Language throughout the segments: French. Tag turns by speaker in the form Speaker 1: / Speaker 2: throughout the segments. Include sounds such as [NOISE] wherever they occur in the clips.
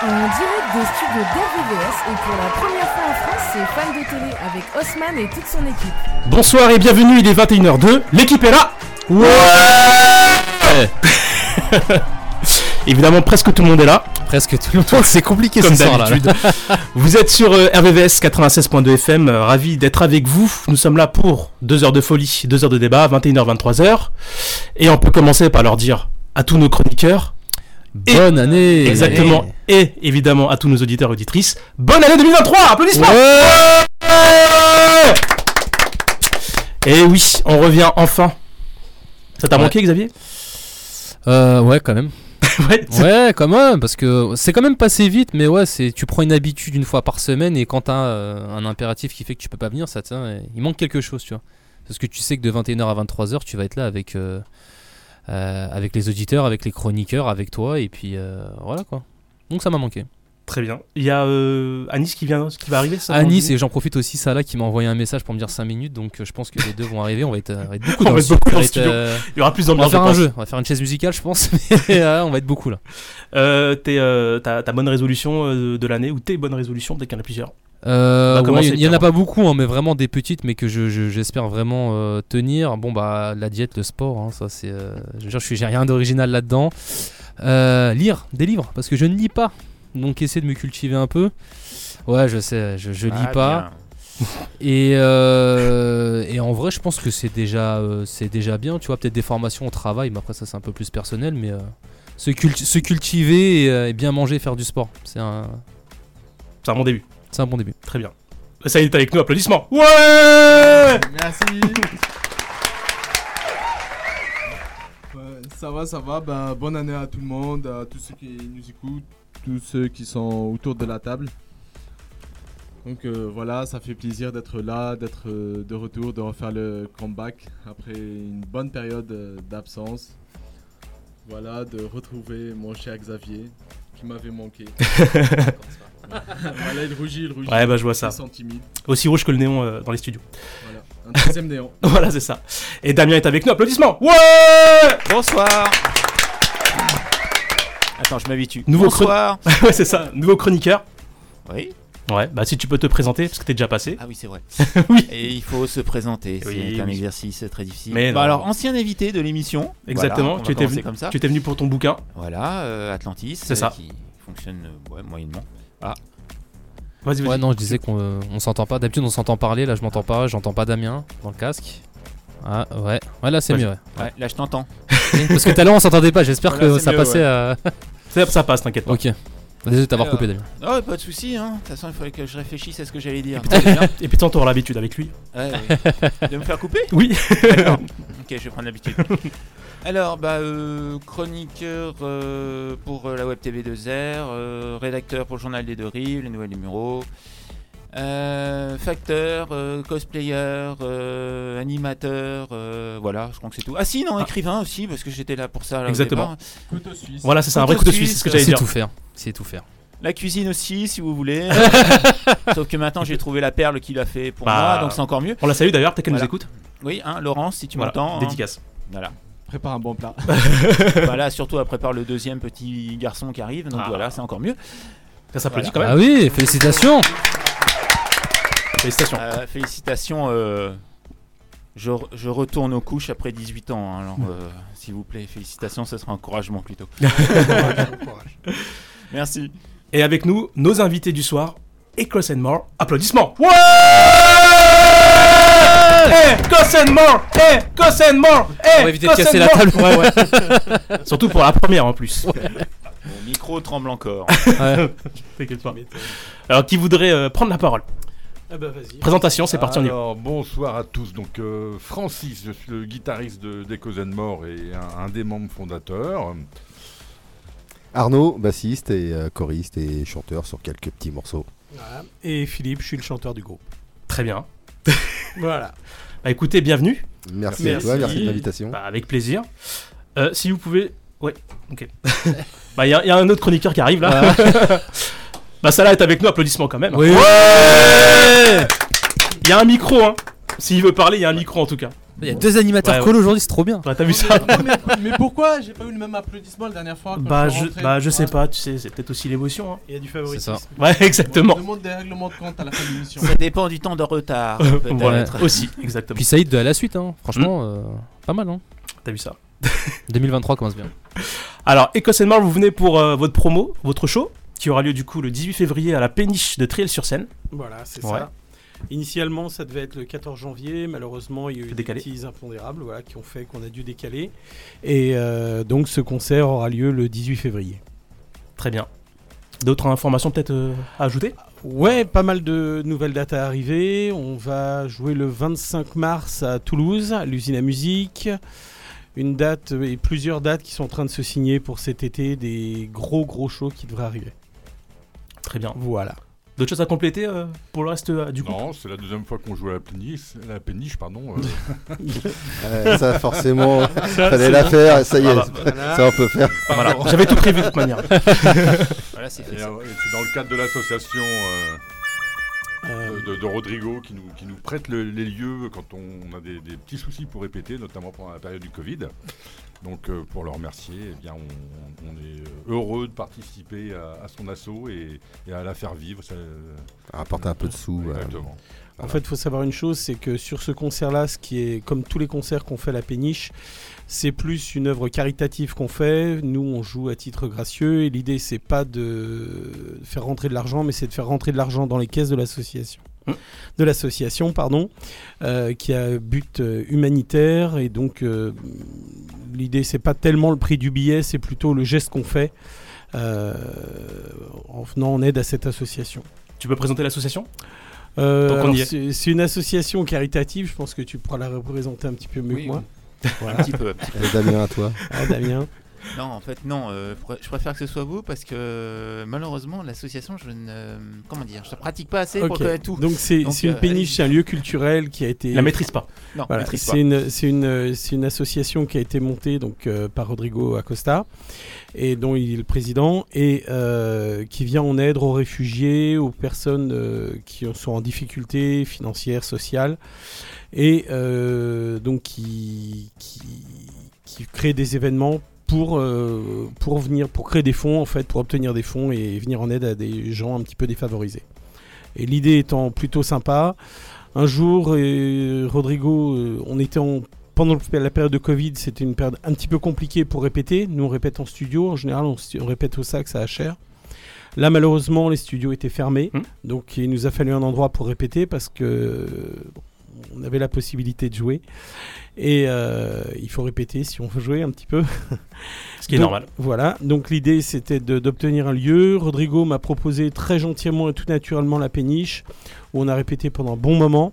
Speaker 1: En direct des studios d'RVVS et pour la première fois en France, c'est Fan de télé avec Haussmann et toute son équipe.
Speaker 2: Bonsoir et bienvenue, il est 21h02, l'équipe est là Ouais [LAUGHS] Évidemment, presque tout le monde est là.
Speaker 3: Presque tout le
Speaker 2: [LAUGHS]
Speaker 3: monde.
Speaker 2: C'est compliqué
Speaker 3: Comme
Speaker 2: ce soir, là,
Speaker 3: d'habitude.
Speaker 2: là. [LAUGHS] vous êtes sur euh, RVVS 96.2 FM, euh, ravi d'être avec vous. Nous sommes là pour 2 heures de folie, 2 heures de débat, 21h, 23h. Et on peut commencer par leur dire à tous nos chroniqueurs, Et-
Speaker 3: Bonne année
Speaker 2: exactement, et évidemment à tous nos auditeurs et auditrices, bonne année 2023 Applaudissements Et oui, on revient enfin. Ça t'a
Speaker 3: Ouais.
Speaker 2: manqué, Xavier
Speaker 3: Euh, ouais, quand même.
Speaker 2: [LAUGHS] Ouais.
Speaker 3: Ouais, quand même, parce que c'est quand même passé vite, mais ouais, c'est tu prends une habitude une fois par semaine et quand t'as euh, un impératif qui fait que tu peux pas venir, ça tient. et Il manque quelque chose, tu vois. Parce que tu sais que de 21h à 23h, tu vas être là avec. euh, euh, avec les auditeurs, avec les chroniqueurs, avec toi, et puis euh, voilà quoi. Donc ça m'a manqué.
Speaker 2: Très bien. Il y a euh, Anis qui vient, qui va arriver. Ça,
Speaker 3: À
Speaker 2: on
Speaker 3: Nice,
Speaker 2: dit
Speaker 3: et j'en profite aussi, Salah qui m'a envoyé un message pour me dire 5 minutes, donc euh, je pense que les deux vont arriver. On va être, euh, on va être
Speaker 2: [LAUGHS] On
Speaker 3: beaucoup dans
Speaker 2: va être
Speaker 3: le studio,
Speaker 2: beaucoup dans
Speaker 3: on va
Speaker 2: le
Speaker 3: être,
Speaker 2: studio.
Speaker 3: euh,
Speaker 2: Il y aura plus
Speaker 3: On va
Speaker 2: d'ambiance.
Speaker 3: faire
Speaker 2: je
Speaker 3: un
Speaker 2: pense.
Speaker 3: jeu, on va faire une chaise musicale, je pense. Mais
Speaker 2: [LAUGHS] hein,
Speaker 3: euh, on va être beaucoup là.
Speaker 2: Euh, t'es, euh, ta, ta bonne résolution euh, de l'année ou tes bonnes résolutions, peut-être qu'il y en a plusieurs.
Speaker 3: Euh,
Speaker 2: On va
Speaker 3: ouais,
Speaker 2: commencer,
Speaker 3: il y en
Speaker 2: Pierre.
Speaker 3: a pas beaucoup, hein, mais vraiment des petites, mais que je- je- j'espère vraiment euh, tenir. Bon bah la diète, le sport, hein, ça c'est. euh, je veux dire, je suis- j'ai rien d'original là-dedans. Euh, lire des livres, parce que je ne lis pas, donc essayer de me cultiver un peu. Ouais, je sais, je, je
Speaker 2: Ah,
Speaker 3: lis pas. [LAUGHS] Et, euh, et en vrai, je pense que c'est déjà, euh, c'est déjà bien. Tu vois, peut-être des formations au travail, mais après, ça, c'est un peu plus personnel. Mais euh, se, culti- se cultiver et, euh, et bien manger, faire du sport, c'est un,
Speaker 2: C'est un bon début.
Speaker 3: c'est un bon début.
Speaker 2: Très bien. Ça y est, t'es avec nous, applaudissements. Ouais
Speaker 4: Merci. [LAUGHS] Ouais, ça va, ça va. Ben, bonne année à tout le monde, à tous ceux qui nous écoutent, tous ceux qui sont autour de la table. Donc euh, voilà, ça fait plaisir d'être là, d'être euh, de retour, de refaire le comeback après une bonne période euh, d'absence. Voilà, de retrouver mon cher Xavier qui
Speaker 2: [LAUGHS]
Speaker 4: m'avait manqué. voilà, il rougit, il rougit.
Speaker 2: Ouais, bah je vois ça.
Speaker 4: Il sent timide.
Speaker 2: Aussi rouge que le néon euh, dans les studios. [LAUGHS]
Speaker 4: Voilà, un deuxième néant.
Speaker 2: Voilà, c'est ça. Et Damien est avec nous, applaudissements. Ouais
Speaker 5: Bonsoir. Attends, je m'habitue.
Speaker 2: Nouveau
Speaker 5: Bonsoir.
Speaker 2: [LAUGHS] Ouais, c'est ça. Nouveau chroniqueur.
Speaker 5: Oui.
Speaker 2: Ouais, bah si tu peux te présenter, parce que t'es déjà passé.
Speaker 5: Ah oui, c'est vrai.
Speaker 2: [LAUGHS] Oui.
Speaker 5: Et il faut se présenter. C'est
Speaker 2: Oui,
Speaker 5: un
Speaker 2: oui.
Speaker 5: exercice très difficile.
Speaker 2: Mais
Speaker 5: Bon,
Speaker 2: non.
Speaker 5: alors, ancien invité de l'émission.
Speaker 2: Exactement,
Speaker 5: Voilà, on
Speaker 2: tu
Speaker 5: va
Speaker 2: étais
Speaker 5: commencer
Speaker 2: venu-
Speaker 5: comme ça.
Speaker 2: Tu étais venu pour ton bouquin.
Speaker 5: Voilà, euh, Atlantis.
Speaker 2: C'est
Speaker 5: euh,
Speaker 2: ça. Ah.
Speaker 5: Qui fonctionne euh, ouais, moyennement.
Speaker 2: Vas-y, vas-y.
Speaker 3: Ouais, non, je disais qu'on euh, on s'entend pas. D'habitude, on s'entend parler. Là, je m'entends pas. J'entends pas Damien dans le casque. Ah ouais, ouais là c'est
Speaker 2: Ouais,
Speaker 3: mieux. ouais.
Speaker 5: Ouais, là, je t'entends.
Speaker 3: Parce que tout à l'heure on s'entendait pas. J'espère
Speaker 5: Là,
Speaker 3: que
Speaker 5: c'est
Speaker 3: ça
Speaker 5: mieux,
Speaker 3: passait. à...
Speaker 2: [LAUGHS] Ça, ça passe, t'inquiète pas.
Speaker 3: ok. Désolé de t'avoir
Speaker 5: Alors.
Speaker 3: coupé Damien.
Speaker 5: Oh, pas de soucis. Hein. De toute façon, il fallait que je réfléchisse à ce que j'allais dire.
Speaker 2: [LAUGHS]
Speaker 5: [LAUGHS]
Speaker 2: Et puis tant t'auras l'habitude avec lui.
Speaker 5: Ouais,
Speaker 2: [LAUGHS]
Speaker 5: ouais. De me faire couper
Speaker 2: Oui. [LAUGHS]
Speaker 5: D'accord. [LAUGHS] ok, je vais prendre l'habitude. [LAUGHS] Alors, bah, euh, chroniqueur euh, pour euh, la Web TV 2R, euh, rédacteur pour le Journal des Deux Rives, les Nouvelles Numéros, euh, facteur, euh, cosplayer, euh, animateur, euh, voilà, je crois que c'est tout. Ah si, non, écrivain aussi, parce que j'étais là pour ça. là, au
Speaker 2: Exactement.
Speaker 5: départ.
Speaker 4: Couteau suisse.
Speaker 2: Voilà, c'est ça, un vrai coup de
Speaker 5: Couteau
Speaker 2: suisse, c'est
Speaker 5: suisse,
Speaker 2: ce que j'allais
Speaker 3: C'est
Speaker 2: dire.
Speaker 3: tout faire. C'est tout faire.
Speaker 5: La cuisine aussi, si
Speaker 2: [LAUGHS]
Speaker 5: vous voulez. Sauf que maintenant, j'ai trouvé la perle qu'il a fait pour
Speaker 2: Bah.
Speaker 5: moi, donc c'est encore mieux.
Speaker 2: On la salue d'ailleurs, peut-être qu'elle
Speaker 5: Voilà.
Speaker 2: nous écoute.
Speaker 5: Oui, hein, Laurence, si tu
Speaker 2: Voilà,
Speaker 5: m'entends. hein.
Speaker 2: Dédicace.
Speaker 5: Voilà.
Speaker 4: Prépare un
Speaker 2: [LAUGHS]
Speaker 4: bon plat.
Speaker 5: voilà, surtout elle prépare le deuxième petit garçon qui arrive, donc
Speaker 2: Ah.
Speaker 5: voilà, c'est encore mieux.
Speaker 2: Ça s'applaudit quand
Speaker 3: Ah
Speaker 2: même.
Speaker 3: oui, félicitations.
Speaker 2: Félicitations.
Speaker 5: Euh, félicitations, euh, je, re- je retourne aux couches après 18 ans, hein, alors euh, s'il vous plaît, félicitations, ce sera un
Speaker 2: [LAUGHS]
Speaker 5: encouragement plutôt. Merci.
Speaker 2: Et avec nous, nos invités du soir, et Cross and More. Applaudissements. Ouais Eh, Cross and More Eh, Cross and More Eh,
Speaker 3: On va éviter de
Speaker 2: Cross
Speaker 3: casser
Speaker 2: and
Speaker 3: la
Speaker 2: More
Speaker 3: table.
Speaker 2: Ouais, ouais. [LAUGHS] Surtout pour la première en plus.
Speaker 5: Mon micro tremble
Speaker 2: [LAUGHS]
Speaker 5: encore.
Speaker 2: T'inquiète pas. Alors, qui voudrait euh, prendre la parole
Speaker 6: Ah
Speaker 2: Ah bah, Présentation, c'est parti, on y va.
Speaker 6: bah, Alors, bonsoir à tous. Donc, euh, Francis, je suis le guitariste de d'Echoes and More et un, un des membres fondateurs.
Speaker 7: Arnaud, bassiste et euh, choriste et chanteur sur quelques petits morceaux.
Speaker 8: Voilà. Et Philippe, je suis le chanteur du groupe.
Speaker 2: Très
Speaker 3: [LAUGHS]
Speaker 2: bien.
Speaker 8: Voilà.
Speaker 2: Bah écoutez, bienvenue.
Speaker 7: Merci,
Speaker 2: Merci.
Speaker 7: à toi, merci de l'invitation.
Speaker 2: Bah, avec plaisir. Euh, si vous pouvez. Ouais, ok. bah, il y, a- y a un autre chroniqueur qui arrive là.
Speaker 7: Ah.
Speaker 2: [LAUGHS] bah, Salah est avec nous, applaudissements quand même.
Speaker 3: Oui.
Speaker 2: Il y a un micro, hein. S'il veut parler, il y a un micro en tout cas.
Speaker 3: Il y a deux animateurs
Speaker 2: Ouais, ouais.
Speaker 3: cool aujourd'hui, c'est trop bien.
Speaker 2: Ouais, t'as vu [LAUGHS]
Speaker 3: [LAUGHS]
Speaker 2: ça
Speaker 4: mais, mais pourquoi j'ai pas eu le même applaudissement la dernière fois quand
Speaker 2: Bah
Speaker 4: suis
Speaker 2: je,
Speaker 4: rentré
Speaker 2: bah je sais
Speaker 4: Ouais.
Speaker 2: pas, tu sais, c'est peut-être aussi l'émotion. hein.
Speaker 8: Il y a du
Speaker 3: C'est
Speaker 8: favoritisme.
Speaker 3: ça.
Speaker 2: Ouais,
Speaker 4: On
Speaker 2: exactement.
Speaker 4: demande des règlements de compte à la fin de l'émission.
Speaker 5: Ça dépend du temps de
Speaker 8: [LAUGHS]
Speaker 5: retard. Ah, peut-être.
Speaker 2: [LAUGHS] Voilà,
Speaker 5: [LAUGHS]
Speaker 2: aussi, exactement. Hmm.
Speaker 3: Puis Saïd de à la suite, hein. franchement, euh, pas mal. Hein.
Speaker 2: T'as
Speaker 3: [LAUGHS]
Speaker 2: vu ça
Speaker 3: 2023 commence bien.
Speaker 2: Alors, Écosse Mars, vous venez pour euh, votre promo, votre show, qui aura lieu du coup le 18 février à la péniche de Triel-sur-Seine.
Speaker 8: Voilà, c'est
Speaker 2: Ouais.
Speaker 8: ça. Initialement, ça devait être le 14 janvier. Malheureusement, il y a eu
Speaker 2: Décalé.
Speaker 8: des petits impondérables voilà, qui ont fait qu'on a dû décaler. Et euh, donc, ce concert aura lieu le 18 février.
Speaker 2: Très bien. D'autres informations peut-être euh, à ajouter
Speaker 8: Ouais, pas mal de nouvelles dates à arriver. On va jouer le 25 mars à Toulouse, à l'usine à musique. Une date euh, et plusieurs dates qui sont en train de se signer pour cet été, des gros gros shows qui devraient arriver.
Speaker 2: Très bien.
Speaker 8: Voilà.
Speaker 2: D'autres choses à compléter euh, pour le reste euh, du coup
Speaker 6: Non, c'est la deuxième fois qu'on joue à la péniche, la péniche pardon. euh,
Speaker 7: [LAUGHS] Ouais, Euh, ça, forcément, fallait la faire. Ça y est,
Speaker 2: Ah bah,
Speaker 7: ça on peut faire.
Speaker 2: Voilà, j'avais tout prévu de
Speaker 6: [LAUGHS]
Speaker 2: toute manière.
Speaker 5: Voilà, c'est
Speaker 6: et,
Speaker 5: fait.
Speaker 6: euh, et c'est dans le cadre de l'association euh,
Speaker 8: Euh,
Speaker 6: de, de Rodrigo qui nous, qui nous prête le- les lieux quand on a des, des petits soucis pour répéter, notamment pendant la période du Covid. Donc euh, pour le remercier, eh bien, on, on est heureux de participer à, à son assaut et, et à la faire vivre. ça- euh,
Speaker 7: Apporter Hein, un peu de sous. euh,
Speaker 6: exactement.
Speaker 8: En fait, il faut savoir une chose, c'est que sur ce concert-là, ce qui est comme tous les concerts qu'on fait à la péniche, c'est plus une œuvre caritative qu'on fait. Nous, on joue à titre gracieux et l'idée, c'est pas de faire rentrer de l'argent, mais c'est de faire rentrer de l'argent dans les caisses de l'association.
Speaker 2: Hum.
Speaker 8: De l'association, pardon, euh, qui a but euh, humanitaire et donc euh, l'idée, c'est pas tellement le prix du billet, c'est plutôt le geste qu'on fait euh, en venant en aide à cette association.
Speaker 2: Tu peux présenter l'association
Speaker 8: Euh,
Speaker 2: Tant qu'on
Speaker 8: alors,
Speaker 2: y est.
Speaker 8: c'est c'est une association caritative, je pense que tu pourras la représenter un petit peu mieux
Speaker 5: Oui,
Speaker 8: que moi. [LAUGHS]
Speaker 5: Un petit peu.
Speaker 7: euh, Damien, à toi.
Speaker 8: Ah, Damien.
Speaker 5: Non, en fait, non. euh, pr- je préfère que ce soit vous parce que malheureusement, l'association, je ne. Comment dire Je ne pratique pas assez pour
Speaker 8: Ok.
Speaker 5: connaître tout.
Speaker 8: Donc c'est
Speaker 5: Donc,
Speaker 8: c'est une
Speaker 5: euh,
Speaker 8: péniche,
Speaker 5: allez-y.
Speaker 8: c'est un lieu culturel qui a été...
Speaker 2: La maîtrise pas.
Speaker 5: Non,
Speaker 8: Voilà,
Speaker 5: maîtrise pas.
Speaker 8: c'est une, c'est une, euh, c'est une association qui a été montée donc, euh, par Rodrigo Acosta, et dont il est le président, et euh, qui vient en aide aux réfugiés, aux personnes euh, qui sont en difficulté financière, sociale, et euh, donc qui, qui, qui crée des événements pour, euh, pour, venir, pour créer des fonds, en fait, pour obtenir des fonds et venir en aide à des gens un petit peu défavorisés. Et l'idée étant plutôt sympa, un jour, euh, Rodrigo, euh, on était en- pendant le- la période de Covid, c'était une période un petit peu compliquée pour répéter. Nous, on répète en studio. En général, on, stu- on répète au sac, ça a cher. Là, malheureusement, les studios étaient fermés.
Speaker 2: Hmm.
Speaker 8: Donc, il nous a fallu un endroit pour répéter parce que euh, on avait la possibilité de jouer. Et euh, il faut répéter si on veut jouer un petit peu.
Speaker 2: Ce qui est
Speaker 8: Donc,
Speaker 2: normal.
Speaker 8: Voilà, donc l'idée c'était de- d'obtenir un lieu. Rodrigo m'a proposé très gentiment et tout naturellement la péniche, où on a répété pendant un bon moment.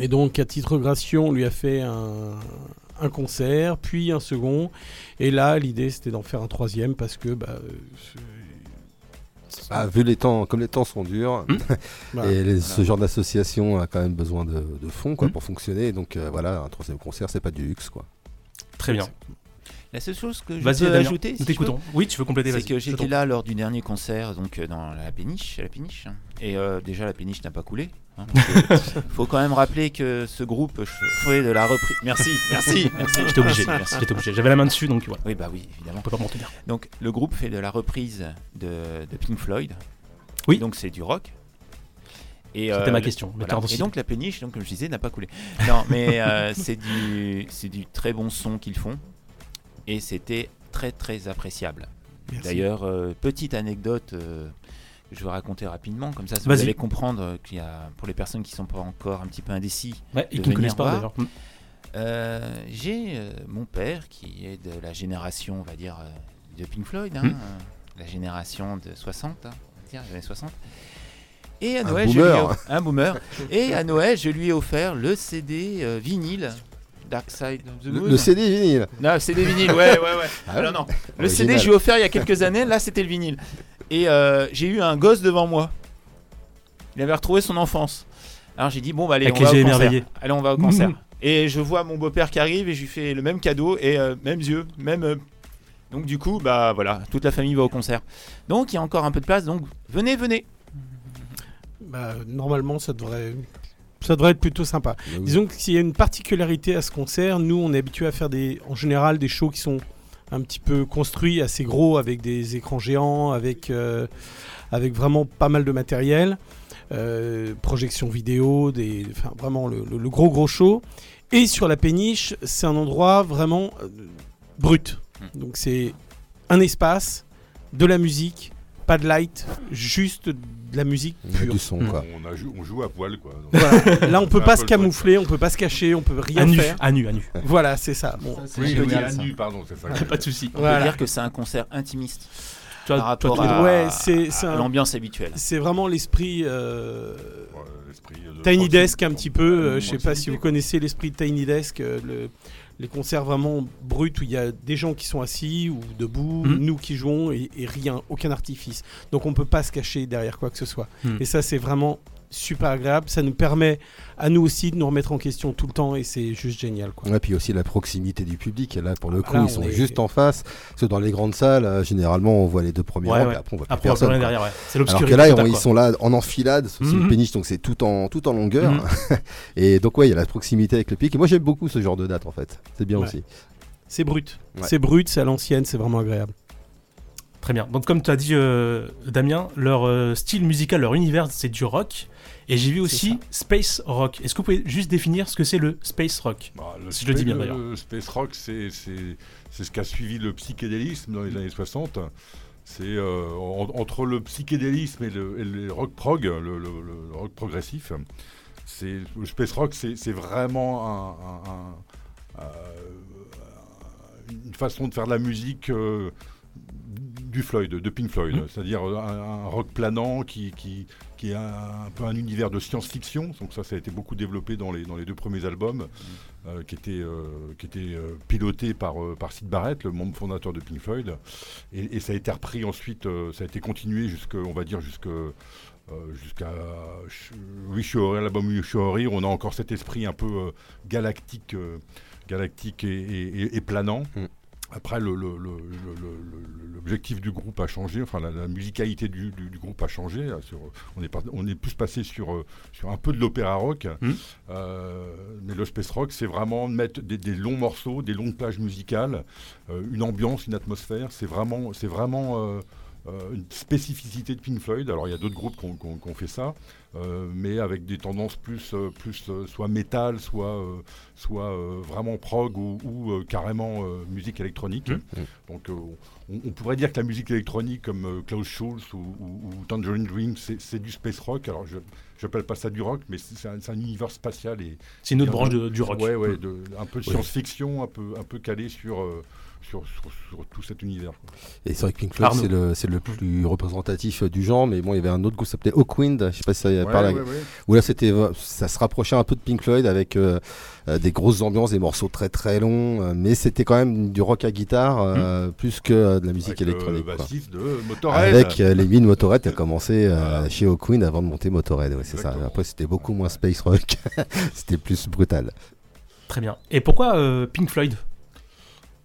Speaker 8: Et donc à titre gracieux, on lui a fait un, un concert, puis un second. Et là, l'idée c'était d'en faire un troisième parce que... Bah, euh, c'est-
Speaker 7: Ah, vu les temps, comme les temps sont durs,
Speaker 2: Hmm.
Speaker 7: [LAUGHS]
Speaker 8: voilà.
Speaker 7: et les- ce genre d'association a quand même besoin de, de fonds quoi,
Speaker 2: Mm.
Speaker 7: pour fonctionner. Donc euh, voilà, un troisième concert, c'est pas du luxe. quoi.
Speaker 2: Très bien.
Speaker 5: La seule chose que je
Speaker 2: Vas-y,
Speaker 5: peux
Speaker 2: Damien,
Speaker 5: ajouter, si
Speaker 2: Nous
Speaker 5: je peux,
Speaker 2: t'écoutons. Oui, tu veux compléter
Speaker 5: c'est
Speaker 2: vas-y,
Speaker 5: que
Speaker 2: je
Speaker 5: j'étais
Speaker 2: t'en-
Speaker 5: là lors du dernier concert, donc euh, dans la péniche, à la péniche. Et euh, déjà, la péniche n'a pas coulé. hein, parce
Speaker 2: [LAUGHS]
Speaker 5: que faut quand même rappeler que ce groupe fait de la reprise. Merci,
Speaker 2: [LAUGHS]
Speaker 5: merci, merci.
Speaker 2: J'étais obligé.
Speaker 5: Merci, merci.
Speaker 2: J'étais obligé. J'avais la main dessus, donc voilà.
Speaker 5: Oui, bah oui, évidemment.
Speaker 2: On peut pas m'en tenir.
Speaker 5: Donc le groupe fait de la reprise de, de Pink Floyd.
Speaker 2: Oui.
Speaker 5: Donc c'est du rock. Et,
Speaker 2: C'était
Speaker 5: euh,
Speaker 2: ma
Speaker 5: le-
Speaker 2: question. Mais
Speaker 5: voilà.
Speaker 2: t'as
Speaker 5: Et
Speaker 2: entendu.
Speaker 5: donc la péniche, donc, comme je disais, n'a pas coulé. Non,
Speaker 2: [LAUGHS]
Speaker 5: mais euh, c'est du, c'est du très bon son qu'ils font. Et c'était très très appréciable.
Speaker 8: Merci.
Speaker 5: D'ailleurs, euh, petite anecdote euh, que je vais raconter rapidement, comme ça, ça
Speaker 2: Vas-y.
Speaker 5: vous allez comprendre euh, qu'il y a, pour les personnes qui sont pas encore un petit peu indécis,
Speaker 2: Ouais, et
Speaker 5: de
Speaker 2: qui ne connaissent
Speaker 5: venir
Speaker 2: pas
Speaker 5: voir.
Speaker 2: d'ailleurs. Mm.
Speaker 5: euh, j'ai euh, mon père qui est de la génération, on va dire, euh, de Pink Floyd, hein,
Speaker 2: Mm.
Speaker 5: euh, la génération de 60, hein, on va dire, les années 60. Et à
Speaker 7: Un
Speaker 5: Noël, je lui ai
Speaker 7: boomer.
Speaker 5: off- un boomer. Et à Noël, je lui ai offert le CD euh, vinyle Dark Side of the
Speaker 7: Le,
Speaker 5: Moon.
Speaker 7: le CD vinyle. Ah
Speaker 5: Non, le CD vinyle, ouais, ouais, ouais. Alors non, le CD,
Speaker 7: Original.
Speaker 5: je l'ai offert il y a quelques années, là c'était le vinyle. Et euh, j'ai eu un gosse devant moi. Il avait retrouvé son enfance. Alors j'ai dit, bon, bah allez,
Speaker 2: Avec les
Speaker 5: on va,
Speaker 2: yeux
Speaker 5: au concert.
Speaker 2: émerveillés.
Speaker 5: allez on va au concert. [LAUGHS] Et je vois mon beau-père qui arrive et je lui fais le même cadeau et euh, même yeux, même. euh, Donc du coup, bah voilà, toute la famille va au concert. Donc il y a encore un peu de place, donc venez, venez.
Speaker 8: Bah, normalement, ça devrait... ça devrait être plutôt sympa.
Speaker 7: Mais Bah oui.
Speaker 8: Disons que s'il y a une particularité à ce concert, nous on est habitué à faire des, en général des shows qui sont un petit peu construits, assez gros, avec des écrans géants, avec, euh, avec vraiment pas mal de matériel, euh, projection vidéo, des, enfin, vraiment le, le- le gros gros show. Et sur la péniche, c'est un endroit vraiment euh, brut.
Speaker 7: Hmm.
Speaker 8: Donc c'est un espace, de la musique, pas de light, juste de la musique
Speaker 7: Il y a
Speaker 8: pure.
Speaker 7: du son, quoi.
Speaker 6: On, a jou- on joue à poil, quoi. Donc,
Speaker 8: Hmm. [LAUGHS] Voilà.
Speaker 6: [LAUGHS]
Speaker 8: Là, on peut
Speaker 6: un
Speaker 8: pas
Speaker 6: peu
Speaker 8: se
Speaker 6: le
Speaker 8: camoufler, on peut pas se cacher, on peut
Speaker 2: À
Speaker 8: rien
Speaker 2: nu,
Speaker 8: faire.
Speaker 2: à nu, à nu.
Speaker 8: Voilà, c'est ça. Bon.
Speaker 4: Ça, c'est
Speaker 6: Oui,
Speaker 4: génial,
Speaker 6: oui, à
Speaker 4: ça.
Speaker 6: nu, pardon, c'est ça.
Speaker 2: Pas de souci.
Speaker 5: On
Speaker 8: Voilà.
Speaker 5: peut dire que c'est un concert intimiste
Speaker 2: Toi-
Speaker 5: par rapport
Speaker 8: tu-
Speaker 5: à,
Speaker 8: Ouais, c'est-
Speaker 5: à
Speaker 8: c'est un-
Speaker 5: l'ambiance habituelle.
Speaker 8: C'est vraiment l'esprit euh,
Speaker 6: Ouais, l'esprit de-
Speaker 8: Tiny Desk un petit peu. euh,
Speaker 6: Ouais,
Speaker 8: je sais pas si vous connaissez l'esprit Tiny Desk, euh, le- les concerts vraiment bruts où il y a des gens qui sont assis ou debout,
Speaker 2: Mhm.
Speaker 8: nous qui jouons et, et rien, aucun artifice. Donc on peut pas se cacher derrière quoi que ce soit.
Speaker 2: Mhm.
Speaker 8: Et ça c'est vraiment super agréable. Ça nous permet à nous aussi de nous remettre en question tout le temps et c'est juste génial quoi.
Speaker 7: Ouais, puis aussi la proximité du public. Et là, pour
Speaker 2: Ah,
Speaker 7: le coup,
Speaker 8: Là, on
Speaker 7: ils sont
Speaker 8: est-
Speaker 7: juste en face. Parce que dans les grandes salles, euh, généralement, on voit les deux premiers
Speaker 2: Ouais,
Speaker 7: rangs,
Speaker 2: ouais.
Speaker 7: puis après, on voit plus
Speaker 2: Après, on va
Speaker 7: personne.
Speaker 2: rien
Speaker 7: quoi.
Speaker 2: derrière, ouais. C'est
Speaker 7: Alors
Speaker 2: l'obscurité.
Speaker 7: que là, on-
Speaker 2: totale,
Speaker 7: ils
Speaker 2: quoi.
Speaker 7: sont là en enfilade, c'est
Speaker 2: Mhm.
Speaker 7: une péniche, donc c'est tout en, tout en longueur.
Speaker 2: Mhm.
Speaker 7: [LAUGHS] Et donc, ouais, il y a la proximité avec le public. Et moi, j'aime beaucoup ce genre de date, en fait. C'est bien
Speaker 8: Ouais.
Speaker 7: aussi.
Speaker 8: C'est brut.
Speaker 7: Ouais.
Speaker 8: C'est brut, c'est à l'ancienne, c'est vraiment agréable.
Speaker 2: Très bien. Donc, comme tu as dit, euh, Damien, leur euh, style musical, leur univers, c'est du rock. Et j'ai vu aussi space rock. Est-ce que vous pouvez juste définir ce que c'est le space rock
Speaker 6: Bah,
Speaker 2: Si je le dis bien,
Speaker 6: space-
Speaker 2: d'ailleurs.
Speaker 6: le Space rock, c'est c'est- c'est ce qu'a suivi le psychédélisme dans les années 60. C'est euh, en- entre le psychédélisme et le, et le rock prog, le, le- le rock progressif. C'est le space rock, c'est c'est vraiment un- un- un- euh, une façon de faire de la musique. euh, du Floyd, de Pink Floyd,
Speaker 2: Mhm.
Speaker 6: c'est-à-dire euh, un, un rock planant qui, qui, qui est un, un peu un univers de science-fiction. Donc ça, ça a été beaucoup développé dans les, dans les deux premiers albums, euh, qui étaient, euh, qui étaient, euh, pilotés par, euh, par Sid Barrett, le membre fondateur de Pink Floyd. Et, et ça a été repris ensuite, euh, ça a été continué jusque, on va dire jusque euh, jusqu'à Sh- Wish You Were Here, l'album Wish You Were Here, on a encore cet esprit un peu euh, galactique, euh, galactique et, et- et- et planant.
Speaker 7: Mm.
Speaker 6: Après, le- le- le- le- le- le- l'objectif du groupe a changé, enfin la, la musicalité du, du- du groupe a changé. là, sur- on, est pas- on est plus passé sur, euh, sur un peu de l'opéra rock,
Speaker 2: Mm.
Speaker 6: Euh, mais le space rock, c'est vraiment de mettre des, des longs morceaux, des longues plages musicales, euh, une ambiance, une atmosphère. C'est vraiment, c'est vraiment euh, euh, une spécificité de Pink Floyd. Alors il y a d'autres groupes qui ont, qui ont- qui ont fait ça, euh, mais avec des tendances plus, euh, plus euh, soit métal, soit, euh, soit euh, vraiment prog ou, ou, euh, carrément euh, musique électronique.
Speaker 2: Mhm.
Speaker 6: Donc euh, on, on pourrait dire que la musique électronique comme euh, Klaus Schulz ou, ou- ou Tangerine Dream, c'est c'est du space rock. Alors je n'appelle pas ça du rock, mais c'est c'est un, c'est un univers spatial et
Speaker 2: C'est une autre
Speaker 6: Il y a
Speaker 2: branche
Speaker 6: de-
Speaker 2: de- du rock.
Speaker 6: ouais, ouais, de- un peu de science-fiction, un peu, un peu calé sur, euh, sur, sur- sur tout cet univers. quoi.
Speaker 7: Et c'est vrai que Pink Floyd,
Speaker 2: Arnaud.
Speaker 7: c'est le, c'est le plus représentatif euh, du genre. Mais bon, il y avait un autre groupe qui s'appelait Hawkwind. Je sais pas si ça y a
Speaker 6: Ouais,
Speaker 7: parlé.
Speaker 6: ouais, ouais.
Speaker 7: Où là, c'était, euh, ça se rapprochait un peu de Pink Floyd avec euh, euh, des grosses ambiances, des morceaux très très longs. euh, mais c'était quand même du rock à guitare euh, plus que euh, de la
Speaker 6: Hmm.
Speaker 7: musique
Speaker 6: Avec bah, le
Speaker 7: électronique. quoi.
Speaker 6: bassiste de Motorhead.
Speaker 7: Avec euh, les mines
Speaker 6: [LAUGHS]
Speaker 7: Motorhead qui a commencé euh,
Speaker 6: Voilà.
Speaker 7: chez O'Queen avant de monter Motorhead, ouais, c'est ça.
Speaker 6: Exactement.
Speaker 7: Après c'était beaucoup moins space rock, [LAUGHS] c'était plus brutal.
Speaker 2: Très bien. Et pourquoi euh, Pink Floyd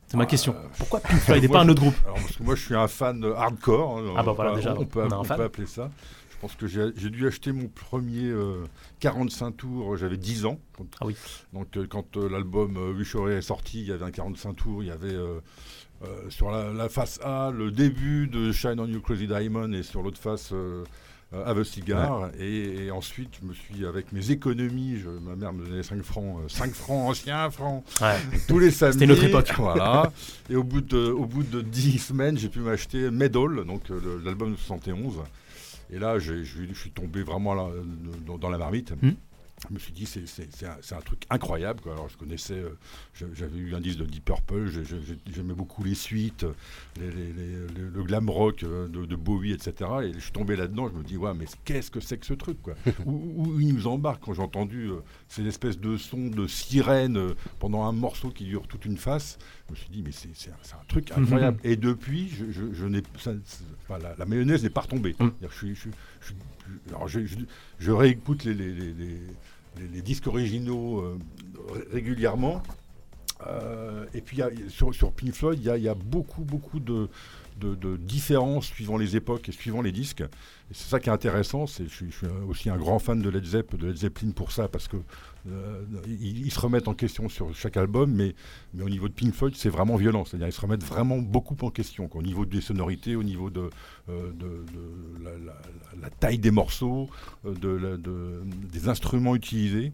Speaker 2: C'est ma
Speaker 6: Ah,
Speaker 2: question.
Speaker 6: euh,
Speaker 2: Pourquoi Pink Floyd et
Speaker 6: moi,
Speaker 2: pas un
Speaker 6: je-
Speaker 2: autre groupe
Speaker 6: Alors, parce que moi, je suis un fan euh, hardcore. hein,
Speaker 2: Ah bah
Speaker 6: on
Speaker 2: voilà,
Speaker 6: peut-
Speaker 2: déjà,
Speaker 6: on peut,
Speaker 2: on a un
Speaker 6: on
Speaker 2: fan.
Speaker 6: peut appeler ça. Je pense que j'ai j'ai dû acheter mon premier euh, 45 tours, euh, j'avais 10 ans. Quand-
Speaker 2: Ah oui.
Speaker 6: Donc, euh, quand euh, l'album euh, Wish You Were Here est sorti, il y avait un 45 tours, il y avait. euh, euh, sur la, la face A, le début de Shine on You Crazy Diamond et sur l'autre face, euh, euh, Have a Cigar. Et, et ensuite, je me suis, avec mes économies, je- ma mère me donnait 5 francs, euh, 5 francs anciens, francs,
Speaker 2: Ouais.
Speaker 6: tous les samedis.
Speaker 2: C'était notre époque.
Speaker 6: Voilà. Et au bout de, au bout de 10 semaines, j'ai pu m'acheter Medal, donc euh, le- l'album de 71. Et là, j'ai- je je suis tombé vraiment là, euh, dans, dans la marmite.
Speaker 2: Hmm.
Speaker 6: Je me suis dit, c'est- c'est c'est un, c'est un truc incroyable. quoi. Alors, je connaissais, euh, je- j'avais eu l'indice de Deep Purple, j'ai- j'ai- j'ai- j'aimais beaucoup les suites, les- les- les- le, le glam rock euh, de, de Bowie, etc. Et je suis tombé là-dedans, je me dis, ouais, mais qu'est-ce que c'est que ce truc quoi où, où il nous embarque quand j'ai entendu euh, ces espèces de sons de sirène euh, pendant un morceau qui dure toute une face. Je me suis dit, mais c'est c'est un, c'est un truc incroyable. Et depuis, je, je- je n'ai- ça- c'est- enfin, la, la mayonnaise n'est pas retombée.
Speaker 2: Mhm.
Speaker 6: C'est-à-dire que Je, suis- je suis- je suis- je- alors, je- je- je réécoute les, les- les- les- les- les disques originaux euh, ré- régulièrement. Euh, et puis, il y a- sur, sur Pink Floyd, il y a, il y a beaucoup, beaucoup de, de, de différences suivant les époques et suivant les disques. Et c'est ça qui est intéressant. C'est, je, suis- je suis aussi un grand fan de Led, Zepp, de Led Zeppelin pour ça, parce que euh, ils, ils se remettent en question sur chaque album, mais, mais au niveau de Pink Floyd, c'est vraiment violent. C'est-à-dire, ils se remettent vraiment beaucoup en question, quoi, au niveau des sonorités, au niveau de, euh, de, de la, la- la- la taille des morceaux, euh, de, la- de- des instruments utilisés.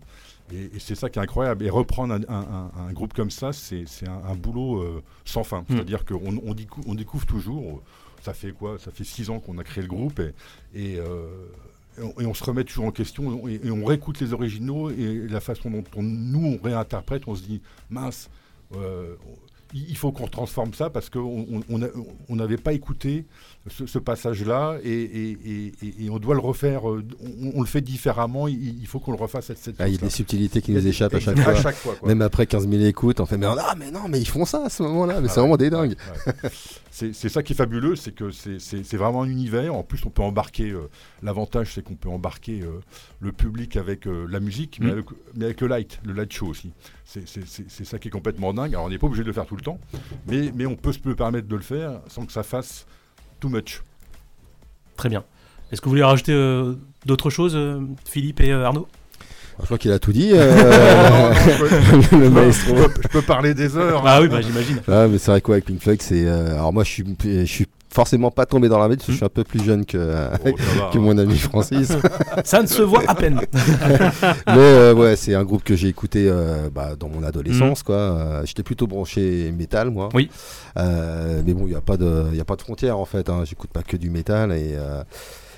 Speaker 6: Et, et c'est ça qui est incroyable. Et reprendre un, un- un- un groupe comme ça, c'est c'est un, un boulot euh, sans fin. C'est-à-dire qu'on on décou- on découvre toujours. Ça fait quoi Ça fait six ans qu'on a créé le groupe et, et, euh, et on, et on se remet toujours en question et, et on réécoute les originaux et la façon dont on- nous on réinterprète, on se dit mince, euh, il il faut qu'on transforme ça parce qu'on n'avait on, a- on n'avait pas écouté ce, ce passage-là et, et- et- et- et on doit le refaire, euh, on, on le fait différemment, il, il faut qu'on le refasse à cette
Speaker 7: Ah, il y a
Speaker 6: sauce-là.
Speaker 7: des subtilités qui
Speaker 6: Il y a
Speaker 7: nous
Speaker 6: des-
Speaker 7: échappent à chaque
Speaker 6: exa-
Speaker 7: fois.
Speaker 6: quoi.
Speaker 7: Même après 15 000 écoutes, on fait mais ah mais non mais ils font ça à ce moment-là, mais c'est vraiment des dingues.
Speaker 6: Ah Ouais. C'est c'est ça qui est fabuleux, c'est que c'est- c'est c'est vraiment un univers. En plus, on peut embarquer. euh, L'avantage, c'est qu'on peut embarquer euh, le public avec euh, la musique, mais,
Speaker 2: Mm.
Speaker 6: avec, mais avec le light, le light show aussi. C'est- C'est c'est- c'est ça qui est complètement dingue. Alors, on n'est pas obligé de le faire tout le temps, mais, mais on peut se le permettre de le faire sans que ça fasse too much.
Speaker 2: Très bien. Est-ce que vous voulez rajouter euh, d'autres choses, euh, Philippe et euh, Arnaud
Speaker 7: Alors, [LAUGHS] je crois qu'il a tout dit. euh, [LAUGHS] le maestro.
Speaker 6: Je peux- je peux parler des heures. hein.
Speaker 2: Ah oui, bah, j'imagine.
Speaker 7: Ah, mais c'est vrai quoi avec Pink Floyd, c'est euh, alors moi je suis je suis forcément pas tombé dans la bête parce que je suis un peu plus jeune que euh,
Speaker 6: Oh, ça va.
Speaker 7: [LAUGHS] que mon ami Francis.
Speaker 2: Ça ne se voit à peine.
Speaker 7: [LAUGHS] Mais euh, ouais, c'est un groupe que j'ai écouté euh, bah, dans mon adolescence, quoi. Euh, J'étais plutôt branché métal, moi.
Speaker 2: Oui.
Speaker 7: Euh, mais bon, il n'y a pas de, il y a pas de frontières en fait. hein. J'écoute pas que du métal et. euh,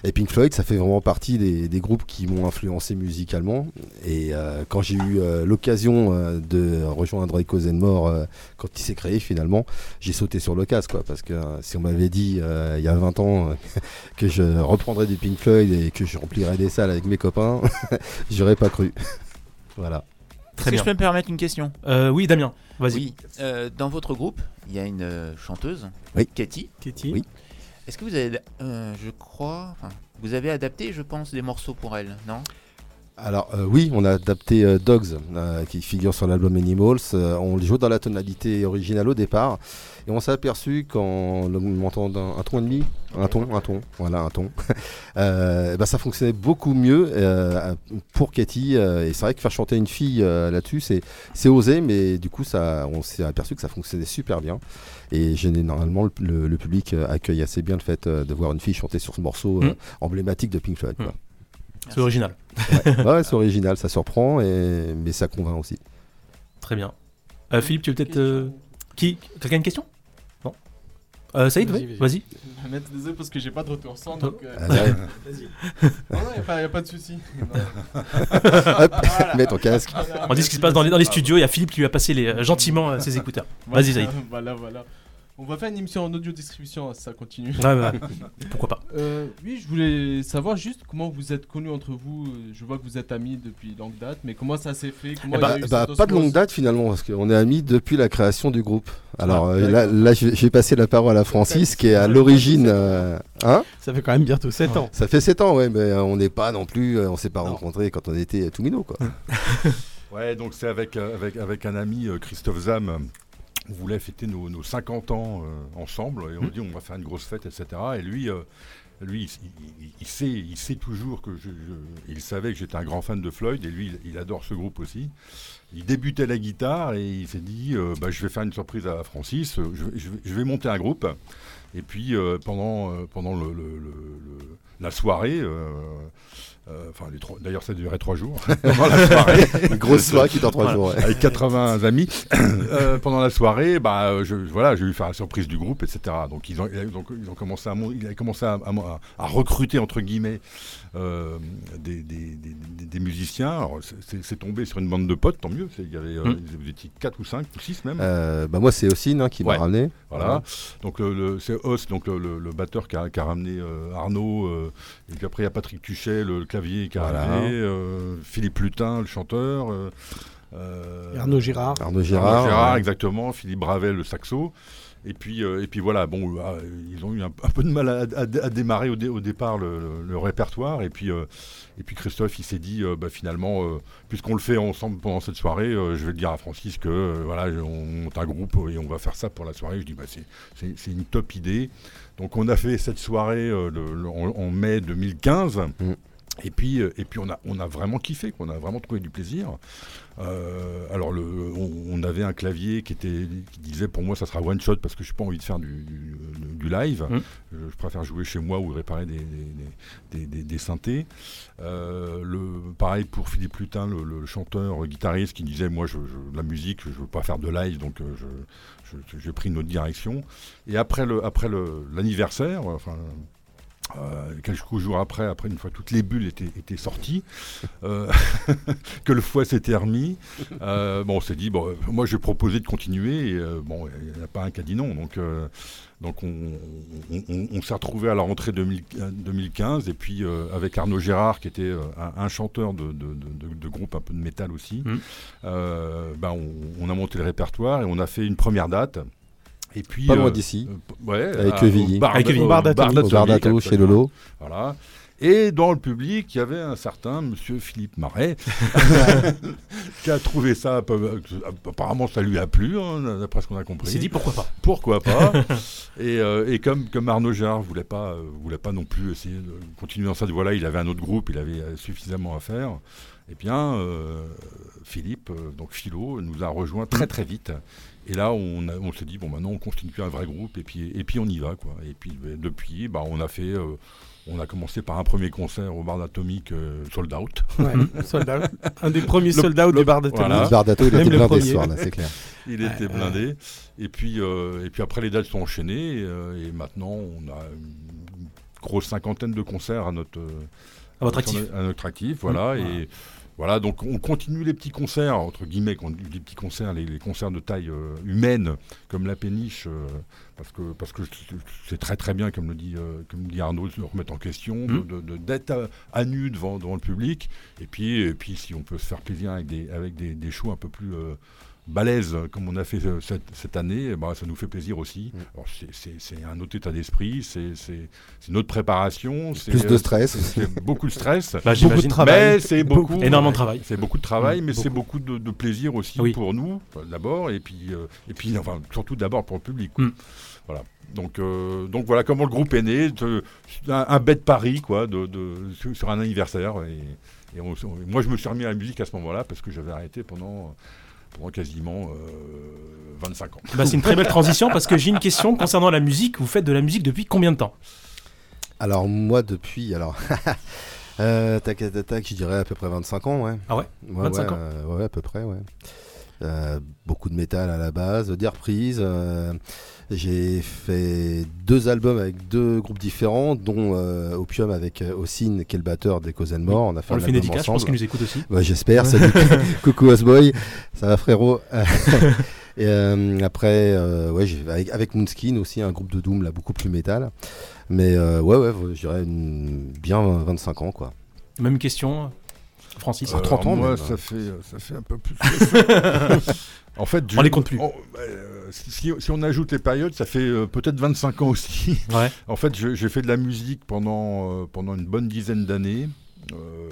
Speaker 7: et Pink Floyd, ça fait vraiment partie des, des groupes qui m'ont influencé musicalement. Et euh, quand j'ai eu euh, l'occasion euh, de rejoindre Echo Zenmore euh, quand il s'est créé finalement, j'ai sauté sur l'occasion quoi. Parce que euh, si on m'avait dit euh, il y a 20 ans euh, [LAUGHS] que je reprendrais du Pink Floyd et que je remplirais des salles avec mes copains, [LAUGHS] J'aurais pas cru. [LAUGHS] voilà.
Speaker 5: Est-ce que
Speaker 2: bien.
Speaker 5: je peux me permettre une question
Speaker 2: Euh, oui, Damien, vas-y.
Speaker 5: Oui. Euh, dans votre groupe, il y a une euh, chanteuse,
Speaker 7: Oui.
Speaker 5: Cathy.
Speaker 8: Katie
Speaker 7: Oui.
Speaker 5: Est-ce que vous avez, euh, je crois, enfin, vous avez adapté, je pense, des morceaux pour elle, non
Speaker 7: Alors euh, oui, on a adapté euh, Dogs, euh, qui figure sur l'album Animals. Euh, on le joue dans la tonalité originale au départ, et on s'est aperçu qu'en augmentant d'un un ton et demi, un ton, un ton, voilà un ton, [LAUGHS] euh, bah, ça fonctionnait beaucoup mieux euh, pour Katie. euh, et c'est vrai que faire chanter une fille euh, là-dessus, c'est c'est osé, mais du coup, ça, on s'est aperçu que ça fonctionnait super bien. Et généralement, le, le- le public euh, accueille assez bien le fait euh, de voir une fille chanter sur ce morceau euh,
Speaker 2: Mm.
Speaker 7: emblématique de Pink Floyd. quoi.
Speaker 2: Mm. C'est original.
Speaker 7: Ouais, c'est original, ça surprend, et... mais ça convainc aussi.
Speaker 2: Très bien. Euh, Philippe, tu veux peut-être. euh, Qui Quelqu'un a une question Non euh, Saïd,
Speaker 8: Vas-y,
Speaker 2: oui,
Speaker 8: vas-y.
Speaker 2: vas-y.
Speaker 4: Mais désolé parce que j'ai pas de retour sans donc. euh, [LAUGHS]
Speaker 7: Ah ouais.
Speaker 4: Non, non, y a pas, y a pas de souci. Non.
Speaker 7: Hop, [LAUGHS] mets ton casque.
Speaker 2: On dit ce qui se passe dans les, dans les studios. Il y a Philippe qui lui a passé les, euh, gentiment euh, ses écouteurs.
Speaker 4: Voilà,
Speaker 2: Vas-y, Zaïd.
Speaker 4: [LAUGHS] Voilà, voilà. On va faire une émission en audio distribution, ça continue.
Speaker 2: Ouais, ouais, ouais. Pourquoi pas
Speaker 4: Euh, oui, je voulais savoir juste comment vous êtes connus entre vous. Euh, Je vois que vous êtes amis depuis longue date, mais comment ça s'est fait
Speaker 2: Eh
Speaker 4: comment il y
Speaker 7: Bah,
Speaker 4: a eu
Speaker 7: bah,
Speaker 4: cette
Speaker 7: pas de longue
Speaker 4: osmose
Speaker 7: date finalement, parce qu'on est amis depuis la création du groupe. Alors euh,
Speaker 4: d'accord.
Speaker 7: là, là, j'ai j'ai passé la parole à Francis, qui est à l'origine. euh, Hein
Speaker 8: Ça fait quand même bientôt 7 ans.
Speaker 7: Ça fait 7 ans, ouais, mais euh, on n'est pas non plus, euh, on s'est pas rencontrés quand on était tout minot, quoi. [LAUGHS]
Speaker 6: Ouais, donc c'est avec, euh, avec, avec un ami, euh, Christophe Zam. euh, On voulait fêter nos, nos 50 ans euh, ensemble et on
Speaker 2: Mm.
Speaker 6: dit on va faire une grosse fête, etc. Et lui, euh, lui il, il- il sait, il sait toujours que je, je- Il savait que j'étais un grand fan de Floyd et lui, il, il adore ce groupe aussi. Il débutait la guitare et il s'est dit euh, bah, je vais faire une surprise à Francis, euh, je, vais- je vais- je vais monter un groupe. Et puis euh, pendant, euh, pendant le, le- le- le- la soirée, euh, euh, enfin les trois- d'ailleurs ça durait trois jours, [LAUGHS] pendant la [LAUGHS] soirée,
Speaker 7: Une grosse soirée qui dure 3 jours. ouais.
Speaker 6: avec 80 amis. Euh, pendant la soirée, bah, euh, je, voilà, j'ai eu faire la surprise du groupe, etc. Donc ils ont, ils ont- ils ont commencé à, mon- il a commencé à, à- à recruter entre guillemets euh, des, des- des- des- des musiciens. Alors, c'est- c'est- C'est tombé sur une bande de potes, tant mieux. C'est- Il y avait, euh,
Speaker 2: Mm.
Speaker 6: vous étiez quatre ou cinq ou six même.
Speaker 7: Euh, bah, moi, c'est Ossine hein, qui
Speaker 6: Ouais.
Speaker 7: m'a ramené.
Speaker 6: Voilà. Donc le, le- c'est Os, donc le, le- le batteur qui a, qui a ramené euh, Arnaud. euh, et puis après il y a Patrick Tuchet, le, le clavier qui a
Speaker 7: Voilà.
Speaker 6: ramené, euh, Philippe Lutin, le chanteur. euh, euh,
Speaker 8: Et Arnaud Gérard.
Speaker 7: Arnaud
Speaker 6: Arnaud
Speaker 7: Gérard.
Speaker 6: Gérard,
Speaker 7: ouais.
Speaker 6: exactement. Philippe Bravel, le saxo. Et puis, euh, et puis voilà, bon, euh, ah, ils ont eu un, un peu de mal à, à- à démarrer au, dé- au départ le, le- le répertoire. Et puis, euh, et puis Christophe, il s'est dit, euh, bah, finalement, euh, puisqu'on le fait ensemble pendant cette soirée, euh, je vais le dire à Francis que euh, voilà, je- on monte un groupe et on va faire ça pour la soirée. Je dis, bah, c'est- c'est c'est une top idée. Donc on a fait cette soirée euh, le- le- en, en mai 2015. Et puis, euh, et puis on, a, on a vraiment kiffé, on a vraiment trouvé du plaisir. Euh, alors, le, on, on avait un clavier qui, était, qui disait pour moi, ça sera one shot parce que je n'ai pas envie de faire du, du- du live.
Speaker 2: Mm.
Speaker 6: Je, je préfère jouer chez moi ou réparer des, des, des- des- des synthés. Euh, le, pareil pour Philippe Lutin, le, le chanteur euh, guitariste, qui disait Moi, je, je- la musique, je ne veux pas faire de live, donc euh, je- je- j'ai pris une autre direction. Et après l'anniversaire, le, après le- l'anniversaire, enfin, euh, quelques jours après, après une fois que toutes les bulles étaient, étaient sorties, euh, [LAUGHS] que le foie s'était remis, euh, bon, on s'est dit, bon, euh, moi je vais proposer de continuer, et, euh, bon, il n'y a pas un qui a dit non, donc, euh, donc on, on- on- on s'est retrouvé à la rentrée 2000 euh, 2015, et puis euh, avec Arnaud Gérard, qui était euh, un, un chanteur de, de- de- de- de groupe un peu de métal aussi,
Speaker 2: Mhm.
Speaker 6: euh, ben, on, on a monté le répertoire et on a fait une première date. Et puis,
Speaker 7: Pas loin
Speaker 6: euh,
Speaker 7: d'ici.
Speaker 6: euh, p- ouais,
Speaker 7: Avec
Speaker 6: à-
Speaker 7: Quevilly.
Speaker 6: au bar-
Speaker 2: Avec Quevilly.
Speaker 6: au
Speaker 8: Bar
Speaker 6: bar
Speaker 8: d'Atomique.
Speaker 7: Au bar d'Ato,
Speaker 6: d'Atomique,
Speaker 7: chez Lolo.
Speaker 6: Voilà. Et dans le public, il y avait un certain monsieur Philippe
Speaker 2: [LAUGHS]
Speaker 6: Marais [LAUGHS] qui a trouvé ça. un peu- euh, Apparemment, ça lui a plu, hein, d'après ce qu'on a compris.
Speaker 2: Il s'est dit pourquoi pas.
Speaker 6: pourquoi pas.
Speaker 2: [LAUGHS]
Speaker 6: et, euh, et comme, comme Arnaud Gérard voulait pas, euh, voulait pas non plus essayer de continuer dans cette voie-là, il avait un autre groupe, il avait euh, suffisamment à faire. Eh bien, euh, Philippe, euh, donc Philo, nous a rejoint très très vite. Et là, on, a- on s'est dit, bon, maintenant, on constitue un vrai groupe et puis, et puis on y va. Quoi. Et puis, ben, depuis, bah, on a fait. euh, on a commencé par un premier concert au bar d'Atomique euh, Sold Out. [LAUGHS]
Speaker 8: Ouais, sold out. Un des premiers
Speaker 6: Le-
Speaker 8: sold out du bar de
Speaker 6: voilà.
Speaker 8: Toulouse.
Speaker 7: Le bar d'Ato, il
Speaker 8: Même
Speaker 7: était
Speaker 8: le
Speaker 7: blindé
Speaker 8: premier.
Speaker 7: ce soir-là, c'est clair.
Speaker 6: Il
Speaker 8: Ouais,
Speaker 6: était
Speaker 8: ouais.
Speaker 6: blindé. Et, puis, euh, et puis après, les dates sont enchaînées. Et, euh, et maintenant, on a une grosse cinquantaine de concerts à notre, euh,
Speaker 2: À votre
Speaker 6: sur
Speaker 2: actif.
Speaker 6: no- à notre actif. Voilà. Et voilà, donc on continue les petits concerts, entre guillemets, qu'on dit les petits concerts, les, les concerts de taille euh, humaine, comme la péniche, euh, parce que parce que c'est très très bien, comme le dit, euh, comme dit Arnaud, de se remettre en question, de-
Speaker 2: Mhm.
Speaker 6: de- de- d'être à, à nu devant, devant le public. Et puis, et puis, si on peut se faire plaisir avec des, avec des, des shows un peu plus. euh, balèzes, comme on a fait euh, cette, cette année, eh ben, ça nous fait plaisir aussi. Alors, c'est- c'est c'est un autre état d'esprit, c'est c'est- c'est notre préparation. c'est,
Speaker 7: Plus de
Speaker 6: euh,
Speaker 7: stress.
Speaker 6: c'est- C'est beaucoup de stress.
Speaker 2: Bah,
Speaker 8: Beaucoup de
Speaker 2: j'imagine.
Speaker 8: travail.
Speaker 6: Mais c'est beaucoup,
Speaker 2: Énormément de travail.
Speaker 6: C'est beaucoup de travail,
Speaker 2: Mm,
Speaker 6: mais c'est beaucoup de, de plaisir aussi
Speaker 2: Oui.
Speaker 6: pour nous euh, d'abord, et puis euh, et puis enfin surtout d'abord pour le public. quoi.
Speaker 2: Mm.
Speaker 6: Voilà. Donc euh, donc voilà comment le groupe est né, de- un, un bête pari quoi, de, de- sur, sur un anniversaire. Et, et on- on- moi je me suis remis à la musique à ce moment-là parce que j'avais arrêté pendant pendant quasiment euh, 25 ans.
Speaker 2: Bah, c'est une très belle transition parce que j'ai
Speaker 6: [LAUGHS]
Speaker 2: une question concernant la musique. Vous faites de la musique depuis combien de temps
Speaker 7: Alors moi depuis, alors [LAUGHS] euh, tac tac tac, je dirais à peu près 25 ans, ouais.
Speaker 2: Ah ouais 25
Speaker 7: ouais,
Speaker 2: ans.
Speaker 7: euh, ouais, à peu près, ouais. Euh, beaucoup de métal à la base, des reprises. euh, j'ai fait deux albums avec deux groupes différents, dont euh, Opium avec euh, Ossine, qui est le batteur des Causes and More. On a fait
Speaker 2: On
Speaker 7: un
Speaker 2: le fait une
Speaker 7: album
Speaker 2: dédicace, je
Speaker 7: ensemble.
Speaker 2: pense qu'il nous écoute aussi.
Speaker 7: Ouais,
Speaker 2: [LAUGHS]
Speaker 7: J'espère. Salut. Coucou Osboy. Ça va frérot. [LAUGHS] Et euh, après, euh, ouais, j'ai- avec, avec Moonskin aussi, un groupe de Doom là, beaucoup plus métal. Mais euh, ouais, ouais, je dirais une- bien 25 ans quoi.
Speaker 2: Même question, Francis.
Speaker 7: Euh, 30 ans,
Speaker 6: moi,
Speaker 7: même.
Speaker 6: ça fait euh, ça fait un peu plus.
Speaker 7: [LAUGHS]
Speaker 6: en fait,
Speaker 2: On les compte plus.
Speaker 6: euh, si, si on ajoute les périodes, ça fait euh, peut-être 25 ans aussi.
Speaker 2: Ouais.
Speaker 6: [LAUGHS] En fait, je- j'ai fait de la musique pendant, euh, pendant une bonne dizaine d'années. Euh,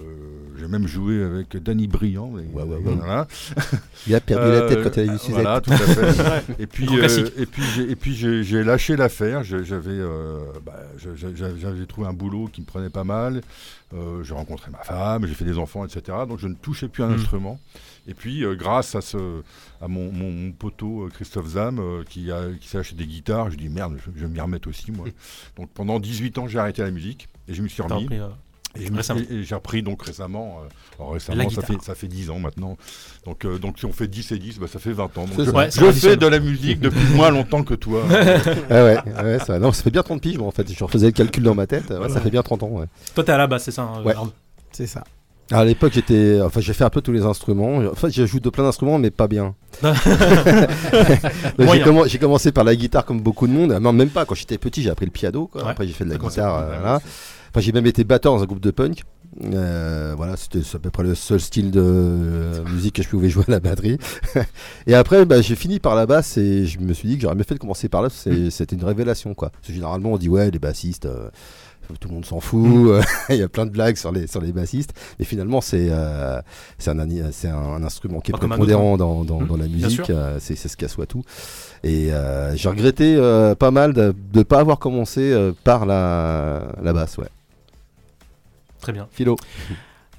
Speaker 6: j'ai même joué avec Danny Briand. et-
Speaker 7: Ouais, ouais, ouais.
Speaker 6: voilà.
Speaker 7: Il a perdu la tête quand il a
Speaker 6: Euh,
Speaker 7: eu Suzette.
Speaker 6: Voilà, tout à
Speaker 2: [LAUGHS]
Speaker 6: fait. et puis, euh,
Speaker 2: Grand classique.
Speaker 6: et puis, j'ai- et puis j'ai j'ai lâché l'affaire. Je- J'avais, euh, bah, je- je- j'avais j'avais trouvé un boulot qui me prenait pas mal. Euh, j'ai rencontré ma femme, j'ai fait des enfants, etc. Donc je ne touchais plus à un
Speaker 2: Mm.
Speaker 6: instrument. Et puis, euh, grâce à ce, à mon, mon- mon poteau euh, Christophe Zam euh, qui, a- qui s'est acheté des guitares, je dis merde, je, je vais m'y remettre aussi
Speaker 2: [LAUGHS]
Speaker 6: moi. Donc pendant 18 ans, j'ai arrêté la musique et je me suis
Speaker 2: T'as
Speaker 6: remis.
Speaker 2: repris, euh,
Speaker 6: Et, je me-
Speaker 2: Récemment.
Speaker 6: et- et j'ai repris donc récemment, euh, alors
Speaker 2: La
Speaker 6: récemment ça,
Speaker 2: guitare.
Speaker 6: fait, ça fait 10 ans maintenant. Donc, euh, donc si on fait 10 et 10, bah, ça fait 20 ans. Donc,
Speaker 7: C'est
Speaker 6: je
Speaker 7: ça.
Speaker 2: Ouais, ça
Speaker 6: je
Speaker 2: additionne.
Speaker 6: fais de la musique [LAUGHS] depuis moins longtemps que toi.
Speaker 7: [LAUGHS]
Speaker 6: Euh,
Speaker 7: Ah ouais, ouais, ça, non, ça fait bien 30 piges moi, en fait. Je refaisais le calcul dans ma tête. Ouais, ça fait bien 30 ans. Ouais.
Speaker 2: Toi, t'es à la basse, c'est ça hein,
Speaker 7: Ouais.
Speaker 2: Arnaud
Speaker 8: C'est ça.
Speaker 7: Alors, à l'époque, j'étais, enfin, j'ai fait un peu tous les instruments. Enfin, j'ai joué de plein d'instruments, mais
Speaker 2: [LAUGHS]
Speaker 7: pas bien. [LAUGHS] Donc, j'ai,
Speaker 2: Moyen.
Speaker 7: commen- j'ai commencé par la guitare comme beaucoup de monde. Non, même pas. Quand j'étais petit, j'ai appris le piano. quoi.
Speaker 2: Ouais.
Speaker 7: Après, j'ai fait de la
Speaker 2: T'as commencé
Speaker 7: guitare.
Speaker 6: par-
Speaker 7: euh, voilà. Enfin, j'ai même été batteur dans un groupe de punk. Euh, voilà, c'était c'est à peu près le seul style de euh, musique que je pouvais jouer à la batterie. [LAUGHS] et après, bah, j'ai fini par la basse et je me suis dit que j'aurais mieux fait de commencer par là, parce que c'est- c'était une révélation. Quoi. Parce que généralement, on dit, ouais, les bassistes, euh, tout le monde s'en fout, euh, [LAUGHS] il y a plein de blagues sur les, sur les bassistes. Mais finalement, c'est euh, c'est un, ani- c'est un, un instrument qui est
Speaker 2: Pas comme un
Speaker 7: prépondérant dans, dans,
Speaker 2: Mhm,
Speaker 7: dans la
Speaker 2: bien
Speaker 7: musique,
Speaker 2: sûr.
Speaker 7: euh, c'est c'est ce qu'assoit tout. Et euh, j'ai regretté euh, pas mal de ne pas avoir commencé euh, par la, la basse, ouais.
Speaker 2: Très bien.
Speaker 7: Philo.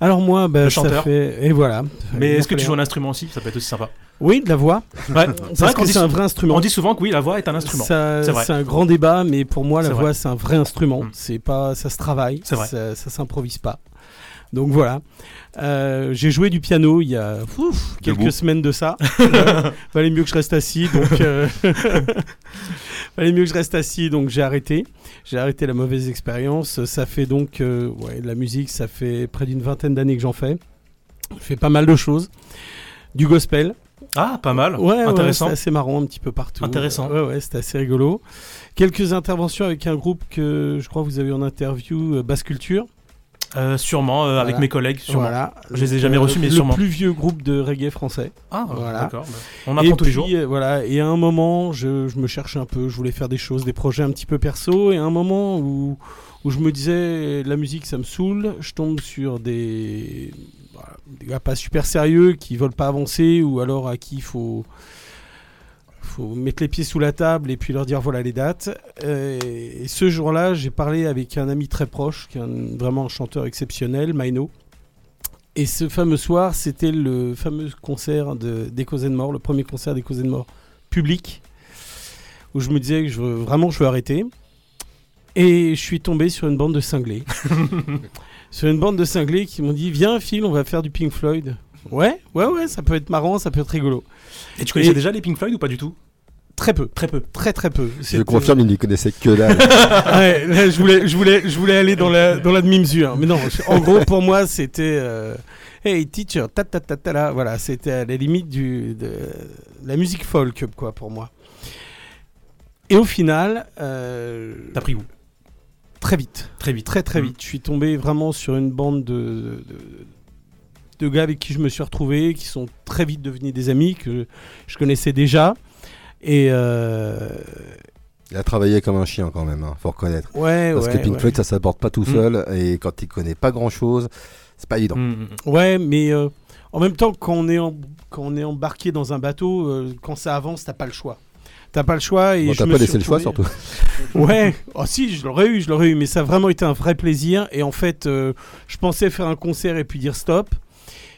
Speaker 8: Alors moi,
Speaker 2: Le
Speaker 8: bah, ça
Speaker 2: chanteur.
Speaker 8: fait... Et voilà.
Speaker 2: Mais
Speaker 8: Il
Speaker 2: est-ce que
Speaker 8: m'a
Speaker 2: tu
Speaker 8: fallu
Speaker 2: joues un instrument aussi Ça peut être aussi sympa.
Speaker 8: un- Oui, de la voix.
Speaker 2: Ouais. C'est
Speaker 8: Parce
Speaker 2: vrai
Speaker 8: que
Speaker 2: qu'on dit,
Speaker 8: c'est un vrai instrument.
Speaker 2: on dit souvent que oui, la voix est un instrument.
Speaker 8: Ça-
Speaker 2: C'est vrai.
Speaker 8: C'est un grand débat, mais pour moi, la
Speaker 2: C'est
Speaker 8: voix, c'est un vrai instrument.
Speaker 2: Mm.
Speaker 8: C'est pas, ça se travaille,
Speaker 2: C'est vrai.
Speaker 8: ça, ça s'improvise pas. Donc voilà. Euh, j'ai joué du piano il y a ouf, quelques
Speaker 6: Debout.
Speaker 8: semaines
Speaker 2: [LAUGHS]
Speaker 8: de ça. Euh, valait mieux que je reste assis, donc euh, [LAUGHS] valait mieux que je reste assis, donc j'ai arrêté. J'ai arrêté la mauvaise expérience. Ça fait donc euh, ouais, de la musique, ça fait près d'une vingtaine d'années que j'en fais. Je fais pas mal de choses. Du gospel,
Speaker 2: Ah, pas mal.
Speaker 8: Ouais, ouais,
Speaker 2: Intéressant.
Speaker 8: c'est assez marrant un petit peu partout.
Speaker 2: Intéressant.
Speaker 8: Ouais, ouais, c'était assez rigolo. Quelques interventions avec un groupe que je crois que vous avez eu en interview, euh, Basse Culture.
Speaker 2: Euh, sûrement euh, avec
Speaker 8: Voilà.
Speaker 2: mes collègues. Sûrement.
Speaker 8: Voilà. Euh,
Speaker 2: Je les ai jamais reçus, mais
Speaker 8: le
Speaker 2: sûrement.
Speaker 8: plus vieux groupe de reggae français.
Speaker 2: Ah,
Speaker 8: Voilà.
Speaker 2: d'accord. bah, On apprend
Speaker 8: et
Speaker 2: tous
Speaker 8: puis,
Speaker 2: les jours.
Speaker 8: euh, voilà. Et à un moment, je, je me cherchais un peu. Je voulais faire des choses, des projets un petit peu perso. Et à un moment où, où je me disais, la musique, ça me saoule. Je tombe sur des, voilà, des gars pas super sérieux qui veulent pas avancer ou alors à qui il faut faut mettre les pieds sous la table et puis leur dire voilà les dates. Euh, et ce jour-là, j'ai parlé avec un ami très proche, qui est un- vraiment un chanteur exceptionnel, Maino. Et ce fameux soir, c'était le fameux concert de, des Causes de Mort, le premier concert des Causes de Mort public, où je me disais que je veux, vraiment je veux arrêter. Et je suis tombé sur une bande de cinglés. sur une bande de cinglés qui m'ont dit Viens, Phil, on va faire du Pink Floyd. Ouais, ouais, ouais, ça peut être marrant, ça peut être rigolo.
Speaker 2: Et tu connaissais
Speaker 8: et-
Speaker 2: déjà les Pink Floyd ou pas du tout
Speaker 8: Très peu,
Speaker 2: Très peu.
Speaker 8: très très peu.
Speaker 7: Je
Speaker 8: C'était-
Speaker 2: euh,
Speaker 7: confirme, il n'y connaissait
Speaker 2: [LAUGHS]
Speaker 7: que dalle.
Speaker 8: [LAUGHS] Ouais, là, je voulais, je voulais, je voulais aller dans la, dans la demi-mesure. Mais non, je- en gros, pour moi, c'était. euh, hey, teacher, ta ta ta ta là. Voilà, c'était à la limite du, de la musique folk, quoi, pour moi. Et au final, euh,
Speaker 2: T'as pris où
Speaker 8: très vite
Speaker 2: Très vite.
Speaker 8: très très
Speaker 2: Mm.
Speaker 8: vite. Je suis tombé vraiment sur une bande de, de- de gars avec qui je me suis retrouvé, qui sont très vite devenus des amis, que je connaissais déjà. Et euh,
Speaker 7: Il a travaillé comme un chien quand même, hein, faut reconnaître.
Speaker 8: ouais,
Speaker 7: Parce
Speaker 8: ouais,
Speaker 7: que Pink
Speaker 8: ouais.
Speaker 7: Floyd, ça s'apporte pas tout
Speaker 2: Mm.
Speaker 7: seul, et quand tu connais pas grand chose, c'est pas évident.
Speaker 2: Mm, mm, mm.
Speaker 8: Ouais, mais euh, en même temps, quand on est, en- quand on est embarqué dans un bateau, euh, quand ça avance, t'as pas le choix. T'as pas le choix. Et
Speaker 7: Bon,
Speaker 8: je
Speaker 7: t'as
Speaker 8: me
Speaker 7: pas
Speaker 8: suis
Speaker 7: laissé le choix
Speaker 8: retrouvé-
Speaker 7: surtout.
Speaker 8: [LAUGHS] Ouais, oh, si, je l'aurais eu, je l'aurais eu, mais ça a vraiment été un vrai plaisir. Et en fait, euh, je pensais faire un concert et puis dire stop.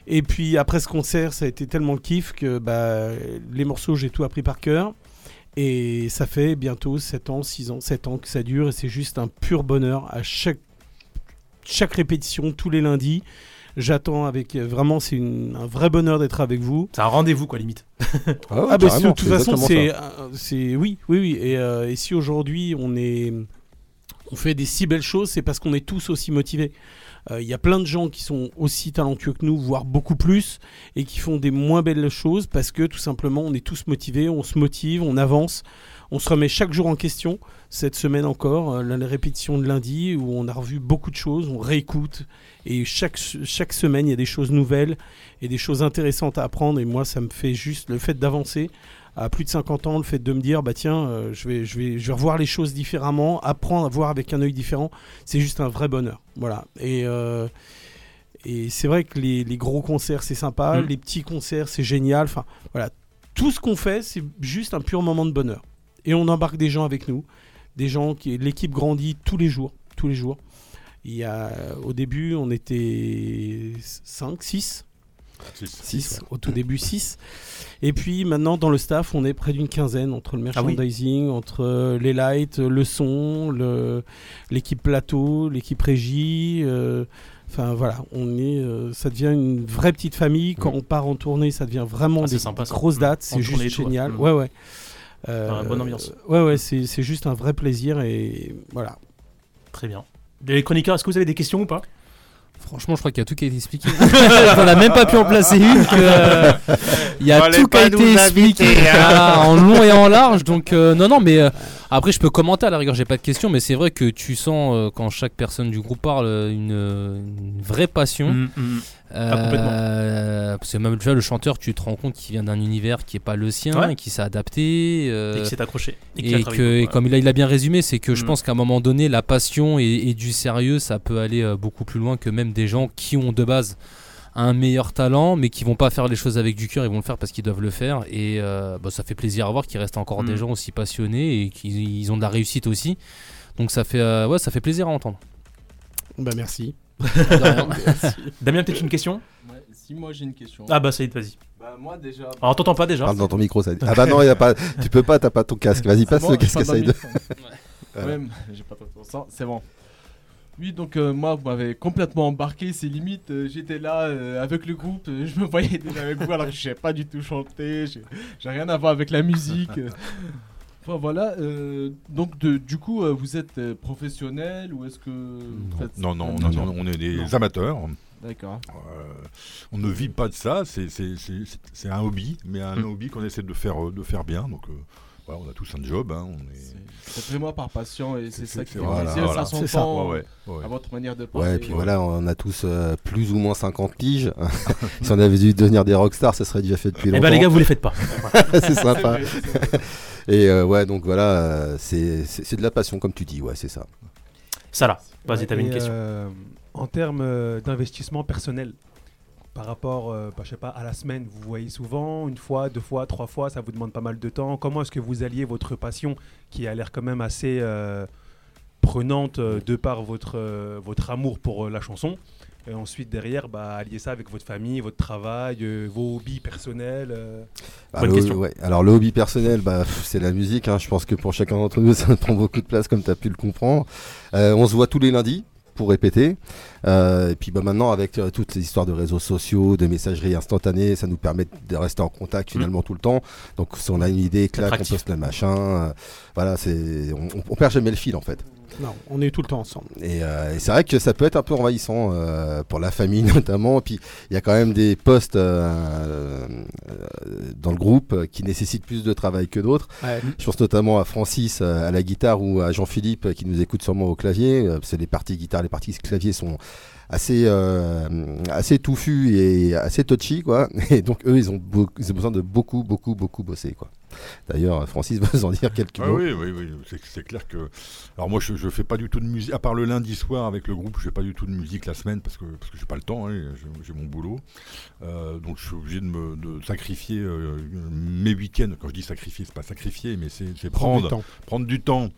Speaker 8: Et puis après ce concert, ça a été tellement le kiff que bah, les morceaux, j'ai tout appris par cœur. Et ça fait bientôt 7 ans, 6 ans, 7 ans que ça dure. Et c'est juste un pur bonheur à chaque, chaque répétition, tous les lundis. J'attends avec. euh, Vraiment, c'est une- un vrai bonheur d'être avec vous.
Speaker 2: C'est un rendez-vous, quoi, limite.
Speaker 7: ouais,
Speaker 8: Ah bah,
Speaker 7: carrément,
Speaker 8: c'est- de toute façon,
Speaker 7: exactement
Speaker 8: c'est,
Speaker 7: ça.
Speaker 8: euh, c'est, oui, oui, oui. Et, euh, et si aujourd'hui on est, on fait des si belles choses, c'est parce qu'on est tous aussi motivés. Euh, Il y a plein de gens qui sont aussi talentueux que nous, voire beaucoup plus, et qui font des moins belles choses parce que tout simplement on est tous motivés, on se motive, on avance, on se remet chaque jour en question. Cette semaine encore, euh, la la répétition de lundi où on a revu beaucoup de choses, on réécoute, et chaque, chaque semaine il y a des choses nouvelles et des choses intéressantes à apprendre. Et moi, ça me fait juste le fait d'avancer à plus de 50 ans, le fait de me dire, bah tiens, euh, je, vais, je, vais, je vais revoir les choses différemment, apprendre à voir avec un œil différent, c'est juste un vrai bonheur. Voilà. Et, euh, et c'est vrai que les, les gros concerts, c'est sympa,
Speaker 2: Mm.
Speaker 8: les petits concerts, c'est génial. Enfin, voilà. Tout ce qu'on fait, c'est juste un pur moment de bonheur. Et on embarque des gens avec nous, des gens qui. L'équipe grandit tous les jours, tous les jours. Il y a, au début, on était 5, 6.
Speaker 6: Six.
Speaker 7: Six,
Speaker 8: Au tout début, 6. Et puis maintenant, dans le staff, on est près d'une quinzaine entre le
Speaker 2: Ah oui.
Speaker 8: merchandising, entre euh, les lights, euh, le son, le- l'équipe plateau, l'équipe régie. euh, Enfin voilà, on est, euh, ça devient une vraie petite famille. Quand on part en tournée, ça devient vraiment
Speaker 2: Mm. Ah, c'est
Speaker 8: des
Speaker 2: sympa, ça.
Speaker 8: grosses
Speaker 2: Mm.
Speaker 8: dates.
Speaker 2: En
Speaker 8: C'est juste
Speaker 2: tournée et tout, ouais.
Speaker 8: génial.
Speaker 2: Mm.
Speaker 8: Ouais, ouais. Euh,
Speaker 2: Dans la bonne ambiance.
Speaker 8: Ouais, ouais, c'est c'est juste un vrai plaisir. Et voilà.
Speaker 2: Très bien. Les chroniqueurs, est-ce que vous avez des questions ou pas
Speaker 3: Franchement, je crois qu'il y a tout qui a été
Speaker 2: [LAUGHS]
Speaker 3: expliqué. [LAUGHS] On a même pas pu en placer une. que, euh, Il y a
Speaker 5: Fallait
Speaker 3: tout qui a
Speaker 5: pas nous
Speaker 3: été expliqué
Speaker 5: inviter, hein.
Speaker 3: ah, en long et en large. Donc, euh, non, non, mais euh, Après, je peux commenter à la rigueur, j'ai pas de questions, mais c'est vrai que tu sens euh, quand chaque personne du groupe parle euh, une, une vraie passion.
Speaker 2: Mm, mm. Ah,
Speaker 3: Euh, parce que même tu vois, le chanteur, tu te rends compte qu'il vient d'un univers qui est pas le sien,
Speaker 2: Ouais.
Speaker 3: qui s'est adapté. euh,
Speaker 2: Et qui s'est accroché. qui a
Speaker 3: et,
Speaker 2: travaillé
Speaker 3: que, et
Speaker 2: beaucoup, ouais.
Speaker 3: comme il a, il a bien résumé, c'est que je
Speaker 2: Mm.
Speaker 3: pense qu'à un moment donné, la passion et, et du sérieux, ça peut aller euh, beaucoup plus loin que même des gens qui ont de base un meilleur talent, mais qui vont pas faire les choses avec du cœur, ils vont le faire parce qu'ils doivent le faire. Et euh, bah, ça fait plaisir à voir qu'il reste encore des
Speaker 2: Mm.
Speaker 3: gens aussi passionnés et qu'ils ils ont de la réussite aussi. Donc ça fait, euh, ouais, ça fait plaisir à entendre.
Speaker 8: Bah merci.
Speaker 3: De rien.
Speaker 2: [LAUGHS] Damien, peut-être une question
Speaker 4: Ouais, si moi j'ai une question.
Speaker 2: Ah bah, Saïd, vas-y.
Speaker 4: Bah, moi déjà.
Speaker 2: Ah, On t'entend pas déjà
Speaker 7: Parle dans ton
Speaker 2: [LAUGHS]
Speaker 7: micro, ça. Ah bah non, y a pas... tu peux pas, t'as pas ton casque. Vas-y, passe le casque à Saïd.
Speaker 6: [LAUGHS]
Speaker 7: [LAUGHS]
Speaker 4: Ouais, mais j'ai pas trop de sens, c'est bon. Oui, donc euh, moi, vous m'avez complètement embarqué, c'est limite, euh, j'étais là euh, avec le groupe, euh, [LAUGHS] je me voyais déjà avec vous alors que je sais pas du tout chanter, j'ai j'ai rien à voir avec la
Speaker 6: [LAUGHS]
Speaker 4: musique. euh. Enfin voilà, euh, donc de- du coup, euh, vous êtes euh, professionnel ou est-ce que... vous faites-
Speaker 6: Non, non, non, non, on est des amateurs.
Speaker 4: D'accord.
Speaker 6: Euh, on ne vit pas de ça, c'est- c'est c'est- c'est- c'est un hobby, mais un hobby qu'on essaie de faire, euh, de faire bien. Donc, euh, voilà, on a tous un job. hein, on est...
Speaker 4: C'est c'est vraiment par passion et c'est
Speaker 6: C'est-
Speaker 4: ça qui
Speaker 6: c'est-
Speaker 4: fait
Speaker 6: voilà,
Speaker 4: plaisir,
Speaker 6: voilà.
Speaker 4: ça
Speaker 8: C'est ça.
Speaker 4: s'entend
Speaker 6: Ouais, ouais, ouais.
Speaker 4: à votre manière de parler.
Speaker 7: Ouais, et puis voilà, on a tous euh, plus ou moins 50 tiges. [LAUGHS] si on avait dû devenir des rockstars, ça serait déjà fait depuis
Speaker 2: Eh
Speaker 7: longtemps.
Speaker 2: bah, les gars, vous les faites pas.
Speaker 7: [LAUGHS] c'est
Speaker 4: C'est
Speaker 7: sympa.
Speaker 4: vrai, [LAUGHS] c'est vrai.
Speaker 7: Et euh, ouais, donc voilà, euh, c'est c'est- c'est de la passion, comme tu dis, ouais, c'est ça.
Speaker 2: Ça là. Vas-y, t'avais
Speaker 9: Et,
Speaker 2: une question.
Speaker 9: euh, en termes euh, d'investissement personnel, par rapport, euh, bah, je sais pas, à la semaine, vous voyez souvent, une fois, deux fois, trois fois, ça vous demande pas mal de temps. Comment est-ce que vous alliez votre passion, qui a l'air quand même assez euh, prenante euh, de par votre, euh, votre amour pour euh, la chanson, et ensuite derrière, bah, allier ça avec votre famille, votre travail, euh, vos hobbies personnels euh.
Speaker 2: Bonne
Speaker 7: Bah, le-
Speaker 2: question.
Speaker 7: ouais. Alors le hobby personnel, bah, pff, c'est la musique. hein. Je pense que pour chacun d'entre nous, [LAUGHS] ça prend beaucoup de place, comme tu as pu le comprendre. Euh, on se voit tous les lundis pour répéter. Euh, et puis bah, maintenant, avec euh, toutes les histoires de réseaux sociaux, de messagerie instantanée, ça nous permet de rester en contact
Speaker 2: Mm.
Speaker 7: finalement tout le temps. Donc si on a une idée, claque, on
Speaker 2: actif.
Speaker 7: poste le machin. euh, voilà, c'est on, on- on perd jamais le fil en fait.
Speaker 8: [LAUGHS] Non, on est tout le temps ensemble.
Speaker 7: Et, euh, et c'est vrai que ça peut être un peu envahissant euh, pour la famille [LAUGHS] notamment. Et puis il y a quand même des postes euh, euh, dans le groupe euh, qui nécessitent plus de travail que d'autres. Je pense notamment à Francis euh, à la guitare ou à Jean-Philippe euh, qui nous écoute sûrement au clavier. euh, parce que les parties guitare, les parties clavier sont assez euh, assez touffues et assez touchy quoi. [LAUGHS] Et donc eux ils ont, beau- ils ont besoin de beaucoup beaucoup beaucoup bosser quoi. D'ailleurs Francis [LAUGHS] va nous en dire quelques
Speaker 6: Ah
Speaker 7: mots.
Speaker 6: oui, oui, oui, c'est- c'est clair que. Alors moi, je, je fais pas du tout de musique, à part le lundi soir avec le groupe, je fais pas du tout de musique la semaine parce que parce que j'ai pas le temps, hein, j'ai- j'ai mon boulot, Euh, donc je suis obligé de me de sacrifier euh, mes week-ends. Quand je dis sacrifier, c'est pas sacrifier, mais c'est c'est prendre
Speaker 8: temps.
Speaker 6: prendre du temps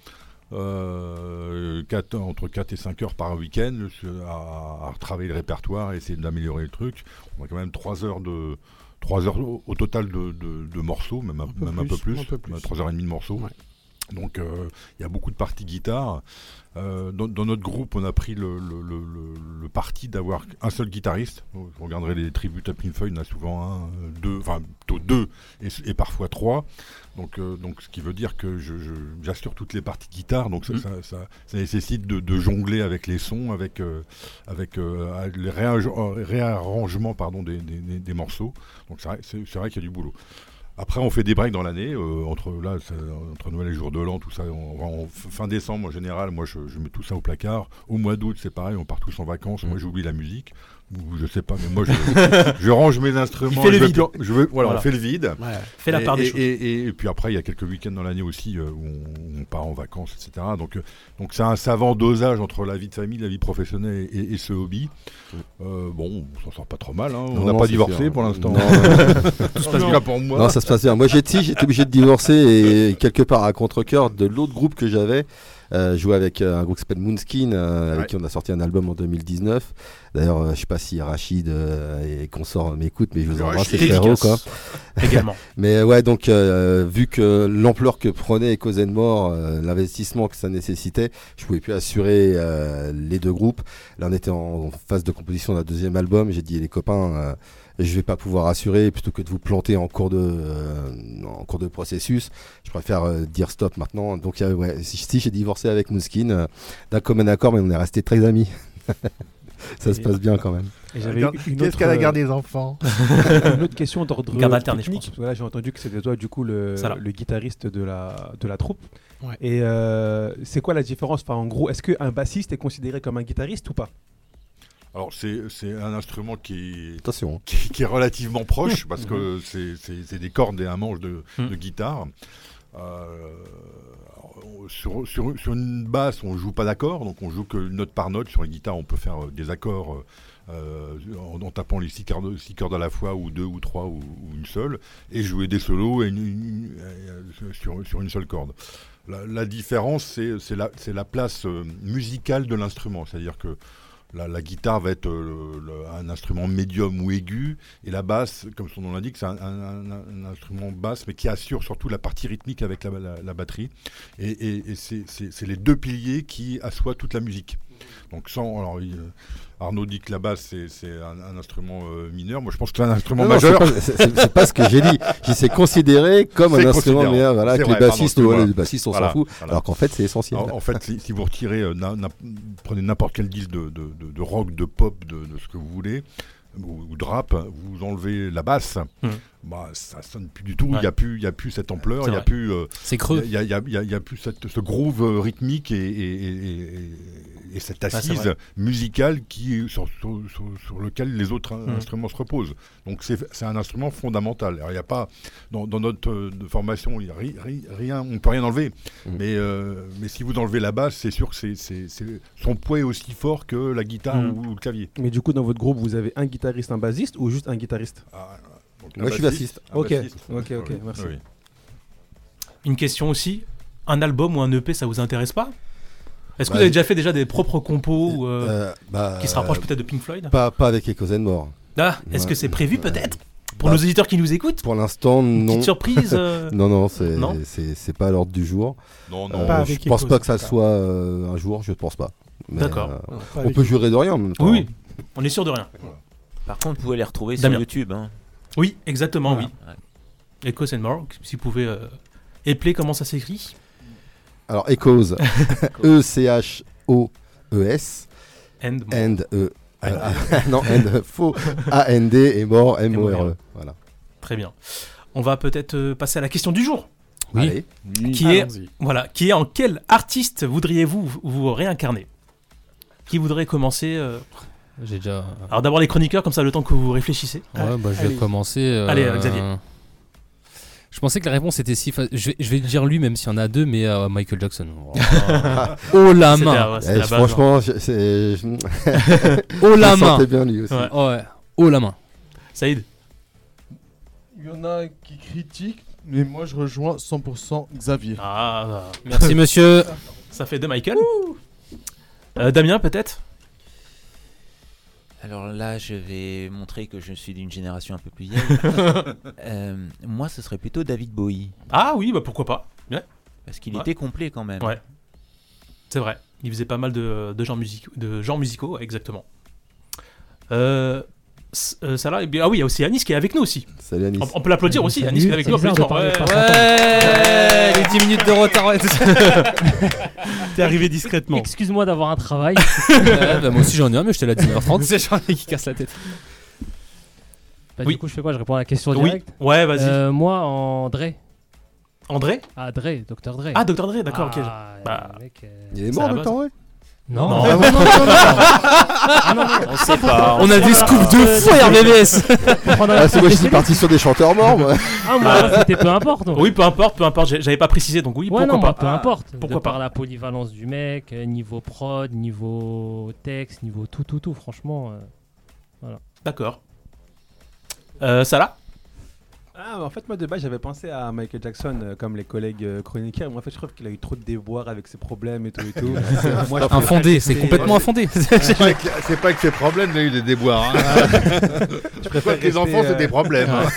Speaker 6: euh, quatre- entre 4 et 5 heures par week-end je- à, à retravailler le répertoire, à essayer d'améliorer le truc. On a quand même 3 heures de. trois heures au, au total de, de- de morceaux, même, un,
Speaker 8: peu
Speaker 6: même un peu
Speaker 8: plus,
Speaker 6: plus,
Speaker 8: un peu plus.
Speaker 6: 3 heures et demie de morceaux.
Speaker 8: Ouais.
Speaker 6: Donc euh, il y a beaucoup de parties guitare. Euh, dans, dans notre groupe, on a pris le, le- le- le- le parti d'avoir un seul guitariste. Vous regarderez les tributes à Pinfeuille, il y en a souvent un, euh, deux, enfin plutôt deux et, et parfois trois. Donc, euh, donc ce qui veut dire que je- je- j'assure toutes les parties guitare. Donc ça,
Speaker 8: Mm.
Speaker 2: Mhm.
Speaker 6: ça- ça- ça nécessite de, de jongler avec les sons, avec, euh, avec euh, les réarrange- euh, réarrangements pardon, des, des- des- des morceaux. Donc c'est vrai- c'est c'est vrai qu'il y a du boulot. Après, on fait des breaks dans l'année, euh, entre, là, ça- entre Noël et Jour de l'An, tout ça. on- on- fin décembre, en général, moi, je, je mets tout ça au placard. Au mois d'août, c'est pareil, on part tous en vacances.
Speaker 2: Mm.
Speaker 6: Moi, j'oublie la musique. Ou je sais pas, mais moi, je, je [LAUGHS] range mes instruments.
Speaker 2: fait le
Speaker 6: je vais
Speaker 2: vide.
Speaker 6: plan- je veux, voilà,
Speaker 2: Voilà.
Speaker 6: on fait le vide.
Speaker 8: Ouais.
Speaker 2: Fais la
Speaker 6: Et-
Speaker 2: part des
Speaker 6: et,
Speaker 2: choses.
Speaker 6: Et, et- et puis après, il y a quelques week-ends dans l'année aussi euh, où on, on part en vacances, etc. Donc, euh, donc c'est un savant dosage entre la vie de famille, la vie professionnelle et, et ce hobby. Euh, bon, on s'en sort pas trop mal. hein.
Speaker 7: Non,
Speaker 6: on n'a
Speaker 7: non,
Speaker 6: pas
Speaker 7: c'est
Speaker 6: divorcé
Speaker 7: sûr.
Speaker 6: pour l'instant.
Speaker 7: Non,
Speaker 6: [LAUGHS] Tout se passe bien pour moi.
Speaker 7: Non, ça se passe bien. Moi, j'ai si, j'étais obligé de divorcer et quelque part à contre-cœur de l'autre groupe que j'avais. Euh, joué avec euh, un groupe qui s'appelle Moonskin, euh, avec
Speaker 6: Ouais.
Speaker 7: qui on a sorti un album en 2019. D'ailleurs, euh, je sais pas si Rachid euh, et consorts m'écoutent, mais je vous
Speaker 6: Le
Speaker 7: embrasse,
Speaker 6: Rachid.
Speaker 7: les frérots, quoi. [LAUGHS]
Speaker 2: Également.
Speaker 7: Mais euh, ouais, donc euh, vu que l'ampleur que prenait Cause and More, euh, l'investissement que ça nécessitait, je pouvais plus assurer euh, les deux groupes. Là, on était en, en phase de composition d'un deuxième album. J'ai dit les copains, euh, je vais pas pouvoir assurer plutôt que de vous planter en cours de euh, en cours de processus. Je préfère euh, dire stop maintenant. Donc euh, ouais, si, si j'ai divorcé [LAUGHS] avec Mouskin euh, d'un commun accord, mais on est restés très amis. ça se passe bien quand même.
Speaker 9: Et
Speaker 10: Elle
Speaker 9: j'avais
Speaker 10: garde-
Speaker 9: une
Speaker 10: Qu'est-ce
Speaker 9: autre,
Speaker 10: qu'elle a
Speaker 9: euh,
Speaker 10: gardé des enfants
Speaker 9: [LAUGHS] une autre question d'ordre
Speaker 2: Garde alternée, je
Speaker 9: technique, parce que là j'ai entendu que c'était toi du coup le,
Speaker 2: Ça, là.
Speaker 9: le guitariste de la, de la troupe.
Speaker 10: Ouais.
Speaker 9: Et euh, c'est quoi la différence Enfin en gros, est-ce qu'un bassiste est considéré comme un guitariste ou pas
Speaker 6: Alors, c'est c'est un instrument qui est,
Speaker 7: Attention. hein.
Speaker 6: [LAUGHS] qui, qui est relativement proche parce que c'est- c'est c'est des cordes et un manche de,
Speaker 2: Mm.
Speaker 6: de guitare. Euh, alors, on- sur, sur- sur une basse, on joue pas d'accords, donc on joue que note par note. Sur une guitare, on peut faire euh, des accords euh, en, en tapant les six cordes, six cordes à la fois, ou deux, ou trois, ou, ou une seule, et jouer des solos et une- une- euh, sur, sur une seule corde. La, la différence, c'est c'est la, c'est la place euh, musicale de l'instrument, c'est-à-dire que la, la guitare va être euh, le- le- un instrument médium ou aigu, et la basse, comme son nom l'indique, c'est un, un- un- un instrument basse, mais qui assure surtout la partie rythmique avec la, la- la batterie. Et, et- et c'est- c'est c'est les deux piliers qui assoient toute la musique. Donc sans, alors, il- euh, Arnaud dit que la basse c'est- c'est un, un instrument euh, mineur. Moi je pense que c'est un instrument
Speaker 7: Non, non, c'est
Speaker 6: majeur.
Speaker 7: pas, c'est- c'est- c'est pas ce que j'ai dit. J'ai c'est considéré comme un
Speaker 6: C'est
Speaker 7: instrument
Speaker 6: considéré.
Speaker 7: meilleur. Voilà,
Speaker 6: C'est
Speaker 7: que
Speaker 6: vrai,
Speaker 7: les bassistes,
Speaker 6: pardon,
Speaker 7: ouais,
Speaker 6: voilà.
Speaker 7: les bassistes, on
Speaker 6: Voilà,
Speaker 7: s'en fout.
Speaker 6: voilà.
Speaker 7: Alors qu'en fait, c'est essentiel.
Speaker 6: En, en fait, si, si vous retirez, euh, na- na- prenez n'importe quel disque de, de- de- de rock, de pop, de, de ce que vous voulez, ou, ou de rap, vous enlevez la basse,
Speaker 2: Mhm.
Speaker 6: bah, ça sonne plus du tout. Il
Speaker 2: Ouais.
Speaker 6: n'y a plus, il y a plus cette ampleur,
Speaker 2: C'est
Speaker 6: il n'y a
Speaker 2: vrai.
Speaker 6: plus, euh,
Speaker 3: C'est
Speaker 6: il
Speaker 3: creux.
Speaker 6: y a- il y a- il y a- il y a plus cette- ce groove euh, rythmique et, et- et- et- et cette
Speaker 2: c'est
Speaker 6: assise
Speaker 2: vrai.
Speaker 6: musicale qui sur, sur- sur- sur lequel les autres euh,
Speaker 2: Mhm.
Speaker 6: instruments se reposent. Donc c'est c'est un instrument fondamental. Alors, il y a pas dans, dans notre euh, de formation, il y a ri- ri- rien, on peut rien enlever.
Speaker 2: Mm.
Speaker 7: Mhm.
Speaker 6: Mais, euh, mais si vous enlevez la basse, c'est sûr que c'est- c'est- c'est- son poids est aussi fort que la guitare
Speaker 2: Mhm.
Speaker 6: ou, ou le clavier.
Speaker 9: Hmm. Mais du coup, dans votre groupe, vous avez un guitariste, un bassiste ou juste un guitariste
Speaker 6: Ah, donc,
Speaker 7: Moi,
Speaker 6: un
Speaker 7: je suis bassiste.
Speaker 6: un
Speaker 9: Ok,
Speaker 6: bassiste.
Speaker 9: ok, ok,
Speaker 6: Oui,
Speaker 9: merci.
Speaker 6: oui.
Speaker 7: euh,
Speaker 2: Une question aussi. Un album ou un EP, ça vous intéresse pas Est-ce que
Speaker 7: Bah,
Speaker 2: vous avez déjà fait déjà des propres compos ou, euh,
Speaker 7: Euh, bah,
Speaker 2: qui se rapprochent peut-être de Pink Floyd
Speaker 7: pas, pas avec Echoes and More.
Speaker 2: Ah, est-ce
Speaker 7: ouais,
Speaker 2: que c'est prévu peut-être Pour
Speaker 7: bah,
Speaker 2: nos auditeurs qui nous écoutent
Speaker 7: Pour l'instant,
Speaker 2: Une
Speaker 7: non.
Speaker 2: Petite surprise euh,
Speaker 7: [LAUGHS] Non, non, c'est-
Speaker 2: Non
Speaker 7: c'est c'est pas à l'ordre du jour.
Speaker 6: Non, non.
Speaker 7: Euh,
Speaker 8: Pas
Speaker 7: je
Speaker 8: avec
Speaker 7: pense
Speaker 8: Echoes,
Speaker 7: pas que ça
Speaker 8: en tout cas.
Speaker 7: soit euh, un jour, je pense pas. Mais,
Speaker 2: D'accord.
Speaker 7: euh,
Speaker 8: Non, pas
Speaker 7: on
Speaker 8: avec-
Speaker 7: peut jurer de rien en même temps.
Speaker 2: Oui, oui, on est sûr de rien.
Speaker 5: Par contre, vous pouvez les retrouver
Speaker 2: Damien.
Speaker 5: sur YouTube. hein.
Speaker 2: Oui, exactement,
Speaker 5: Voilà.
Speaker 2: oui. Echoes and More, si vous pouvez euh, épeler comment ça s'écrit.
Speaker 7: Alors
Speaker 2: [LAUGHS]
Speaker 7: Echoes, E E-C-H-O-E-S,
Speaker 2: And More.
Speaker 7: E
Speaker 2: Ah.
Speaker 7: and E. euh, [LAUGHS] non, and, faux. A-N-D et mort, M-O-R-E. Voilà.
Speaker 2: Très bien. On va peut-être euh, passer à la question du jour.
Speaker 3: Oui.
Speaker 7: Allez.
Speaker 2: Qui est,
Speaker 10: Allons-y.
Speaker 2: voilà, qui est en quel artiste voudriez-vous vous- vous réincarner Qui voudrait commencer euh,
Speaker 3: Ah. J'ai déjà.
Speaker 2: Alors d'abord les chroniqueurs, comme ça le temps que vous réfléchissez.
Speaker 3: Ouais, bah, je vais
Speaker 8: allez.
Speaker 3: commencer. euh,
Speaker 2: Ah, Allez, euh, Xavier.
Speaker 3: Je pensais que la réponse était si facile. Je vais, je vais dire lui, même s'il y en a deux, mais euh, Michael
Speaker 7: [LAUGHS]
Speaker 3: Jackson. Oh, Oh, la
Speaker 2: C'était
Speaker 3: main
Speaker 2: la- ouais, c'était
Speaker 7: Eh,
Speaker 2: la base, hein.
Speaker 3: [LAUGHS]
Speaker 7: franchement, je, c'est- je- je
Speaker 3: Oh la
Speaker 7: me
Speaker 3: main
Speaker 7: sentais bien lui aussi.
Speaker 2: Ouais.
Speaker 3: Oh, ouais. Oh la main
Speaker 2: Saïd,
Speaker 4: Il y en a qui critiquent, mais moi je rejoins 100% Xavier. [LAUGHS]
Speaker 2: ah,
Speaker 3: Merci monsieur
Speaker 2: ça fait deux Michael. Euh, Damien peut-être
Speaker 5: Alors là, je vais montrer que je suis d'une génération un peu plus vieille. [LAUGHS] Euh, moi, ce serait plutôt David Bowie.
Speaker 2: Ah oui, bah pourquoi pas.
Speaker 5: Parce qu'il
Speaker 2: Ouais.
Speaker 5: était complet quand même.
Speaker 2: Ouais. C'est vrai, il faisait pas mal de, de genres, musicaux, de genres musicaux, ouais, exactement. Euh, s- euh, ça là, et bien, ah oui, il y a aussi Anis qui est avec nous aussi.
Speaker 7: Salut Anis.
Speaker 2: On, on peut l'applaudir
Speaker 10: Salut,
Speaker 2: aussi,
Speaker 10: salut.
Speaker 2: Anis qui est avec
Speaker 10: C'est
Speaker 2: nous.
Speaker 10: bizarre de
Speaker 2: applaudissements,
Speaker 10: parler
Speaker 2: ouais.
Speaker 10: par-
Speaker 3: Ouais Les 10 minutes de retard ouais,
Speaker 10: [LAUGHS]
Speaker 8: T'es arrivé discrètement.
Speaker 10: Excuse-moi d'avoir un travail.
Speaker 3: [LAUGHS] Ouais, bah, Moi aussi j'en ai un, mais j'étais là à 10h30. C'est j'en ai qui casse la tête.
Speaker 10: Bah,
Speaker 2: Oui.
Speaker 10: Du coup, je fais quoi Je réponds à la question
Speaker 2: Oui,
Speaker 10: directe.
Speaker 2: ouais, vas-y.
Speaker 10: Euh, moi, en Dre.
Speaker 2: André
Speaker 10: Ah, Dre, Dr. Dre.
Speaker 2: Ah, Dr. Dre, d'accord, ok.
Speaker 10: Ah,
Speaker 2: Bah.
Speaker 10: le mec, euh,
Speaker 7: Il est
Speaker 2: C'est
Speaker 7: mort
Speaker 2: la
Speaker 7: le temps, ouais
Speaker 10: Non,
Speaker 2: Non.
Speaker 7: Ah, bon, non, non, non, non. Ah,
Speaker 5: On sait
Speaker 2: Ah,
Speaker 5: pas. Euh,
Speaker 3: On a des scoops de fou
Speaker 5: [LAUGHS]
Speaker 3: RBVS
Speaker 10: Prendre un
Speaker 7: Ah, c'est moi, je suis
Speaker 10: spécialiste.
Speaker 7: parti sur des chanteurs morts, moi.
Speaker 10: Ah, moi, c'était peu importe. donc.
Speaker 2: Bah, Oui, peu importe, peu importe, j'ai- j'avais pas précisé, donc oui, pourquoi
Speaker 10: Ouais, non,
Speaker 2: pas.
Speaker 10: bah, peu importe.
Speaker 2: pourquoi
Speaker 10: de par
Speaker 2: pas.
Speaker 10: la polyvalence du mec, euh, niveau prod, niveau texte, niveau tout, tout, tout, franchement. euh,
Speaker 2: D'accord. Euh, ça là
Speaker 9: Ah, mais en fait, moi de base, j'avais pensé à Michael Jackson euh, comme les collègues euh, chroniqueurs. Moi, en fait, je trouve qu'il a eu trop de déboires avec ses problèmes et tout et tout.
Speaker 3: [LAUGHS]
Speaker 9: moi, je préfère euh,
Speaker 3: Infondé, c'est
Speaker 9: rester-
Speaker 3: complètement
Speaker 9: [LAUGHS]
Speaker 3: infondé Ah,
Speaker 6: C'est pas que- c'est pas que ces problèmes, il y a eu des déboires. hein.
Speaker 9: Je
Speaker 6: C'est pas
Speaker 9: préfère
Speaker 6: que les
Speaker 9: rester,
Speaker 6: enfants, c'est
Speaker 9: euh,
Speaker 6: des problèmes.
Speaker 9: [LAUGHS]
Speaker 6: hein.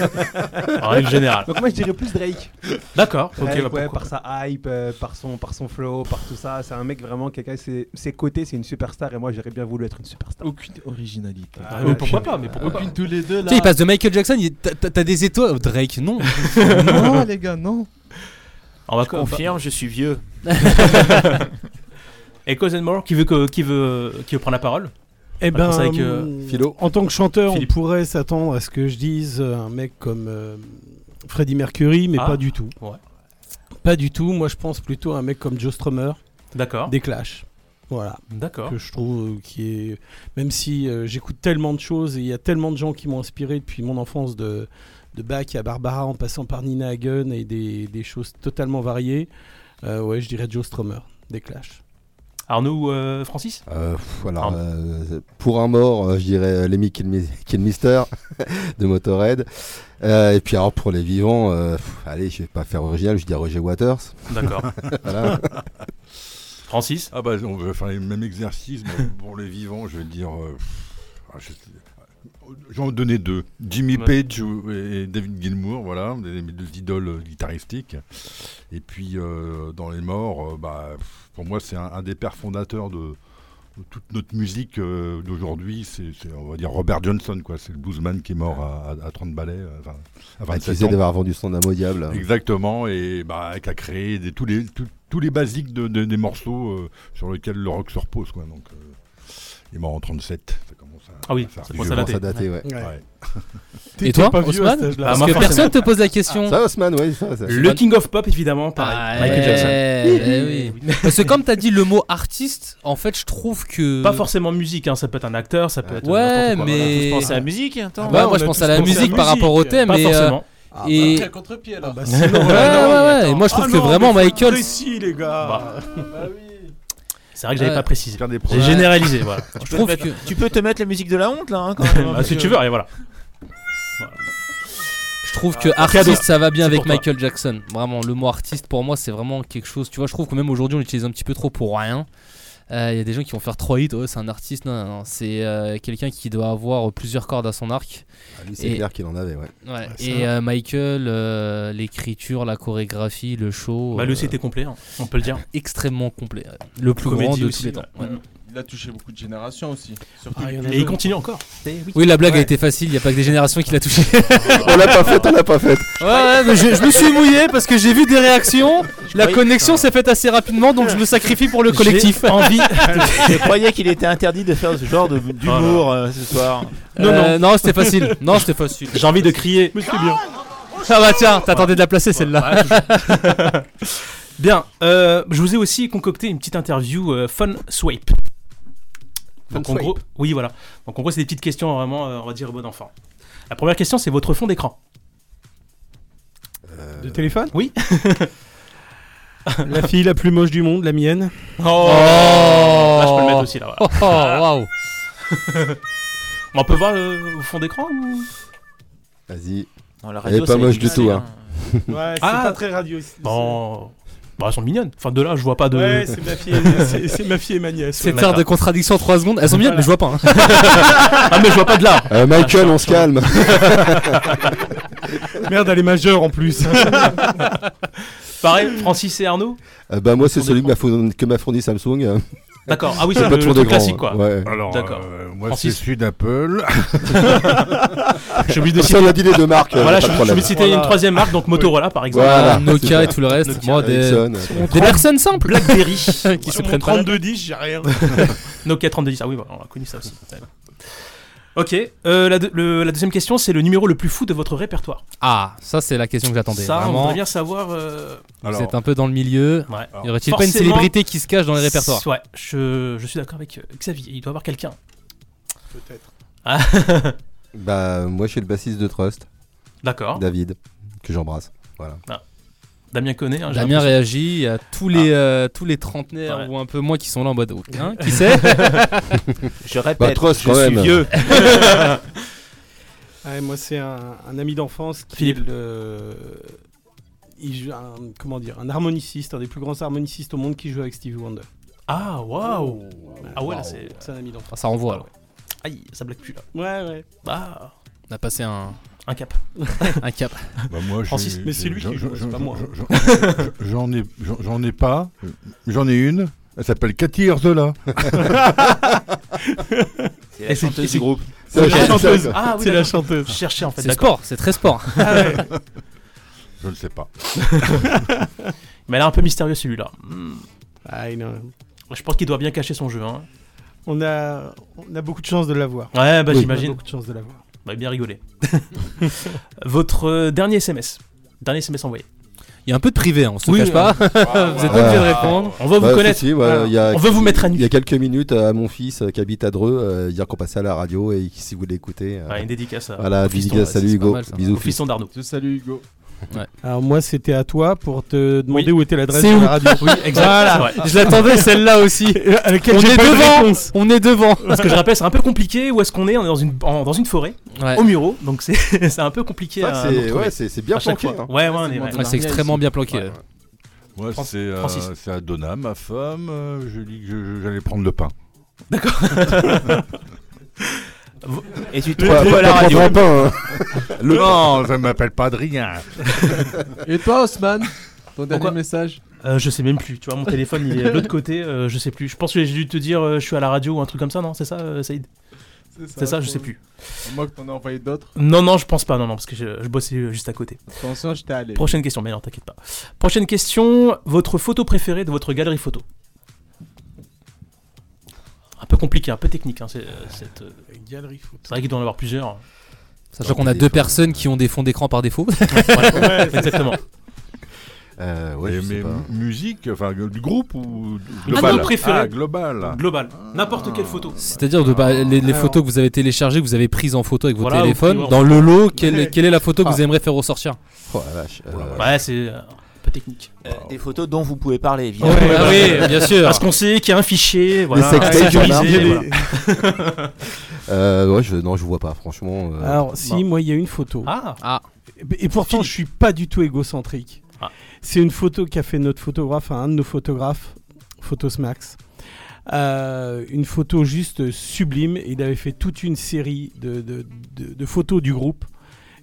Speaker 2: En règle générale.
Speaker 9: Donc moi je dirais plus Drake.
Speaker 2: D'accord, ok, bah,
Speaker 9: Drake, ouais,
Speaker 2: pourquoi
Speaker 9: par sa hype, euh, par son, par son flow, par tout ça. C'est un mec vraiment quelqu'un. C'est ses côtés, c'est une superstar et moi j'aurais bien voulu être une superstar.
Speaker 4: Aucune originalité.
Speaker 2: Ah, mais pourquoi pas, mais pourquoi pas
Speaker 4: Aucune tous les deux
Speaker 3: Tu
Speaker 4: là.
Speaker 3: sais, il passe de Michael Jackson, il- t'as- t'as t'as des étoiles. Oh,
Speaker 2: [LAUGHS]
Speaker 3: Drake, non
Speaker 4: non les gars, non.
Speaker 2: On va
Speaker 5: Je confirme, je
Speaker 2: [LAUGHS]
Speaker 5: suis vieux.
Speaker 2: Et Cause and More, qui veut, que- qui, veut, qui veut prendre la parole
Speaker 8: Eh
Speaker 2: Voilà,
Speaker 8: ben,
Speaker 2: c'est avec, euh,
Speaker 8: hum,
Speaker 7: Philo.
Speaker 8: en tant que chanteur,
Speaker 2: Philippe.
Speaker 8: on pourrait s'attendre à ce que je dise euh, un mec comme euh, Freddie Mercury, mais
Speaker 2: Ah,
Speaker 8: pas du tout.
Speaker 2: ouais.
Speaker 8: Pas du tout. Moi, je pense plutôt à un mec comme Joe Strummer,
Speaker 2: D'accord.
Speaker 8: des Clash. Voilà,
Speaker 2: D'accord.
Speaker 8: que je trouve euh, qui est. Même si euh, j'écoute tellement de choses et il y a tellement de gens qui m'ont inspiré depuis mon enfance de, de Bach à Barbara en passant par Nina Hagen et des, des choses totalement variées, euh, ouais, je dirais Joe Strummer, des Clash.
Speaker 2: Arnaud ou euh, Francis
Speaker 7: Euh, pff, alors,
Speaker 5: Ah.
Speaker 2: Pardon.
Speaker 7: euh, pour un mort, euh, je dirais euh, Lemmy Kilmi- Kilmister [LAUGHS] de Motorhead. Euh, et puis alors pour les vivants, euh, pff, allez, je vais pas faire original, je dis Roger Waters.
Speaker 2: D'accord.
Speaker 7: [LAUGHS] Voilà.
Speaker 2: Francis
Speaker 6: Ah bah on va faire les mêmes exercices, mais pour les vivants, je vais dire. euh, pff, ah, je sais- J'en donnais deux. Jimmy
Speaker 2: Ouais.
Speaker 6: Page ou- et David Gilmour, voilà, mes deux idoles euh, guitaristiques. Et puis euh, dans les morts, euh, bah, pff, pour moi c'est un, un des pères fondateurs de, de toute notre musique euh, d'aujourd'hui. C'est c'est, on va dire Robert Johnson, quoi. C'est le bluesman qui est mort à, à- à 30 balais, euh, enfin, à 27
Speaker 7: Accusé
Speaker 6: ans.
Speaker 7: d'avoir vendu son âme au diable.
Speaker 6: Exactement, et bah, qui a créé des- tous, les, tous, tous les basiques de, de- des morceaux euh, sur lesquels le rock se repose. Quoi, donc, euh, il est mort en 37, ça commence à,
Speaker 2: Ah oui,
Speaker 6: à faire
Speaker 2: ça
Speaker 6: vieux.
Speaker 2: commence
Speaker 7: Je
Speaker 2: à
Speaker 7: commence à dater, ouais.
Speaker 6: Ouais.
Speaker 2: [LAUGHS]
Speaker 3: Et toi,
Speaker 8: pas vieux à
Speaker 3: Haussmann
Speaker 8: cet âge-là.
Speaker 2: Ah,
Speaker 3: Parce
Speaker 2: moi,
Speaker 3: que
Speaker 2: forcément.
Speaker 3: personne te pose la question.
Speaker 7: Ça, Haussmann, ouais, ça, ça.
Speaker 2: Le King of Pop, évidemment, pareil.
Speaker 3: Ah,
Speaker 2: Michael
Speaker 3: ouais,
Speaker 2: Jackson. Eh
Speaker 3: ouais, oui. [LAUGHS] Parce que comme t'as dit le mot artiste, en fait, je trouve que.
Speaker 2: Pas forcément musique, hein, ça peut être un acteur, ça peut être.
Speaker 3: Ouais,
Speaker 2: n'importe quoi, voilà.
Speaker 3: mais.
Speaker 5: Pensez à la musique, attends.
Speaker 3: Ouais,
Speaker 8: bah, on
Speaker 3: moi,
Speaker 8: a
Speaker 3: je pense
Speaker 8: tous
Speaker 3: à la
Speaker 8: pensé à
Speaker 3: musique
Speaker 8: la
Speaker 3: par rapport au
Speaker 8: musique.
Speaker 3: thème.
Speaker 2: Pas
Speaker 3: mais, euh,
Speaker 2: forcément. Ah,
Speaker 3: et...
Speaker 4: Quel contre-pied alors
Speaker 8: Bah, sinon,
Speaker 3: Ouais, ouais, ouais. Et moi, je trouve que vraiment, Michael.
Speaker 8: si les gars.
Speaker 2: Bah,
Speaker 4: Bah oui.
Speaker 2: c'est vrai que j'avais
Speaker 3: Ouais.
Speaker 2: pas précisé.
Speaker 6: Faire des
Speaker 2: J'ai
Speaker 3: Ouais.
Speaker 2: généralisé, voilà.
Speaker 3: Je
Speaker 5: peux
Speaker 3: trouve
Speaker 5: mettre-
Speaker 3: que.
Speaker 5: [LAUGHS] Tu peux te mettre la musique de la honte là, hein,
Speaker 2: [LAUGHS]
Speaker 5: quand même. hein,
Speaker 2: Bah,
Speaker 5: parce
Speaker 2: si
Speaker 5: que-
Speaker 2: tu veux, allez, voilà.
Speaker 3: Je trouve que
Speaker 2: cadeau.
Speaker 3: artiste ça va bien
Speaker 2: C'est
Speaker 3: avec
Speaker 2: pour toi.
Speaker 3: Michael Jackson. Vraiment, le mot artiste pour moi c'est vraiment quelque chose. Tu vois, je trouve que même aujourd'hui on l'utilise un petit peu trop pour rien. Euh, Il y a des gens qui vont faire trois hits, ouais, c'est un artiste. Non, non, non, c'est euh, quelqu'un qui doit avoir plusieurs cordes à son arc.
Speaker 7: Ah, lui, c'est
Speaker 3: Et-
Speaker 7: clair qu'il en avait, ouais.
Speaker 3: Ouais, et euh, Michael, euh, l'écriture, la chorégraphie, le show,
Speaker 2: Bah,
Speaker 3: euh,
Speaker 2: le site est complet, hein, on peut le dire.
Speaker 3: extrêmement complet. ouais. Le plus
Speaker 2: Comédie
Speaker 3: grand de
Speaker 2: aussi, hein.
Speaker 3: tous les temps. ouais.
Speaker 4: Il a touché beaucoup de générations aussi. Surtout
Speaker 8: Ah, il y en a
Speaker 2: Et il continue encore.
Speaker 3: Eh Oui, la blague a
Speaker 4: Eh Ouais.
Speaker 3: été facile, il n'y a pas que des générations qui l'a touché.
Speaker 7: On l'a pas faite, on l'a pas faite.
Speaker 3: Ouais, ouais, mais je, je me suis mouillé parce que j'ai vu des réactions. La
Speaker 5: croyais-
Speaker 3: connexion s'est faite assez rapidement, donc je me sacrifie pour le collectif.
Speaker 2: J'ai [LAUGHS] envie.
Speaker 5: [LAUGHS] Je croyais qu'il était interdit de faire ce genre de- d'humour euh, ce soir.
Speaker 3: Non, non, c'était facile. Non, c'était facile.
Speaker 2: J'ai envie de crier.
Speaker 3: Ah bah tiens, t'attendais de la placer celle-là.
Speaker 2: [LAUGHS] Bien, euh, je vous ai aussi concocté une petite interview euh, fun swipe.
Speaker 7: Fun
Speaker 2: Donc en gros, oui voilà. Donc en gros, c'est des petites questions vraiment, euh, on va dire bon enfant. La première question, c'est votre fond d'écran.
Speaker 8: De téléphone
Speaker 2: Oui.
Speaker 8: la fille la plus moche du monde, la mienne.
Speaker 2: Oh,
Speaker 3: Oh.
Speaker 2: Là, je peux le mettre aussi là. voilà.
Speaker 3: Oh, oh,
Speaker 8: [LAUGHS]
Speaker 3: waouh.
Speaker 2: [LAUGHS] On peut voir le au fond d'écran ou
Speaker 7: Vas-y.
Speaker 5: Non, la
Speaker 7: Elle est pas
Speaker 5: ça a été
Speaker 7: moche du
Speaker 5: compliqué,
Speaker 7: tout, hein.
Speaker 8: Ouais, c'est
Speaker 2: Ah.
Speaker 8: pas très radio. c'est-
Speaker 2: Bon, bah, elles sont mignonnes. Enfin, de là, je vois pas de.
Speaker 8: Ouais, c'est ma fille, et- c'est- c'est ma fille et ma nièce.
Speaker 3: Cette
Speaker 8: ouais.
Speaker 3: terre de contradiction en 3 secondes, elles sont mignonnes, mais je vois pas. hein.
Speaker 2: [LAUGHS] ah mais je vois pas de là. Ah,
Speaker 7: Euh, Michael, on se calme.
Speaker 8: Merde, elle est majeure en plus.
Speaker 2: Pareil, Francis et Arnaud.
Speaker 8: [LAUGHS]
Speaker 7: Euh, bah, moi, c'est
Speaker 2: Fond
Speaker 7: celui que m'a fourni, que m'a fourni Samsung. euh,
Speaker 2: D'accord.
Speaker 7: [LAUGHS]
Speaker 2: Ah oui,
Speaker 7: C'est
Speaker 2: c'est le,
Speaker 7: pas toujours
Speaker 2: le
Speaker 7: des grands.
Speaker 2: classique quoi.
Speaker 7: Ouais.
Speaker 6: Alors,
Speaker 2: D'accord.
Speaker 6: euh, moi c'est
Speaker 2: Francis.
Speaker 6: celui d'Apple.
Speaker 2: [LAUGHS] Je suis obligé de
Speaker 7: Comme ça,
Speaker 2: citer.
Speaker 7: on a dit les deux marques. euh,
Speaker 2: Voilà, je
Speaker 7: pas de
Speaker 2: je suis
Speaker 7: problème.
Speaker 2: obligé de citer une troisième marque, donc Motorola par exemple.
Speaker 7: Voilà.
Speaker 3: Euh, Nokia et tout le reste. Moi, des,
Speaker 7: Ericsson, euh,
Speaker 3: des personnes simples
Speaker 2: Blackberry.
Speaker 3: [LAUGHS] qui se prennent pas. la-
Speaker 8: 10, j'ai rien.
Speaker 2: [LAUGHS] Nokia 3210, ah oui, voilà, on a connu ça aussi. Ouais. Ok, euh, la, deux- le- la deuxième question, c'est le numéro le plus fou de votre répertoire.
Speaker 3: [LAUGHS] Ah, ça c'est la question que j'attendais.
Speaker 2: ça, on
Speaker 3: Vraiment,
Speaker 2: voudrait bien savoir. euh,
Speaker 3: vous
Speaker 6: Alors,
Speaker 3: êtes un peu dans le milieu.
Speaker 2: ouais.
Speaker 3: Y aurait-il pas une
Speaker 2: Forcément-
Speaker 3: célébrité qui se cache dans les répertoires
Speaker 2: Ouais, je, je suis d'accord avec euh, Xavier, il doit y avoir quelqu'un.
Speaker 8: Peut-être.
Speaker 7: Bah, moi, je suis le bassiste de Trust,
Speaker 2: D'accord. Ah.
Speaker 7: David, que j'embrasse. Voilà.
Speaker 2: Damien connaît. hein, j'ai
Speaker 3: Damien
Speaker 2: l'impression.
Speaker 3: réagit, il y a tous les, euh, tous les trentenaires
Speaker 2: Ouais.
Speaker 3: ou un peu moins qui sont là en mode hein, [LAUGHS]
Speaker 8: [LAUGHS]
Speaker 3: qui sait
Speaker 5: Je répète,
Speaker 7: Bah, Trust,
Speaker 5: je
Speaker 7: quand
Speaker 5: suis
Speaker 7: même.
Speaker 5: vieux.
Speaker 2: [LAUGHS]
Speaker 7: [LAUGHS]
Speaker 8: Ouais, moi, c'est un, un ami d'enfance qui
Speaker 2: Philippe.
Speaker 8: est le. Il joue un, comment dire, un harmoniciste, un des plus grands harmonicistes au monde qui joue avec Stevie Wonder.
Speaker 2: Ah, waouh Ah ouais, là, c'est.
Speaker 8: C'est un ami d'enfance.
Speaker 3: Ah, Ça renvoie alors.
Speaker 2: Aïe, ça blague plus là.
Speaker 8: Ouais, ouais.
Speaker 2: Ah,
Speaker 3: On a passé un,
Speaker 2: un cap.
Speaker 3: [LAUGHS] un cap.
Speaker 6: bah, moi, j'ai-
Speaker 2: Francis,
Speaker 8: mais c'est
Speaker 6: j'ai-
Speaker 8: lui
Speaker 6: j'en-
Speaker 8: qui joue,
Speaker 6: j'en-
Speaker 8: c'est pas moi.
Speaker 6: j'en-
Speaker 2: [LAUGHS]
Speaker 6: j'en- J'en ai, j'en- j'en ai pas. J'en ai une. Elle s'appelle Cathy Herzela.
Speaker 5: [LAUGHS] C'est la chanteuse du groupe.
Speaker 7: C'est la chanteuse.
Speaker 2: Ah oui,
Speaker 8: C'est la
Speaker 2: d'accord.
Speaker 8: chanteuse.
Speaker 2: Je cherchais en fait.
Speaker 3: C'est
Speaker 2: D'accord. Ah
Speaker 3: sport, c'est très sport. [LAUGHS]
Speaker 6: Je ne sais
Speaker 2: [LAUGHS]
Speaker 6: pas.
Speaker 2: Mais elle est un peu mystérieux celui-là. Hmm.
Speaker 8: Ah, il a-
Speaker 2: Je pense qu'il doit bien cacher son jeu. Hein.
Speaker 8: On a, on a beaucoup de chance de l'avoir.
Speaker 2: Ouais, bah
Speaker 8: Oui. On a
Speaker 2: j'imagine.
Speaker 8: beaucoup de chance de l'avoir.
Speaker 2: On va bien rigoler. [LAUGHS] Votre euh, dernier SMS. Dernier SMS envoyé.
Speaker 3: Il y a un peu de privé, hein, on se
Speaker 2: Oui, Ah,
Speaker 3: cache pas. [LAUGHS] Vous êtes
Speaker 7: ouais.
Speaker 3: obligé de répondre.
Speaker 2: On va
Speaker 7: Ah. Bah,
Speaker 2: vous connaître.
Speaker 7: si, si, voilà, il y a-
Speaker 2: On veut vous mettre à
Speaker 7: Il
Speaker 2: nu.
Speaker 7: y a quelques minutes, à mon fils euh, qui habite à Dreux, euh, dire qu'on passait à la radio et qui, si vous l'écoutez, euh,
Speaker 2: Ouais, Ah, une dédicace à
Speaker 7: voilà,
Speaker 3: Au fiston,
Speaker 7: dédicace,
Speaker 3: ouais,
Speaker 7: salut
Speaker 3: c'est pas
Speaker 7: Hugo,
Speaker 3: mal, ça.
Speaker 7: bisous
Speaker 2: au fiston d'Arnaud.
Speaker 4: Je salue Hugo.
Speaker 8: Alors moi, c'était à toi pour te demander où était l'adresse
Speaker 2: C'est
Speaker 8: de
Speaker 2: où
Speaker 8: la radio.
Speaker 2: [LAUGHS] Oui,
Speaker 8: Voilà.
Speaker 2: exactement.
Speaker 8: Je l'attendais celle-là [LAUGHS] aussi. à laquelle
Speaker 3: On
Speaker 8: j'ai
Speaker 3: est
Speaker 8: pas de
Speaker 3: devant
Speaker 8: réponse.
Speaker 3: On est devant
Speaker 2: Parce que je rappelle, c'est un peu compliqué. Où est-ce qu'on est On est dans une, en- dans une forêt,
Speaker 3: Ouais.
Speaker 2: au Muro. Donc c'est [LAUGHS] c'est un peu compliqué
Speaker 7: Ça,
Speaker 2: à,
Speaker 7: c'est-
Speaker 2: nous retrouver.
Speaker 7: ouais, c'est c'est bien
Speaker 2: à chaque
Speaker 7: planqué.
Speaker 2: fois.
Speaker 7: hein.
Speaker 2: Ouais, ouais, on est-
Speaker 4: c'est
Speaker 2: ouais.
Speaker 4: bon.
Speaker 3: Ouais, c'est extrêmement bien planqué.
Speaker 2: Ouais.
Speaker 6: Moi,
Speaker 2: Fran-
Speaker 6: c'est euh,
Speaker 2: Francis.
Speaker 6: c'est à Donna, ma femme. euh, je dis que je- je- j'allais prendre le pain. [LAUGHS]
Speaker 5: Et tu te
Speaker 7: Pas-
Speaker 5: retrouves
Speaker 7: pas-
Speaker 5: à la
Speaker 7: pas
Speaker 5: radio.
Speaker 7: prendre un pain, hein.
Speaker 5: [LAUGHS]
Speaker 6: Le... Non, je ne m'appelle pas Adrien.
Speaker 4: Et toi, Osman Ton dernier
Speaker 2: Pourquoi
Speaker 4: message
Speaker 2: Euh, je sais même plus. Tu vois, mon téléphone il est de
Speaker 8: [LAUGHS]
Speaker 4: [LAUGHS]
Speaker 2: l'autre côté. euh, je sais plus. Je pense que j'ai dû te dire, euh, je suis à la radio ou un truc comme ça, non C'est ça, euh, Saïd C'est ça, je sais plus.
Speaker 4: Moi que t'en as envoyé d'autres.
Speaker 2: Non, non, je pense pas. Non, non, parce que je, je bossais euh, juste à côté.
Speaker 4: Attention, je t'ai allé.
Speaker 2: Prochaine question, mais non, t'inquiète pas. Prochaine question, votre photo préférée de votre galerie photo Un peu compliqué, un peu technique. hein, c'est, euh, cette, euh,
Speaker 8: Galerie photo.
Speaker 2: c'est vrai qu'il doit en avoir plusieurs.
Speaker 3: Sachant qu'on a deux personnes qui ont des fonds d'écran par
Speaker 7: [LAUGHS]
Speaker 3: défaut.
Speaker 2: Voilà, exactement.
Speaker 7: Euh, ouais,
Speaker 6: Et
Speaker 7: je sais
Speaker 6: mais
Speaker 7: pas.
Speaker 6: mu- musique, enfin gu- du groupe ou
Speaker 2: nos
Speaker 6: global
Speaker 2: préférés.
Speaker 6: Ah, global.
Speaker 2: Global. N'importe quelle photo.
Speaker 3: C'est-à-dire de, bah, les, les photos que vous avez téléchargées, que vous avez prises en photo avec votre
Speaker 2: Voilà, ou
Speaker 3: téléphone.
Speaker 2: prises
Speaker 3: Dans le lot, quelle, quelle est la
Speaker 2: Ah.
Speaker 3: photo que vous aimeriez faire ressortir
Speaker 7: Oh la vache. euh,
Speaker 2: Ouais, c'est euh, un peu technique.
Speaker 5: Euh, des photos dont vous pouvez parler,
Speaker 3: Ah
Speaker 5: évidemment.
Speaker 2: Eh,
Speaker 7: Euh.
Speaker 5: Euh,
Speaker 3: oui, bien sûr.
Speaker 2: Parce qu'on sait qu'il y a un fichier. Voilà,
Speaker 7: sextapes,
Speaker 2: un fichier,
Speaker 7: voilà.
Speaker 2: voilà.
Speaker 7: [LAUGHS] euh, ouais, je, non, je vois pas, franchement. euh,
Speaker 8: Alors si, moi, il y a une photo.
Speaker 2: Ah,
Speaker 8: Et pourtant, je suis pas du tout égocentrique.
Speaker 2: Ah.
Speaker 8: C'est une photo qu'a fait notre photographe, enfin, un de nos photographes, Photosmax. Euh, une photo juste sublime. Il avait fait toute une série de, de- de- de photos du groupe.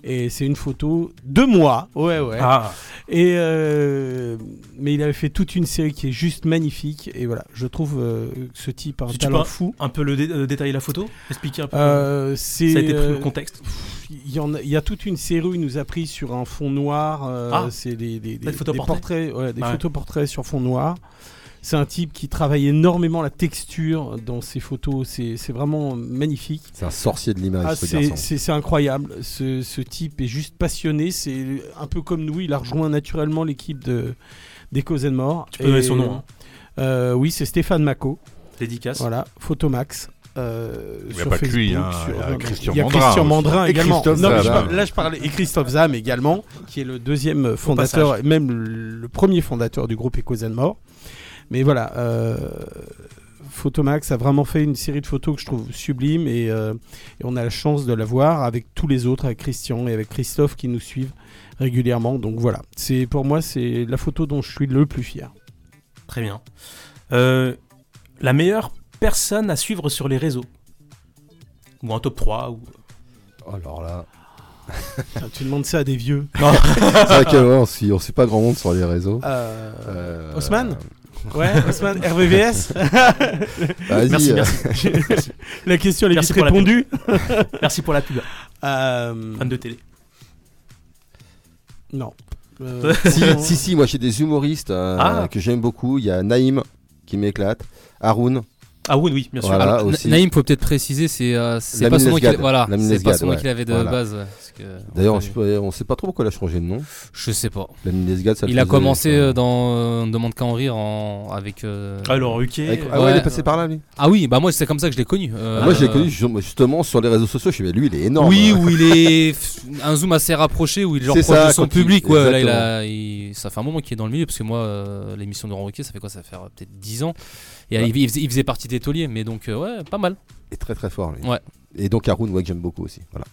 Speaker 8: Et c'est une photo de moi. Ouais, ouais.
Speaker 2: ah.
Speaker 8: Et euh, mais il avait fait toute une série qui est juste magnifique. Et voilà, je trouve euh, que ce type a un
Speaker 2: Si tu
Speaker 8: talent
Speaker 2: peux-
Speaker 8: fou.
Speaker 2: un peu le dé- euh, détailler la photo, expliquer un peu.
Speaker 8: Euh,
Speaker 2: ça
Speaker 8: c'est
Speaker 2: a été pris
Speaker 8: euh,
Speaker 2: le contexte.
Speaker 8: il y, en a, il y a toute une série où il nous a pris sur un fond noir. euh,
Speaker 2: Ah.
Speaker 8: c'est des, des- des-
Speaker 2: Des photos
Speaker 8: des
Speaker 2: portraits.
Speaker 8: portraits, ouais, des
Speaker 2: Ah ouais.
Speaker 8: photos portraits sur fond noir. C'est un type qui travaille énormément la texture dans ses photos. C'est c'est vraiment magnifique.
Speaker 7: C'est un sorcier de l'image,
Speaker 8: Ah,
Speaker 7: ce
Speaker 8: c'est-
Speaker 7: garçon.
Speaker 8: c'est c'est incroyable. Ce, ce type est juste passionné. C'est un peu comme nous. Il a rejoint naturellement l'équipe de des causes et de mort.
Speaker 2: Tu peux donner son nom, hein.
Speaker 8: euh, oui, c'est Stéphane Mako.
Speaker 2: Dédicace.
Speaker 8: Voilà, Photomax. euh,
Speaker 6: Il y a
Speaker 8: sur
Speaker 6: pas que
Speaker 8: Facebook,
Speaker 6: lui, hein,
Speaker 8: sur-
Speaker 6: il y a
Speaker 8: non, non,
Speaker 6: Christian
Speaker 8: il y a
Speaker 6: Mandrin
Speaker 8: Christian
Speaker 6: aussi.
Speaker 8: Mandrin
Speaker 7: Et
Speaker 8: également.
Speaker 7: Christophe
Speaker 8: Non, mais je
Speaker 7: Zam.
Speaker 8: parle- là, je parlais et Christophe Zam également, qui est le deuxième fondateur et même le premier fondateur du groupe Echoes and More. Mais voilà, euh, Photomax a vraiment fait une série de photos que je trouve sublimes et, euh, et on a la chance de la voir avec tous les autres, avec Christian et avec Christophe qui nous suivent régulièrement. Donc voilà, c'est pour moi c'est la photo dont je suis le plus fier.
Speaker 2: Très bien. Euh, la meilleure personne à suivre sur les réseaux Ou en top 3 ou...
Speaker 7: Oh, Alors là.
Speaker 8: Putain, Ah, tu demandes ça à des vieux.
Speaker 7: [LAUGHS] c'est vrai que, ouais, on suit, on suit pas grand monde sur les réseaux.
Speaker 8: Euh,
Speaker 7: Euh,
Speaker 8: Haussmann [LAUGHS] Ouais,
Speaker 2: [LAUGHS]
Speaker 8: Haussmann, RVVS
Speaker 7: Vas-y,
Speaker 2: Merci,
Speaker 7: euh,
Speaker 2: merci.
Speaker 8: [LAUGHS] La question elle est
Speaker 2: Merci pour
Speaker 8: vite
Speaker 2: la pub. [LAUGHS]
Speaker 8: répondue.
Speaker 2: Merci pour la pub.
Speaker 8: Euh,
Speaker 2: Fan de télé.
Speaker 8: non. [LAUGHS] Euh,
Speaker 7: si, si, si, moi j'ai des humoristes euh,
Speaker 2: Ah.
Speaker 7: que j'aime beaucoup. Il y a Naïm qui m'éclate, Haroun,
Speaker 2: Ah oui, oui, bien sûr.
Speaker 7: Voilà,
Speaker 3: Alors, Na-
Speaker 7: aussi.
Speaker 3: Naïm, faut peut-être préciser, c'est euh, c'est
Speaker 7: Lamine
Speaker 3: pas son nom qu'il
Speaker 7: Nesgad.
Speaker 3: voilà,
Speaker 7: Lamine
Speaker 3: c'est pas
Speaker 7: Nesgad,
Speaker 3: son nom
Speaker 7: ouais.
Speaker 3: qu'il avait de
Speaker 7: Voilà.
Speaker 3: base. ouais, parce que-
Speaker 7: D'ailleurs, on,
Speaker 3: on
Speaker 7: sait
Speaker 3: connaît.
Speaker 7: pas- on sait pas trop pourquoi il a changé de nom.
Speaker 3: je sais pas.
Speaker 7: La mine des Gades, ça le
Speaker 3: Il a
Speaker 7: faisait-
Speaker 3: commencé euh, dans euh, On ne demande qu'à en rire en- avec. euh,
Speaker 2: Alors, ok.
Speaker 7: Avec-
Speaker 2: euh,
Speaker 7: Ah ouais, il est
Speaker 3: Ouais.
Speaker 7: passé par là, lui.
Speaker 3: Ah oui, bah moi c'est comme ça que je l'ai connu. euh,
Speaker 7: Ah, moi, je l'ai connu ju- justement sur les réseaux sociaux. Je me suis dit, lui, il est énorme. hein.
Speaker 3: Oui, où il
Speaker 7: [LAUGHS]
Speaker 3: est f- un zoom assez rapproché, où il est genre
Speaker 7: C'est
Speaker 3: proche
Speaker 7: ça,
Speaker 3: de son
Speaker 7: quand il-
Speaker 3: public. Ouais, là, il a- il- ça fait un moment qu'il est dans le milieu, parce que moi, euh, l'émission de Laurent Ruquier, ça fait quoi Ça fait euh, peut-être 10 ans. Et euh, il, il faisait, il faisait partie des tauliers, mais donc, euh, ouais, pas mal.
Speaker 7: Il est très très fort, lui.
Speaker 3: Ouais.
Speaker 7: Et donc, Haroun, ouais, que j'aime beaucoup aussi. Voilà.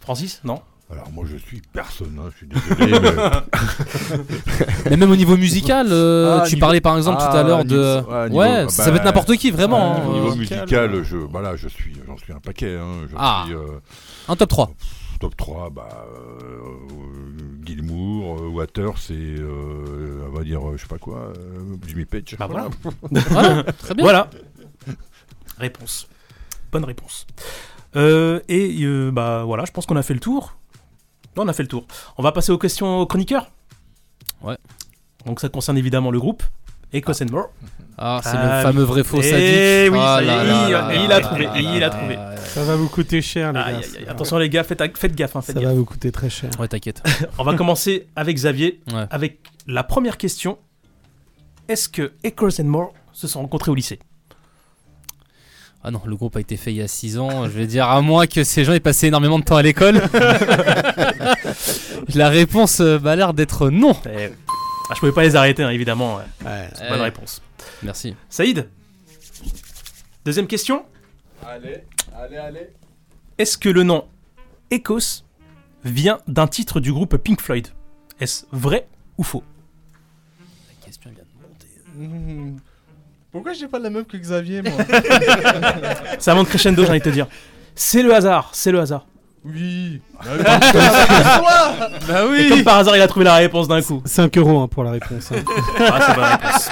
Speaker 2: Francis Non
Speaker 6: Alors moi je suis personne, hein, je suis [LAUGHS] désolé. mais-
Speaker 3: Mais même au niveau musical, euh,
Speaker 6: Ah,
Speaker 3: tu
Speaker 6: niveau-
Speaker 3: parlais par exemple tout
Speaker 6: Ah,
Speaker 3: à l'heure de.
Speaker 6: niveau- ouais, niveau-
Speaker 3: Ouais,
Speaker 6: bah,
Speaker 3: ça va être n'importe qui, vraiment.
Speaker 6: Au
Speaker 3: hein, euh,
Speaker 6: niveau musical, je, bah là, je suis, j'en suis un paquet. Hein, je
Speaker 3: Ah.
Speaker 6: suis euh,
Speaker 3: un top 3.
Speaker 6: top 3, bah, euh, euh, Gilmour, euh, Waters et, euh, on va dire, euh, je sais pas quoi, euh, Jimmy Page.
Speaker 2: Bah voilà.
Speaker 6: [LAUGHS]
Speaker 3: Voilà, Ah, très bien.
Speaker 2: Voilà. réponse. Bonne réponse. Euh, et euh, bah voilà, je pense qu'on a fait le tour. Non, on a fait le tour. On va passer aux questions aux chroniqueurs.
Speaker 3: Ouais.
Speaker 2: Donc ça concerne évidemment le groupe. Et Cosenmore.
Speaker 3: Ah, c'est
Speaker 2: Ah,
Speaker 3: le fameux
Speaker 2: oui.
Speaker 3: vrai faux
Speaker 2: Eh
Speaker 3: sadique.
Speaker 2: oui,
Speaker 3: Ah
Speaker 2: ça y est,
Speaker 3: là
Speaker 2: il-
Speaker 3: là
Speaker 2: il
Speaker 3: là
Speaker 2: a
Speaker 3: là
Speaker 2: trouvé,
Speaker 3: là
Speaker 2: il
Speaker 3: là
Speaker 2: a
Speaker 3: là
Speaker 2: trouvé.
Speaker 3: là là.
Speaker 8: Ça va vous coûter cher, les
Speaker 2: Aïe,
Speaker 8: gars.
Speaker 2: aïe, aïe, Attention les gars, faites, faites gaffe, hein,
Speaker 8: Ça
Speaker 2: faites
Speaker 8: va
Speaker 2: gaffe.
Speaker 8: vous coûter très cher.
Speaker 3: Ouais, t'inquiète.
Speaker 2: [LAUGHS] On va commencer avec Xavier,
Speaker 3: Ouais.
Speaker 2: avec la première question. Est-ce que Eccles and Moore se sont rencontrés au lycée
Speaker 3: Ah non, le groupe a été fait il y a 6 ans. Je vais dire, à moins que ces gens aient passé énormément de temps à
Speaker 7: [LAUGHS]
Speaker 3: l'école. la réponse euh, m'a l'air d'être non.
Speaker 2: Eh, ah, Je pouvais pas les arrêter, hein, évidemment. ouais.
Speaker 8: Ouais.
Speaker 3: Eh,
Speaker 2: Bonne réponse.
Speaker 3: Merci.
Speaker 2: Saïd Deuxième question.
Speaker 4: Allez, allez, allez.
Speaker 2: Est-ce que le nom Écosse vient d'un titre du groupe Pink Floyd Est-ce vrai ou faux
Speaker 4: Mmh. Pourquoi j'ai pas la même que Xavier, moi
Speaker 2: [LAUGHS] Ça monte crescendo, j'ai envie de te dire. C'est le hasard, c'est le hasard.
Speaker 4: Oui.
Speaker 3: Bah
Speaker 2: Et comme par hasard, il a trouvé la réponse d'un coup.
Speaker 8: 5 euros hein, pour la réponse. hein.
Speaker 2: Ah, c'est ma réponse.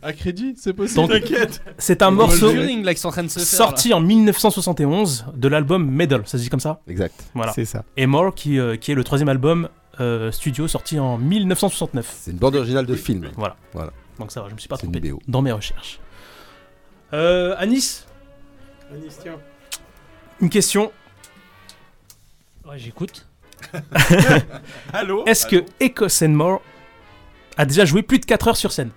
Speaker 4: À crédit, c'est possible.
Speaker 2: Donc, c'est un morceau
Speaker 3: là, qui sont en train de se faire, là.
Speaker 2: sorti en 1971 de l'album Medal, ça se dit comme ça
Speaker 7: Exact.
Speaker 2: Voilà.
Speaker 8: C'est ça.
Speaker 2: Et More, qui, euh, qui est le troisième album euh, studio sorti en 1969.
Speaker 7: C'est une bande originale de film.
Speaker 2: Donc ça va, je me suis pas
Speaker 7: C'est une
Speaker 2: trompé
Speaker 7: BO.
Speaker 2: dans mes recherches. Euh, Anis, une
Speaker 7: [LAUGHS]
Speaker 2: question. [LAUGHS]
Speaker 10: Ouais, j'écoute.
Speaker 6: Allô
Speaker 2: Est-ce que Echo More a déjà joué plus de 4 heures sur scène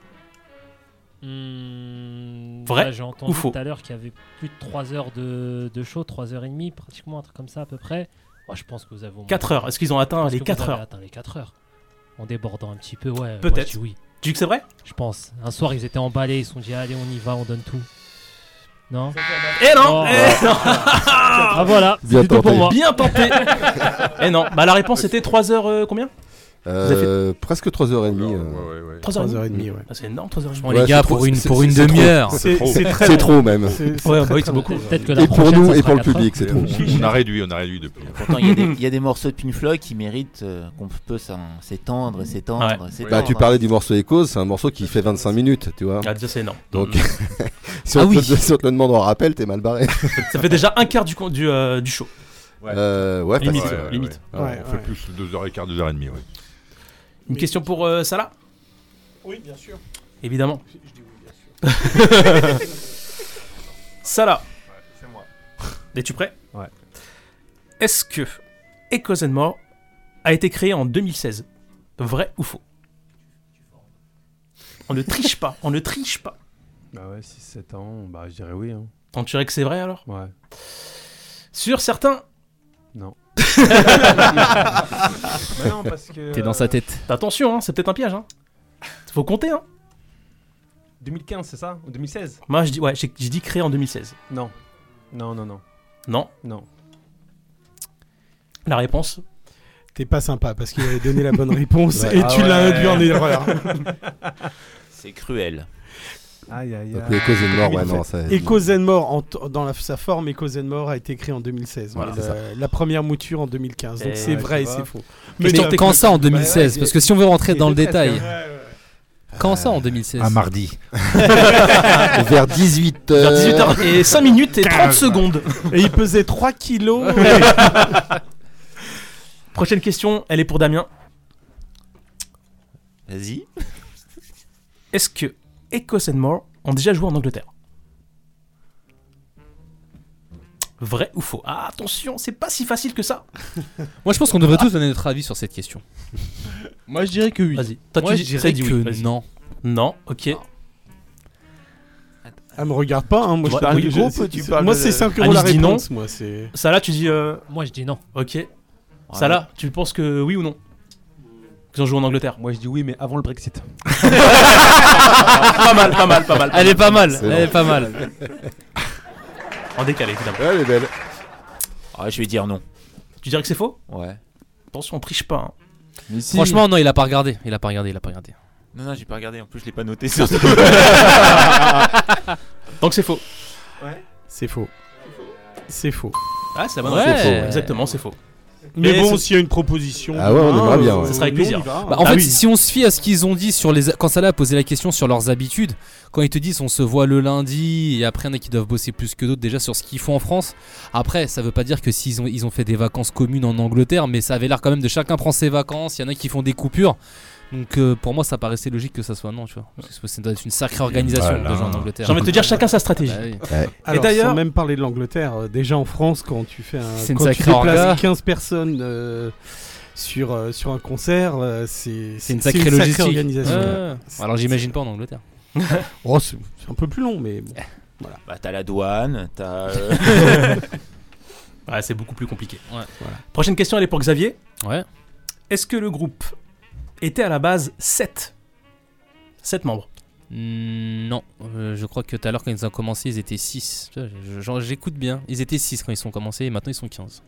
Speaker 10: Hmm,
Speaker 2: Vrai
Speaker 10: ouais, J'ai entendu
Speaker 2: ou faux
Speaker 10: tout à l'heure qu'il y avait plus de 3 heures de, de show, 3 heures et demie pratiquement, un truc comme ça à peu près. Moi, je pense que vous avez... au moins-
Speaker 2: 4 heures, est-ce qu'ils ont atteint
Speaker 10: Parce
Speaker 2: les
Speaker 10: que vous
Speaker 2: 4
Speaker 10: avez
Speaker 2: heures
Speaker 10: atteint les 4 heures. En débordant un petit peu, ouais.
Speaker 2: Peut-être.
Speaker 10: moi, je dis oui,
Speaker 2: Tu dis que c'est vrai
Speaker 10: je pense. Un soir, ils étaient emballés, ils se sont dit, allez, on y va, on donne tout. Non
Speaker 2: Eh non,
Speaker 10: Oh.
Speaker 2: eh [LAUGHS] non
Speaker 10: Ah voilà
Speaker 7: Bien
Speaker 10: c'est plutôt pour
Speaker 7: tenté.
Speaker 10: moi.
Speaker 2: Bien
Speaker 10: [LAUGHS]
Speaker 2: tenté Eh non, bah la réponse était 3 heures euh, combien
Speaker 7: Euh, Presque 3h30.
Speaker 6: Ouais,
Speaker 7: euh.
Speaker 6: ouais, ouais.
Speaker 2: 3 heures,
Speaker 8: 3
Speaker 2: et
Speaker 8: heures
Speaker 2: demie
Speaker 8: et demie, ouais.
Speaker 2: Ah, C'est énorme, 3 heures et demie.
Speaker 3: Bon,
Speaker 7: Ouais,
Speaker 3: les gars,
Speaker 7: c'est
Speaker 3: pour
Speaker 7: trop-
Speaker 3: une,
Speaker 7: c'est-
Speaker 3: pour une
Speaker 7: c'est trop.
Speaker 3: demi-heure.
Speaker 8: C'est
Speaker 6: trop.
Speaker 8: c'est très
Speaker 7: C'est
Speaker 8: long.
Speaker 7: trop même.
Speaker 8: C'est- c'est
Speaker 2: Ouais,
Speaker 8: très,
Speaker 2: bah oui,
Speaker 8: très
Speaker 2: c'est
Speaker 8: long.
Speaker 2: beaucoup.
Speaker 10: Peut-être que la
Speaker 7: Et pour
Speaker 10: prochaine,
Speaker 7: nous
Speaker 10: ça
Speaker 7: et
Speaker 10: sera
Speaker 7: pour le
Speaker 10: quatre heures.
Speaker 7: public, c'est trop.
Speaker 6: On a réduit, on a réduit depuis.
Speaker 5: Pourtant, il y a des- il y, a des morceaux de Pink Floyd qui méritent euh, qu'on peut s'en- s'étendre, s'étendre, s'étendre.
Speaker 7: Bah, tu
Speaker 8: hein.
Speaker 7: parlais du morceau Echoes, c'est un morceau qui fait 25 minutes, tu vois.
Speaker 2: Ah, déjà, c'est énorme.
Speaker 8: Mm.
Speaker 7: Donc, [LAUGHS] si, on
Speaker 3: Ah
Speaker 7: te,
Speaker 3: oui.
Speaker 7: si on te le demande en rappel, t'es mal barré.
Speaker 2: [LAUGHS] Ça fait déjà un quart du, con- du, euh, du show.
Speaker 6: Ouais.
Speaker 7: Euh, ouais,
Speaker 2: Limite,
Speaker 7: facile.
Speaker 2: limite.
Speaker 7: Ouais.
Speaker 8: Ouais,
Speaker 6: On fait
Speaker 8: ouais.
Speaker 6: plus de 2h15, 2h30, ouais.
Speaker 2: Une question pour euh, Salah
Speaker 9: Oui, bien sûr.
Speaker 2: Évidemment. [LAUGHS] Salah,
Speaker 9: C'est moi.
Speaker 2: es-tu prêt
Speaker 9: Ouais.
Speaker 2: Est-ce que Echoes and More a été créé en 2016 Vrai ou faux On ne triche pas, on ne triche pas.
Speaker 9: Bah ouais, 6-7 ans, bah je dirais oui. Hein.
Speaker 2: On dirait que c'est vrai alors
Speaker 9: Ouais.
Speaker 2: Sur
Speaker 3: [LAUGHS]
Speaker 2: certains
Speaker 9: Bah non, parce que.
Speaker 3: T'es dans sa tête.
Speaker 2: Attention, hein, c'est peut-être un piège. Hein. Faut compter. Hein.
Speaker 9: 2015, c'est ça Ou 2016
Speaker 2: Moi, je dis, ouais, j'ai j'ai dit créé en 2016.
Speaker 9: Non. Non, non, non.
Speaker 2: Non,
Speaker 9: Non.
Speaker 2: la réponse
Speaker 8: T'es pas sympa parce qu'il avait donné la bonne
Speaker 5: [LAUGHS]
Speaker 8: réponse
Speaker 7: Ouais.
Speaker 8: et tu
Speaker 6: Ah
Speaker 8: l'as
Speaker 6: ouais.
Speaker 8: induit en erreur.
Speaker 5: C'est cruel.
Speaker 9: Aïe, aïe,
Speaker 7: Donc, le Echoes and More, ouais, non, ça.
Speaker 8: Echo Zenmore, en t- dans la- sa forme, Echo Zenmore a été créé en 2016.
Speaker 2: Voilà,
Speaker 8: mais
Speaker 2: c'est
Speaker 8: la, la première mouture en 2015. Donc
Speaker 2: Eh,
Speaker 8: c'est
Speaker 2: ouais,
Speaker 8: vrai et
Speaker 9: je sais
Speaker 8: c'est
Speaker 9: pas.
Speaker 8: faux. euh,
Speaker 3: Mais
Speaker 2: Question
Speaker 3: quand, quand ça en 2016
Speaker 9: ouais,
Speaker 3: Parce que si on veut rentrer dans le
Speaker 9: presque,
Speaker 3: détail,
Speaker 9: hein.
Speaker 3: quand ça en 2016 [LAUGHS]
Speaker 6: mardi.
Speaker 7: Vers 18h.
Speaker 2: Vers 18h et 5 minutes et 30 secondes.
Speaker 8: Et il pesait 3 kilos.
Speaker 2: [LAUGHS] Prochaine question, elle est pour Damien.
Speaker 5: Vas-y.
Speaker 2: Est-ce que Echoes and More ont déjà joué en Angleterre Vrai ou faux Ah, attention, c'est pas si facile que ça. Ah.
Speaker 3: Moi je pense qu'on devrait tous donner notre avis sur cette question.
Speaker 4: Moi, je dirais que oui.
Speaker 2: Vas-y, toi
Speaker 3: Moi
Speaker 2: tu
Speaker 3: je
Speaker 2: dis,
Speaker 3: dirais
Speaker 2: ça dit
Speaker 3: que
Speaker 2: oui, vas-y.
Speaker 3: non.
Speaker 2: Non, ok.
Speaker 8: Elle me regarde pas, hein, moi
Speaker 2: Ouais,
Speaker 8: je parle
Speaker 2: Bah, oui,
Speaker 8: du
Speaker 2: gros,
Speaker 8: groupe,
Speaker 5: tu parles
Speaker 8: Moi
Speaker 5: de-
Speaker 8: c'est 5 euros
Speaker 2: Alice
Speaker 8: la
Speaker 2: dit non.
Speaker 8: réponse, moi c'est.
Speaker 2: Ça là, tu dis euh,
Speaker 10: Moi, je dis non.
Speaker 2: ok. Ça là, tu penses que oui ou non Ils ont joué en Angleterre.
Speaker 9: Moi je dis oui, mais avant le Brexit.
Speaker 2: [LAUGHS] pas mal, pas mal, pas mal.
Speaker 3: Elle est pas mal,
Speaker 7: C'est
Speaker 3: elle
Speaker 7: bon.
Speaker 3: est pas mal.
Speaker 2: [LAUGHS] En décalé, évidemment.
Speaker 7: Ouais, elle est belle.
Speaker 5: Ah, je vais dire non.
Speaker 2: Tu dirais que c'est faux
Speaker 5: Ouais.
Speaker 2: Attention, on triche pas. hein.
Speaker 3: Franchement non, il a pas regardé, il a pas regardé, il a pas regardé.
Speaker 5: Non, non, j'ai pas regardé. En plus, je l'ai pas noté surtout.
Speaker 2: Donc c'est faux.
Speaker 8: C'est faux. C'est faux.
Speaker 2: Ah, c'est la bonne
Speaker 3: Ouais.
Speaker 2: réponse.
Speaker 3: C'est faux, ouais.
Speaker 2: Exactement, c'est faux.
Speaker 8: Mais
Speaker 2: Et
Speaker 8: bon,
Speaker 2: c'est-
Speaker 8: s'il y a une proposition.
Speaker 7: Ah ouais, on
Speaker 8: demain,
Speaker 7: aimerait bien,
Speaker 8: euh,
Speaker 7: ouais.
Speaker 2: Ce sera avec
Speaker 8: nous, on y
Speaker 2: plaisir.
Speaker 8: va, hein.
Speaker 3: Bah, en
Speaker 2: Ah
Speaker 3: fait,
Speaker 2: oui.
Speaker 3: si on se fie à ce qu'ils ont dit sur les quand Salah a posé la question sur leurs habitudes, quand ils te disent on se voit le lundi et après il y en a qui doivent bosser plus que d'autres déjà sur ce qu'ils font en France. Après, ça veut pas dire que s'ils ont ils ont fait des vacances communes en Angleterre, mais ça avait l'air quand même de chacun prend ses vacances. Il y en a qui font des coupures. Donc euh, pour moi, ça paraissait logique que ça soit non, tu vois. Parce que c'est- c'est une sacrée organisation
Speaker 6: Voilà.
Speaker 3: déjà en Angleterre.
Speaker 2: J'ai envie de te dire, chacun sa
Speaker 3: Ah
Speaker 2: stratégie.
Speaker 3: bah oui.
Speaker 8: Alors,
Speaker 2: d'ailleurs-
Speaker 8: sans même parler de l'Angleterre, euh, déjà en France, quand tu fais un,
Speaker 3: C'est une
Speaker 8: quand tu
Speaker 3: sacrée
Speaker 8: déplaces
Speaker 3: orga.
Speaker 8: 15 personnes euh, sur euh, sur un concert, euh, c'est
Speaker 3: C'est une sacrée logistique.
Speaker 8: organisation.
Speaker 3: Ouais, ouais. Alors j'imagine pas en Angleterre.
Speaker 8: [LAUGHS] Oh, c'est c'est un peu plus long, mais
Speaker 3: [LAUGHS]
Speaker 8: bon.
Speaker 5: Bah, t'as la douane, t'as. euh,
Speaker 2: Ouais, c'est beaucoup plus compliqué.
Speaker 3: Ouais.
Speaker 8: Voilà.
Speaker 2: Prochaine question, elle est pour Xavier.
Speaker 3: Ouais.
Speaker 2: Est-ce que le groupe était à la base 7 7 membres.
Speaker 3: Mm, Non, Euh, je crois que tout à l'heure quand ils ont commencé, ils étaient 6. J'écoute bien. Ils étaient 6 quand ils sont commencés et maintenant ils sont 15.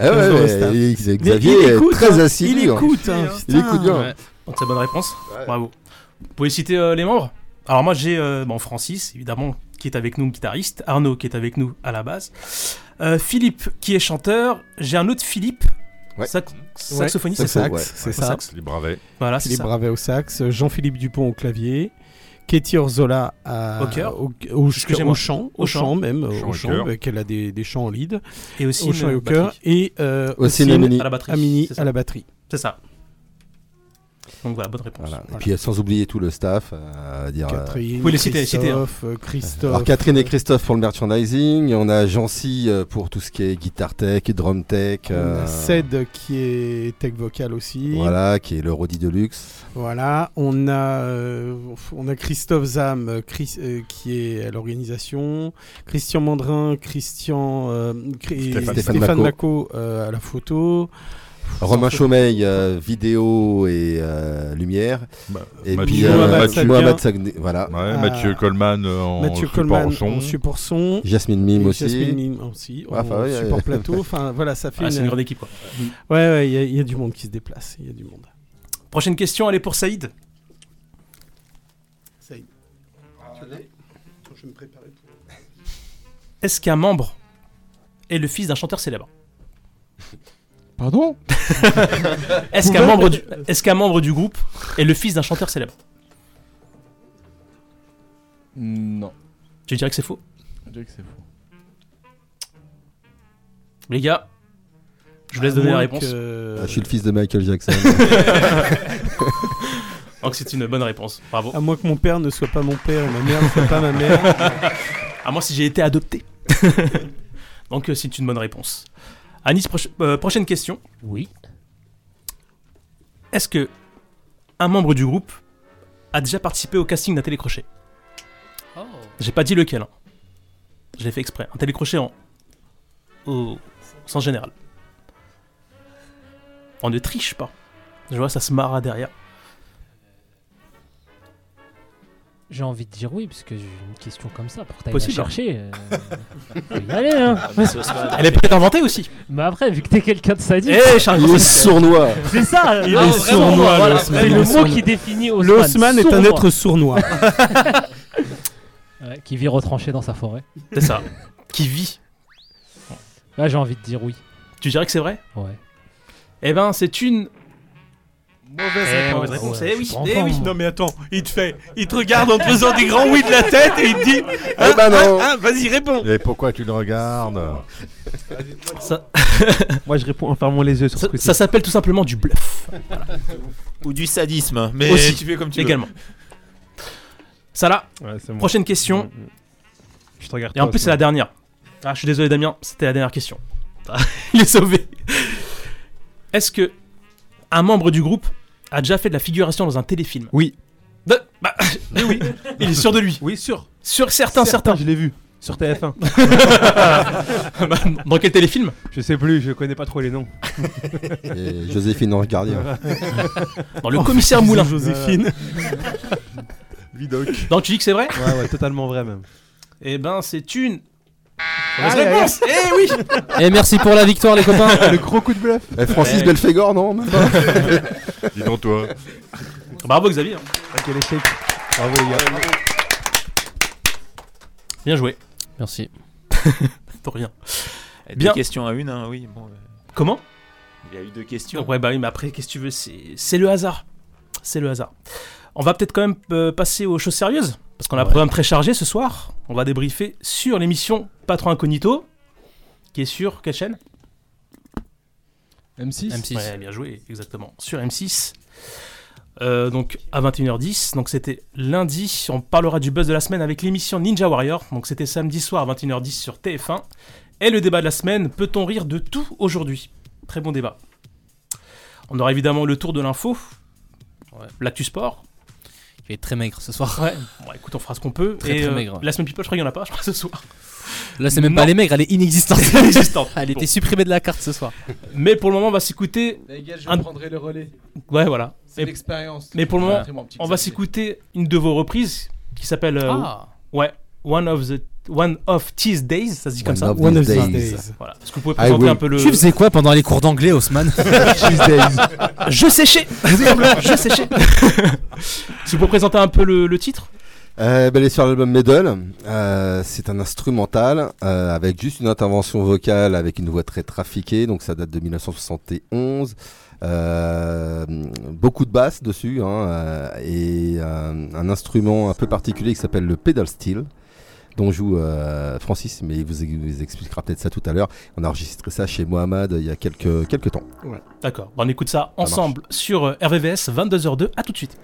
Speaker 7: Ah ouais,
Speaker 8: Toujours
Speaker 7: mais
Speaker 8: Star.
Speaker 7: il-
Speaker 8: Mais
Speaker 7: Xavier est très
Speaker 8: hein,
Speaker 7: assidu.
Speaker 8: Il
Speaker 7: hein.
Speaker 8: écoute, hein,
Speaker 7: Il
Speaker 8: putain.
Speaker 7: écoute bien.
Speaker 3: Ouais.
Speaker 2: C'est bonne réponse. Bravo. Vous pouvez citer euh, les membres Alors moi j'ai euh, bon, Francis, évidemment, qui est avec nous, guitariste. Arnaud, qui est avec nous à la base. Euh, Philippe, qui est chanteur. J'ai un autre Philippe,
Speaker 7: Ouais.
Speaker 2: sax-
Speaker 8: Ouais,
Speaker 2: saxophoniste.
Speaker 8: au sax,
Speaker 7: ouais.
Speaker 8: c'est
Speaker 2: Au
Speaker 8: ça.
Speaker 2: sax.
Speaker 6: Les bravets.
Speaker 2: Voilà, c'est
Speaker 8: Philippe
Speaker 2: ça.
Speaker 8: Bravet au sax, Jean-Philippe Dupont au clavier, Katie Orzola à-
Speaker 2: Au cœur.
Speaker 8: au, au-
Speaker 2: Excusez-moi.
Speaker 8: au chant,
Speaker 2: Au
Speaker 8: au
Speaker 2: chant.
Speaker 8: chant même,
Speaker 6: Au chant et
Speaker 8: au
Speaker 6: au
Speaker 8: chant,
Speaker 6: cœur.
Speaker 8: euh, qu'elle a des, des chants en lead,
Speaker 2: Et aussi
Speaker 8: au chant et au
Speaker 2: une
Speaker 8: cœur,
Speaker 2: batterie.
Speaker 8: et euh,
Speaker 7: Aussi
Speaker 8: Ossine
Speaker 7: Namini.
Speaker 2: à la batterie.
Speaker 8: Amini
Speaker 2: c'est ça.
Speaker 8: à la batterie.
Speaker 2: C'est ça. Donc voilà, bonne réponse.
Speaker 7: Voilà. Et puis sans oublier tout le staff. euh, à dire, euh,
Speaker 8: Catherine,
Speaker 2: Vous pouvez les citer, les citer, hein.
Speaker 8: Christophe, euh, Christophe.
Speaker 7: Alors Catherine et Christophe pour le merchandising, et on a Jancy euh, pour tout ce qui est guitare tech, drum tech,
Speaker 8: On
Speaker 7: euh,
Speaker 8: a Ced qui est tech vocal aussi. Voilà.
Speaker 7: voilà, qui est le Rodi de luxe.
Speaker 8: On a euh, on a Christophe Zam euh, Chris- euh, qui est à l'organisation, Christian Mandrin, Christian euh, Cri-
Speaker 6: Stéphane-
Speaker 8: Stéphane,
Speaker 7: Stéphane
Speaker 8: Maco, euh, à la photo.
Speaker 7: Romain Chaumeil, euh, vidéo et euh, lumière.
Speaker 6: Bah,
Speaker 7: Et puis euh,
Speaker 8: Mathieu Mohamed
Speaker 7: Mathieu-
Speaker 8: Sadien.
Speaker 7: Mohamed Sagné, voilà.
Speaker 6: Ouais,
Speaker 8: Ah.
Speaker 6: Mathieu Coleman euh, en
Speaker 8: Mathieu
Speaker 6: support
Speaker 8: Coleman
Speaker 6: au son.
Speaker 8: en support son.
Speaker 7: Jasmine Mime
Speaker 8: Et
Speaker 7: aussi.
Speaker 8: Jasmine Mime aussi,
Speaker 7: Ouais, enfin,
Speaker 8: en
Speaker 7: ouais,
Speaker 8: support
Speaker 7: ouais.
Speaker 8: plateau. Enfin
Speaker 2: [LAUGHS]
Speaker 8: voilà, ça fait
Speaker 2: Ah, c'est une
Speaker 8: une... Ouais,
Speaker 2: grande équipe. quoi.
Speaker 8: ouais, il y a- il y, a du monde qui se déplace. Il y a du monde.
Speaker 2: Prochaine question, elle est pour Saïd.
Speaker 8: Ça y est. Je vais me préparer pour.
Speaker 2: Est-ce qu'un membre est le fils d'un chanteur célèbre
Speaker 4: Pardon
Speaker 2: Est-ce qu'un membre, du... est qu'un membre du groupe est le fils d'un chanteur célèbre
Speaker 4: Non.
Speaker 2: Je dirais que c'est faux.
Speaker 4: Je dirais que c'est faux.
Speaker 2: Les gars, je vous laisse donner la réponse.
Speaker 7: Ah, je suis le fils de Michael Jackson.
Speaker 2: [LAUGHS] Donc c'est une bonne réponse. Bravo.
Speaker 8: À moins que mon père ne soit pas mon père et ma mère ne soit pas ma mère. [LAUGHS]
Speaker 2: [LAUGHS] À moi si j'ai été adopté. Donc euh, c'est une bonne réponse. Anis, proche- euh, prochaine question.
Speaker 10: Oui.
Speaker 2: Est-ce que un membre du groupe a déjà participé au casting d'un télécrochet
Speaker 10: Oh.
Speaker 2: J'ai pas dit lequel. hein. Je l'ai fait exprès. Un télécrochet en. Au sens général. On ne triche pas. Je vois, ça se marra derrière.
Speaker 10: J'ai envie de dire oui, parce que j'ai une question comme ça, pour que t'ailles la
Speaker 2: Possible,
Speaker 10: chercher. euh,
Speaker 2: [LAUGHS]
Speaker 10: faut y aller,
Speaker 8: Ah,
Speaker 10: hein.
Speaker 2: Elle est peut-être inventée aussi.
Speaker 10: Mais après, vu que t'es quelqu'un de
Speaker 2: Eh,
Speaker 10: sadique,
Speaker 2: Charles
Speaker 7: Il est
Speaker 2: Bronson.
Speaker 7: sournois.
Speaker 10: c'est ça
Speaker 2: Il
Speaker 10: non,
Speaker 2: est
Speaker 10: vraiment,
Speaker 2: sournois,
Speaker 10: voilà,
Speaker 2: le Haussmann.
Speaker 10: C'est le mot
Speaker 2: Sournois.
Speaker 10: qui définit
Speaker 8: Le
Speaker 10: Haussmann.
Speaker 8: Haussmann est un
Speaker 10: sournois.
Speaker 8: être sournois.
Speaker 10: [LAUGHS] Ouais, qui vit retranché dans sa forêt.
Speaker 2: C'est ça. [LAUGHS] Qui vit.
Speaker 10: Là, j'ai envie de dire oui.
Speaker 2: Tu dirais que c'est vrai
Speaker 10: Ouais.
Speaker 2: Eh ben, c'est une.
Speaker 10: Mauvaise
Speaker 2: mauvaise réponse, eh oui, eh oui.
Speaker 10: oui.
Speaker 9: Non mais
Speaker 2: [LAUGHS]
Speaker 9: attends, il te fait, il te regarde en te faisant des grands oui de la tête et il te dit
Speaker 6: Ah,
Speaker 9: hein
Speaker 7: Eh ben non.
Speaker 9: vas-y réponds.
Speaker 6: Et bah pourquoi tu le regardes
Speaker 9: [LAUGHS] Moi je réponds en fermant les yeux sur ce
Speaker 2: Ça,
Speaker 9: que
Speaker 2: ça s'appelle tout simplement du bluff.
Speaker 5: Ou du sadisme. Mais
Speaker 2: Aussi,
Speaker 5: tu fais comme tu
Speaker 2: Également. Ça là,
Speaker 9: c'est Mm. moi.
Speaker 2: prochaine question.
Speaker 9: Je te regarde.
Speaker 2: Et en plus, c'est la dernière. Ah, je suis désolé, Damien, c'était la dernière question. [LAUGHS] Ah, Il est sauvé. Est-ce que un membre du groupe a déjà fait de la figuration dans un téléfilm
Speaker 9: Oui.
Speaker 2: De- bah, [LAUGHS] mais oui, il est sûr de lui.
Speaker 9: Oui, sûr.
Speaker 2: Sur certains, certains.
Speaker 9: Je l'ai vu sur TF1.
Speaker 2: Bah, [LAUGHS] dans quel téléfilm
Speaker 9: je sais plus, je connais pas trop les noms.
Speaker 7: Et Joséphine en gardien.
Speaker 2: Dans le commissaire Moulin.
Speaker 9: Joséphine.
Speaker 6: Vidoc.
Speaker 2: Donc tu dis que c'est vrai
Speaker 9: ouais, ouais, totalement vrai même.
Speaker 2: Eh ben, c'est une.
Speaker 6: Ah,
Speaker 2: Mauvaise réponse [LAUGHS] Eh oui
Speaker 3: Et merci pour la victoire, les copains.
Speaker 9: Le gros coup de bluff.
Speaker 7: Eh, Francis
Speaker 2: Ouais.
Speaker 7: Belfegor, non même
Speaker 5: [LAUGHS]
Speaker 7: pas
Speaker 6: [LAUGHS] Dis donc toi.
Speaker 2: Bravo, Xavier.
Speaker 9: Ah, Quel échec. Bravo les gars.
Speaker 2: Bien joué. [LAUGHS]
Speaker 3: Merci.
Speaker 2: Pour rien.
Speaker 5: veux.
Speaker 2: Bien.
Speaker 5: Eh, Deux questions à une, hein, oui. Bon, euh,
Speaker 2: Comment
Speaker 5: il y a eu deux questions.
Speaker 2: Ouais, bah oui, mais après, qu'est-ce que tu veux C'est c'est le hasard. C'est le hasard. On va peut-être quand même euh, passer aux choses sérieuses, parce qu'on a un
Speaker 3: Ouais.
Speaker 2: programme très chargé ce soir. On va débriefer sur l'émission Patron Incognito, qui est sur quelle chaîne
Speaker 4: M6
Speaker 5: M6.
Speaker 2: Ouais, bien joué, exactement. Sur M6. Euh, donc à 21h10, donc c'était lundi, on parlera du buzz de la semaine avec l'émission Ninja Warrior, donc c'était samedi soir à 21h10 sur TF1, et le débat de la semaine, peut-on rire de tout aujourd'hui Très bon débat. On aura évidemment le tour de l'info,
Speaker 3: Ouais.
Speaker 2: l'actu sport,
Speaker 3: Je vais être très maigre ce soir.
Speaker 2: bon écoute on fera ce qu'on peut,
Speaker 3: Très,
Speaker 2: et euh,
Speaker 3: très maigre.
Speaker 2: la semaine people je crois qu'il n'y en a pas, je crois ce soir,
Speaker 3: Là, c'est même pas
Speaker 2: Non.
Speaker 3: les maigres, elle est inexistante.
Speaker 2: C'est inexistante.
Speaker 3: [LAUGHS] Elle était
Speaker 2: Bon.
Speaker 3: supprimée de la carte ce soir.
Speaker 2: mais pour le moment on va s'écouter,
Speaker 4: Les gars, je
Speaker 2: Un-
Speaker 4: prendrai le relais.
Speaker 2: ouais voilà,
Speaker 4: C'est
Speaker 2: Et-
Speaker 4: l'expérience.
Speaker 2: mais pour le moment
Speaker 4: Montrez-moi mon petit
Speaker 2: on va
Speaker 4: Xavier.
Speaker 2: s'écouter une de vos reprises qui s'appelle euh,
Speaker 3: Ah,
Speaker 2: Ouais, One of the One of These Days, ça se dit comme
Speaker 7: One
Speaker 2: ça.
Speaker 7: of One these of these
Speaker 8: days. days.
Speaker 2: Voilà. Est-ce que vous pouvez
Speaker 7: I
Speaker 2: présenter
Speaker 7: will
Speaker 2: un peu le
Speaker 3: Ah tu
Speaker 2: [LAUGHS]
Speaker 3: faisais quoi pendant les cours d'anglais, [LAUGHS] Haussmann
Speaker 7: Tuesdays.
Speaker 2: Je séchais.
Speaker 7: [LAUGHS]
Speaker 3: [LAUGHS]
Speaker 2: Je séchais. [LAUGHS] Si vous pouvez présenter un peu le, le titre
Speaker 7: Euh, ben, elle est sur l'album Medal. Euh, c'est un instrumental euh, avec juste une intervention vocale avec une voix très trafiquée. Donc ça date de 1971. Euh, beaucoup de basses dessus hein, euh, et euh, un instrument un peu particulier qui s'appelle le pedal steel dont joue euh, Francis, mais il vous, il vous expliquera peut-être ça tout à l'heure. On a enregistré ça chez Mohamed il y a quelques, quelques temps.
Speaker 2: D'accord. Bon, on écoute ça ensemble sur euh, RVVS 22h02. À tout de suite.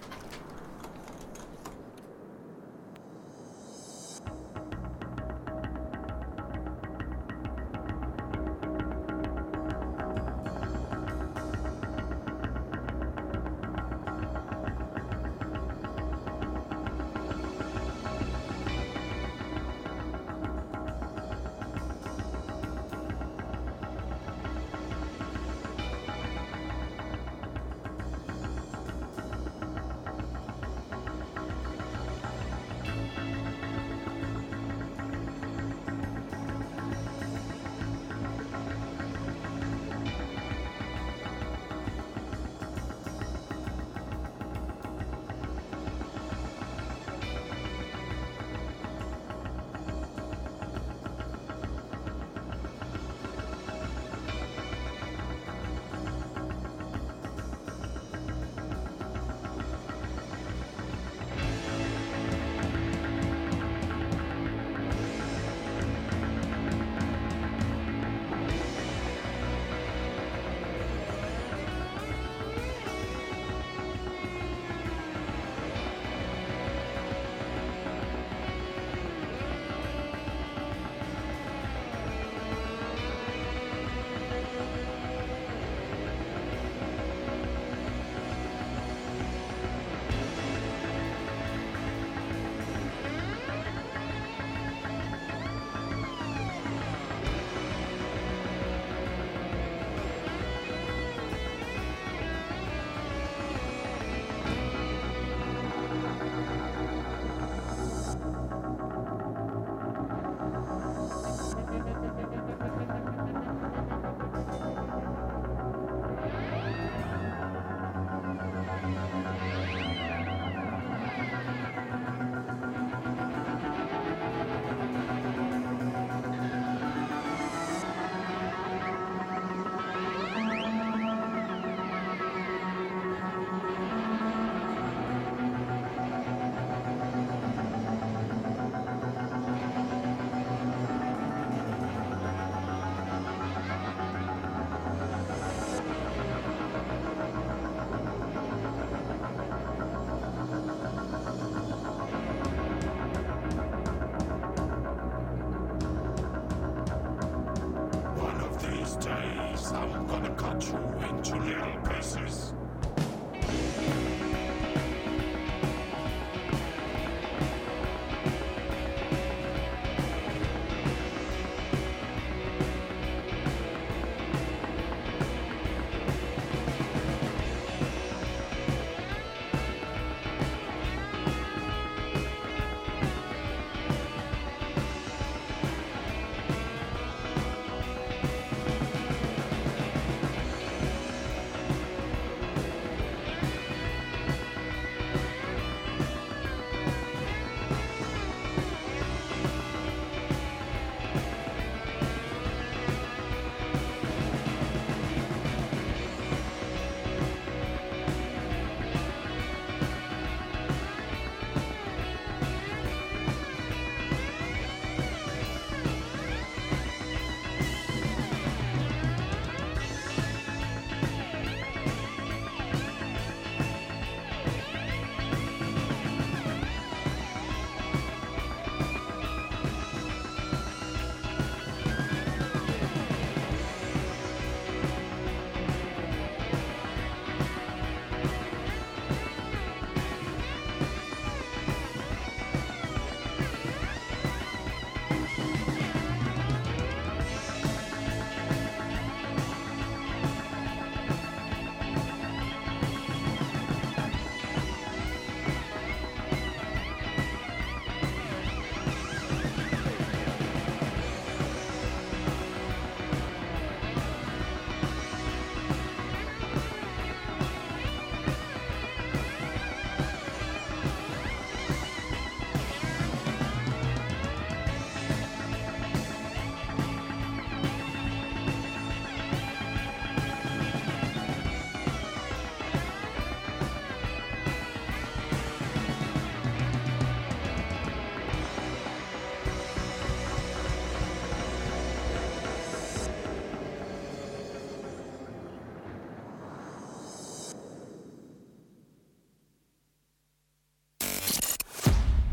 Speaker 11: One of these days, I'm gonna cut you into little pieces.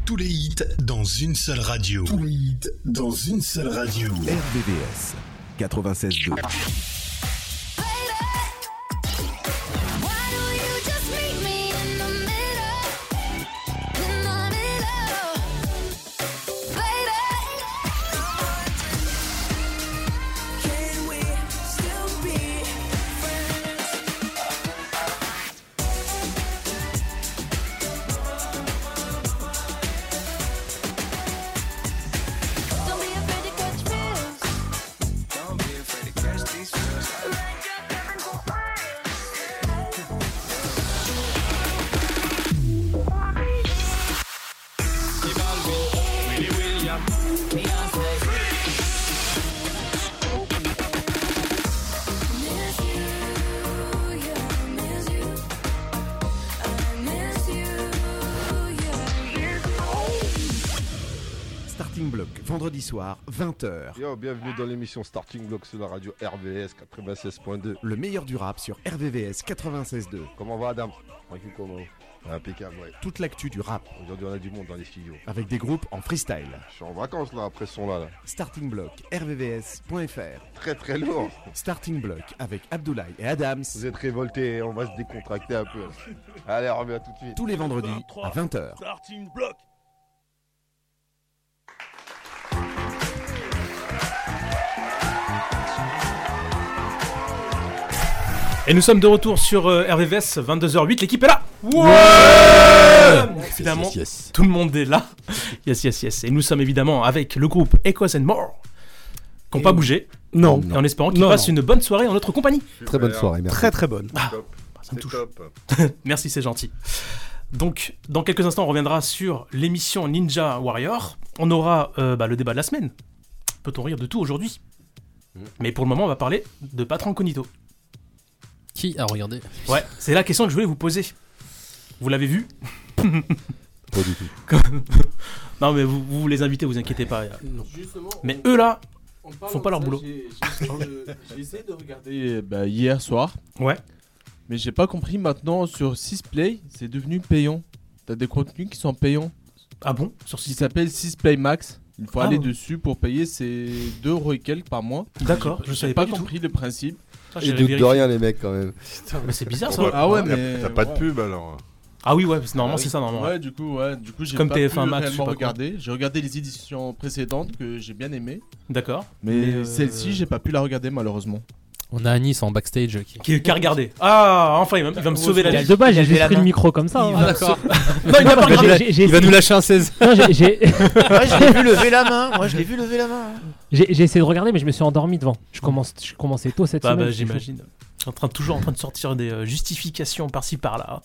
Speaker 12: Tous les hits dans une seule radio. Tous les hits dans une seule radio.
Speaker 13: RVVS 96.2. Starting Block, vendredi soir, 20h.
Speaker 7: Yo, bienvenue dans l'émission Starting Block sur la radio RVS 96.2.
Speaker 13: Le meilleur du rap sur RVVS 96.2.
Speaker 7: Comment va Adam Tranquille comment Impeccable, ouais.
Speaker 13: Toute l'actu du rap.
Speaker 7: Aujourd'hui, on a du monde dans les studios.
Speaker 13: Avec des groupes en freestyle.
Speaker 7: Je suis en vacances là, après son là. là.
Speaker 13: Starting Block, RVVS.fr.
Speaker 7: Très très lourd.
Speaker 13: Starting Block avec Abdoulaye et Adams.
Speaker 7: Vous êtes révoltés, on va se décontracter un peu. Allez, on revient tout de suite.
Speaker 13: Tous les vendredis à 20h.
Speaker 11: Starting block.
Speaker 2: Et nous sommes de retour sur euh, RVVS, 22h08, l'équipe est là
Speaker 7: Ouais
Speaker 2: Ouais
Speaker 7: Yes,
Speaker 2: Finalement,
Speaker 7: yes, yes.
Speaker 2: tout le monde est là. [LAUGHS] Yes, yes, yes. Et nous sommes évidemment avec le groupe Echoes and More, qui n'ont pas bougé.
Speaker 8: Non.
Speaker 2: Et en espérant qu'ils
Speaker 8: Non,
Speaker 2: passent
Speaker 8: non.
Speaker 2: une bonne soirée en notre compagnie.
Speaker 7: Très bonne soirée, merci.
Speaker 8: Très, très bonne.
Speaker 2: Ah,
Speaker 7: Top.
Speaker 2: ça me
Speaker 7: C'est
Speaker 2: touche.
Speaker 7: top.
Speaker 2: [LAUGHS] Merci, c'est gentil. Donc, dans quelques instants, on reviendra sur l'émission Ninja Warrior. On aura euh, bah, le débat de la semaine. Peut-on rire de tout aujourd'hui Mais pour le moment, on va parler de Patron Cognito.
Speaker 3: Qui a regardé
Speaker 2: Ouais, c'est la question que je voulais vous poser. Vous l'avez vu
Speaker 7: Pas du tout.
Speaker 2: [LAUGHS] non, mais vous, vous les invitez, vous inquiétez pas.
Speaker 4: Justement,
Speaker 2: Mais eux là,
Speaker 4: on parle
Speaker 2: font pas
Speaker 4: de
Speaker 2: leur
Speaker 4: ça,
Speaker 2: boulot.
Speaker 4: j'ai- J'ai essayé de- j'ai essayé de regarder euh, bah, hier soir.
Speaker 2: Ouais.
Speaker 4: Mais j'ai pas compris maintenant sur 6play, c'est devenu payant. T'as des contenus qui sont payants.
Speaker 2: Ah bon Sur 6
Speaker 4: Qui s'appelle 6play max. Il faut
Speaker 2: Ah
Speaker 4: aller
Speaker 2: ouais.
Speaker 4: dessus pour payer c'est 2 euros et quelques par mois.
Speaker 2: D'accord,
Speaker 4: J'ai-
Speaker 2: je
Speaker 4: j'ai
Speaker 2: savais pas
Speaker 4: pas
Speaker 2: du tout.
Speaker 4: compris le principe.
Speaker 2: Ça,
Speaker 7: Ils
Speaker 2: j'irai
Speaker 7: doutent de
Speaker 2: vérifier.
Speaker 7: rien, les mecs, quand même.
Speaker 2: Mais c'est bizarre ça.
Speaker 4: Pourquoi Ah ouais,
Speaker 6: T'as-
Speaker 4: mais
Speaker 6: T'as pas de
Speaker 4: ouais.
Speaker 6: pub alors
Speaker 2: Ah oui, ouais, c'est- normalement
Speaker 4: Ah oui.
Speaker 2: c'est ça, normalement.
Speaker 4: Ouais, du coup, ouais, du coup, j'ai
Speaker 2: Comme
Speaker 4: pas
Speaker 2: TF1
Speaker 4: pu
Speaker 2: Max, je sais
Speaker 4: réellement
Speaker 2: pas quoi.
Speaker 4: regarder. J'ai regardé les éditions précédentes que j'ai bien aimées,
Speaker 2: D'accord.
Speaker 4: mais,
Speaker 2: euh,
Speaker 4: celle-ci, j'ai pas pu la regarder malheureusement.
Speaker 3: On a Anis en backstage euh, qui.
Speaker 2: Qui, qui a regardé Ah, enfin, il va, il va me sauver la vie.
Speaker 10: De base, j'ai
Speaker 5: Il avait
Speaker 10: juste
Speaker 5: la
Speaker 10: pris
Speaker 5: main. Ah,
Speaker 10: le micro comme ça.
Speaker 2: Il
Speaker 10: hein.
Speaker 2: va me sauver- Non, il n'a pas
Speaker 10: Parce que
Speaker 2: regardé.
Speaker 10: j'ai- j'ai-
Speaker 3: Il va
Speaker 10: j'ai-
Speaker 3: nous lâcher un 16.
Speaker 10: Non, j'ai- j'ai-
Speaker 5: Moi, je l'ai vu lever la main. Moi, je l'ai vu lever la main.
Speaker 10: J'ai j'ai essayé de regarder, mais je me suis endormi devant. Je, commence, je commençais tôt cette
Speaker 2: Bah,
Speaker 10: semaine.
Speaker 2: bah, j'imagine. En train, toujours en train de sortir des euh, justifications par-ci par-là. hein.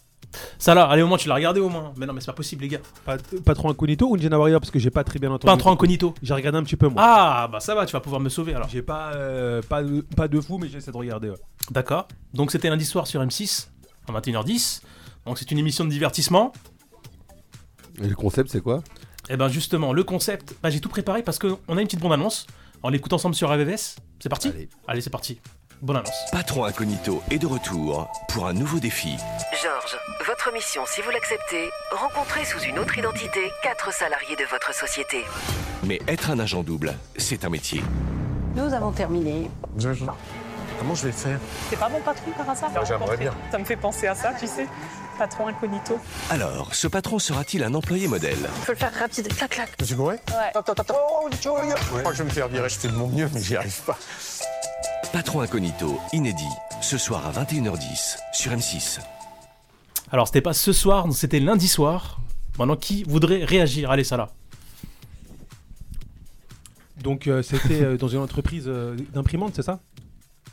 Speaker 2: Ça là, allez, au moins tu l'as regardé au moins. Mais non, mais c'est pas possible, les gars.
Speaker 9: Pat- Patron Incognito ou Ninja Warrior Parce que j'ai pas très bien entendu.
Speaker 2: Peintre incognito.
Speaker 9: J'ai regardé un petit peu moi.
Speaker 2: Ah, bah ça va, tu vas pouvoir me sauver alors.
Speaker 9: J'ai pas, euh, pas, de, pas de fou, mais j'essaie de regarder. ouais.
Speaker 2: D'accord. Donc c'était lundi soir sur M6, à 21h10. Donc c'est une émission de divertissement.
Speaker 7: Et le concept, c'est quoi
Speaker 2: Et ben justement, le concept, bah, j'ai tout préparé parce qu'on a une petite bande-annonce. On l'écoute ensemble sur RVVS. C'est parti
Speaker 7: Allez.
Speaker 2: Allez, c'est parti. Bonne annonce.
Speaker 13: Patron Incognito est de retour pour un nouveau défi.
Speaker 1: Georges, votre mission, si vous l'acceptez, rencontrez sous une autre identité quatre salariés de votre société.
Speaker 13: Mais être un agent double, c'est un métier.
Speaker 14: Nous avons terminé.
Speaker 13: Comment je vais faire
Speaker 14: C'est pas mon patron par hasard
Speaker 13: Ah, J'aimerais bien.
Speaker 14: Ça me fait penser à ça, tu sais. Patron incognito.
Speaker 13: Alors, ce patron sera-t-il un employé modèle
Speaker 14: Faut le faire rapide, clac clac.
Speaker 13: Je suis bourré
Speaker 14: Ouais.
Speaker 13: Je crois que je vais me faire virer, je fais de mon mieux, mais j'y arrive pas. Patron Incognito, inédit, ce soir à 21h10 sur M6.
Speaker 2: Alors c'était pas ce soir, c'était lundi soir. Maintenant, qui voudrait réagir Allez, ça là.
Speaker 9: Donc euh, c'était euh, dans une entreprise euh, d'imprimante, c'est ça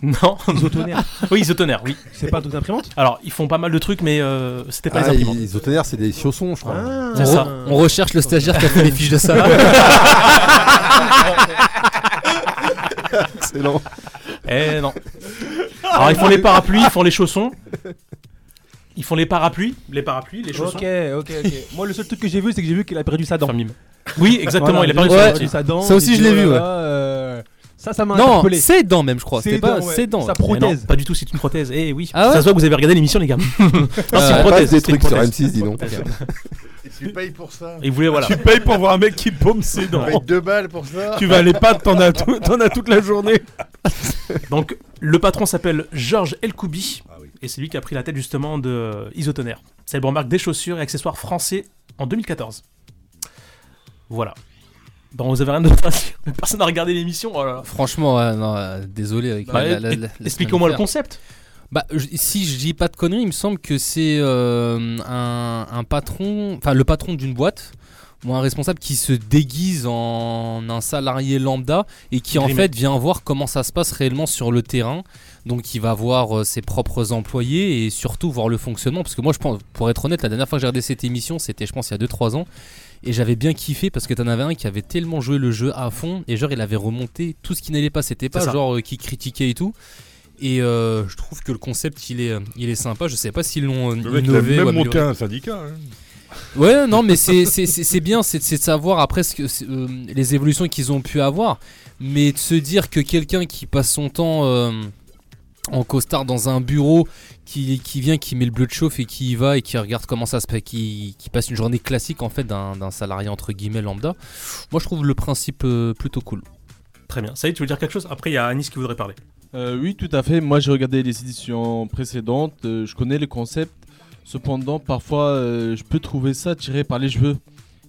Speaker 2: Non
Speaker 9: Isotonnerre.
Speaker 2: [LAUGHS] Oui, Isotonnerre, oui.
Speaker 9: c'est pas truc d'imprimante
Speaker 2: Alors, ils font pas mal de trucs, mais euh, c'était pas les
Speaker 7: Ah,
Speaker 2: imprimantes.
Speaker 7: les autonnerres, c'est des chaussons, je crois.
Speaker 9: Ah,
Speaker 2: C'est ça.
Speaker 3: On recherche le stagiaire qui a [LAUGHS] fait les fiches de ça.
Speaker 2: [LAUGHS]
Speaker 3: [LAUGHS]
Speaker 7: Excellent.
Speaker 2: Eh non. Alors, ils font les parapluies, ils font les chaussons. Ils font les parapluies, les parapluies, les chaussons.
Speaker 9: Ok, ok, ok. Moi, le seul truc que j'ai vu, c'est que j'ai vu qu'il a perdu sa dent.
Speaker 2: Enfin, mime. Oui, exactement,
Speaker 9: Voilà,
Speaker 2: il a perdu
Speaker 9: j'ai vu
Speaker 2: son
Speaker 9: qu'il a
Speaker 2: outil.
Speaker 9: sa dent.
Speaker 3: Ça aussi,
Speaker 9: j'ai
Speaker 3: je
Speaker 9: dit,
Speaker 3: l'ai
Speaker 9: oh
Speaker 3: vu,
Speaker 9: là là, euh, Ça, ça m'a
Speaker 3: Non,
Speaker 9: interpellé.
Speaker 3: c'est dents même, je crois.
Speaker 9: C'est
Speaker 3: C'était pas-
Speaker 9: dents, ouais.
Speaker 3: c'est dents.
Speaker 9: Ça
Speaker 3: Mais non.
Speaker 9: prothèse.
Speaker 2: Pas du tout, c'est une prothèse. Eh oui.
Speaker 3: Ah ouais
Speaker 2: ça se voit que vous avez regardé l'émission, les gars. Non, c'est une
Speaker 7: Ah,
Speaker 2: prothèse,
Speaker 7: passe des
Speaker 2: c'est une
Speaker 7: trucs sur
Speaker 2: prothèse.
Speaker 7: M6, dis donc.
Speaker 12: Et tu payes pour ça
Speaker 2: Et vous voulez, voilà.
Speaker 15: Tu payes pour voir un mec qui paume ses dents.
Speaker 12: Paye deux balles pour ça.
Speaker 15: Tu vas à l'EHPAD, t'en as, tout- t'en as toute la journée.
Speaker 2: [LAUGHS] Donc, le patron s'appelle Georges Elkoubi.
Speaker 4: Ah
Speaker 2: Et c'est lui qui a pris la tête justement de euh, Isotonnerre. Célèbre marque des chaussures et accessoires français en 2014. Voilà.
Speaker 3: Ben,
Speaker 2: Bon, vous avez rien d'autre à dire Personne n'a regardé l'émission oh là là.
Speaker 3: Franchement, ouais, non, euh, désolé. Avec
Speaker 2: Bah,
Speaker 3: la- la- la- la- la
Speaker 2: expliquez-moi le
Speaker 3: semaine
Speaker 2: concept.
Speaker 3: Bah, je- si je dis pas de conneries, il me semble que c'est euh, un, un patron, enfin le patron d'une boîte ou un responsable qui se déguise en un salarié lambda et qui en
Speaker 10: Grimé.
Speaker 3: fait vient voir comment ça se passe réellement sur le terrain. Donc il va voir euh, ses propres employés et surtout voir le fonctionnement. Parce que moi, je pense, pour être honnête, la dernière fois que j'ai regardé cette émission, c'était je pense il y a 2-3 ans. Et j'avais bien kiffé parce que t'en avais un qui avait tellement joué le jeu à fond et genre il avait remonté tout ce qui n'allait pas. C'était pas
Speaker 2: C'est ça.
Speaker 3: genre euh, qui critiquait et tout. Et euh, je trouve que le concept il est, euh, il est sympa. Je sais pas s'ils l'ont euh,
Speaker 6: Le mec, il a
Speaker 3: innové.
Speaker 6: même
Speaker 3: ou
Speaker 6: monté
Speaker 3: amélioré.
Speaker 6: un syndicat, hein.
Speaker 3: Ouais, non, mais c'est- c'est c'est- c'est bien, c'est c'est de savoir après ce que, c'est, euh, les évolutions qu'ils ont pu avoir. Mais de se dire que quelqu'un qui passe son temps euh, en costard dans un bureau, qui, qui vient, qui met le bleu de chauffe et qui y va et qui regarde comment ça se passe, qui, qui passe une journée classique en fait d'un d'un salarié entre guillemets lambda, moi je trouve le principe euh, plutôt cool.
Speaker 2: Très bien. Ça y est, tu veux dire quelque chose Après, il y a Anis qui voudrait parler.
Speaker 4: Euh, oui, tout à fait. Moi, j'ai regardé les éditions précédentes. euh, je connais le concept. Cependant, parfois, euh, je peux trouver ça tiré par les cheveux.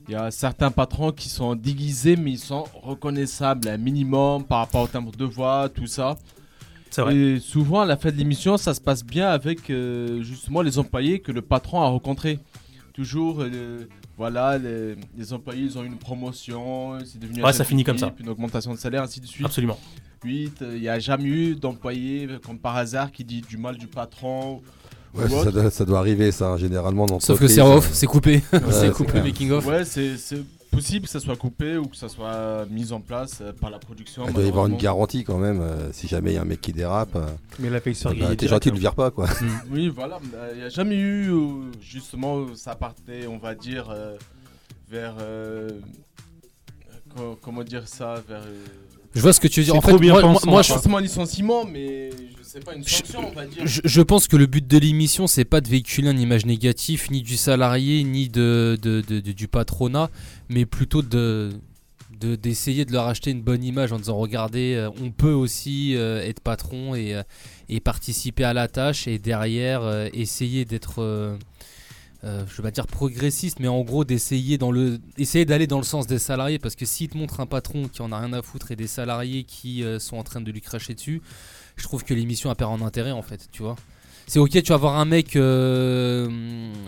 Speaker 4: Il y a certains patrons qui sont déguisés, mais ils sont reconnaissables un minimum par rapport au timbre de voix, tout ça.
Speaker 2: C'est vrai.
Speaker 4: Et souvent, à la fin de l'émission, ça se passe bien avec euh, justement les employés que le patron a rencontrés. Toujours, euh, voilà, les, les employés, ils ont une promotion, c'est devenu un
Speaker 2: Ouais, ça
Speaker 4: chef
Speaker 2: finit comme ça.
Speaker 4: d'équipe, Une augmentation de salaire, ainsi de suite.
Speaker 2: Absolument.
Speaker 4: 8, euh, il n'y a jamais eu d'employé, euh, comme par hasard, qui dit du mal du patron. ou
Speaker 7: Ouais, ça,
Speaker 4: autre.
Speaker 7: doit, ça doit arriver, ça, hein, généralement. dans
Speaker 3: Sauf que
Speaker 7: l'entreprise,
Speaker 3: c'est off,
Speaker 7: euh,
Speaker 3: c'est coupé.
Speaker 7: [LAUGHS] ouais,
Speaker 3: C'est
Speaker 7: c'est
Speaker 3: coupé,
Speaker 7: clair.
Speaker 3: making of.
Speaker 4: Ouais, c'est c'est possible que ça soit coupé ou que ça soit mis en place euh, par la production.
Speaker 7: Il doit y avoir une
Speaker 4: malheureusement.
Speaker 7: garantie quand même, euh, si jamais il y a un mec qui dérape. euh,
Speaker 4: Mais la paye sur
Speaker 7: bah,
Speaker 4: Guillaume
Speaker 7: T'es gentil,
Speaker 4: direct,
Speaker 7: ne le vire pas quoi.
Speaker 4: Mm. Oui, voilà, il n'y a jamais eu, euh, justement, euh, ça partait, on va dire, euh, vers. euh, co- comment dire ça vers, euh,
Speaker 3: Je vois ce que tu veux dire. En fait, moi, moi- moi, je-
Speaker 4: Pas forcément un licenciement, mais je sais pas, une sanction, on va dire.
Speaker 3: Je, je pense que le but de l'émission, c'est pas de véhiculer une image négative, ni du salarié, ni de, de- de- de- du patronat, mais plutôt de de- d'essayer de, leur acheter une bonne image en disant regardez euh, on peut aussi euh, être patron et, euh, et participer à la tâche et derrière euh, essayer d'être euh, euh, je vais pas dire progressiste mais en gros d'essayer dans le essayer d'aller dans le sens des salariés parce que s'il te montre un patron qui en a rien à foutre et des salariés qui euh, sont en train de lui cracher dessus je trouve que l'émission a perdu en intérêt en fait tu vois c'est ok tu vas voir un mec euh,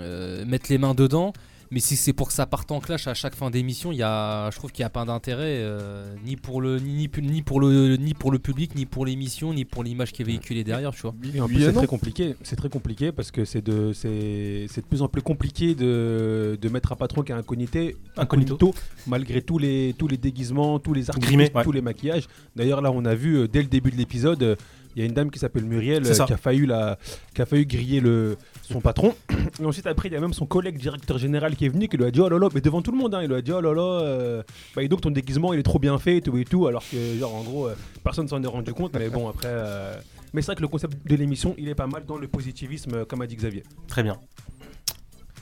Speaker 3: euh, mettre les mains dedans mais si c'est pour que ça parte en clash à chaque fin d'émission, il y a, je trouve qu'il n'y a pas d'intérêt euh, ni pour le ni, pu- ni pour le ni pour le public, ni pour l'émission, ni pour l'image qui est véhiculée derrière, tu vois.
Speaker 9: Et en plus, c'est très compliqué. C'est très compliqué parce que c'est de, c'est, c'est de plus en plus compliqué de, de mettre un patron qui a incognité,
Speaker 2: Incognito.
Speaker 9: malgré tous les, tous les déguisements, tous les artifices,
Speaker 2: Grimé, ouais.
Speaker 9: tous les maquillages. D'ailleurs, là, on a vu euh, dès le début de l'épisode, euh, il y a une dame qui s'appelle Muriel
Speaker 2: C'est
Speaker 9: euh,
Speaker 2: ça.
Speaker 9: qui a failli la, qui a failli griller le, son patron. [COUGHS] Et ensuite, après, il y a même son collègue directeur général qui est venu qui lui a dit oh là là, mais devant tout le monde, hein, il lui a dit oh là là, euh, bah, et donc ton déguisement il est trop bien fait et tout et tout, alors que genre en gros euh, personne s'en est rendu compte, mais bon après. euh, Mais c'est vrai que le concept de l'émission il est pas mal dans le positivisme, euh, comme a dit Xavier.
Speaker 2: Très bien.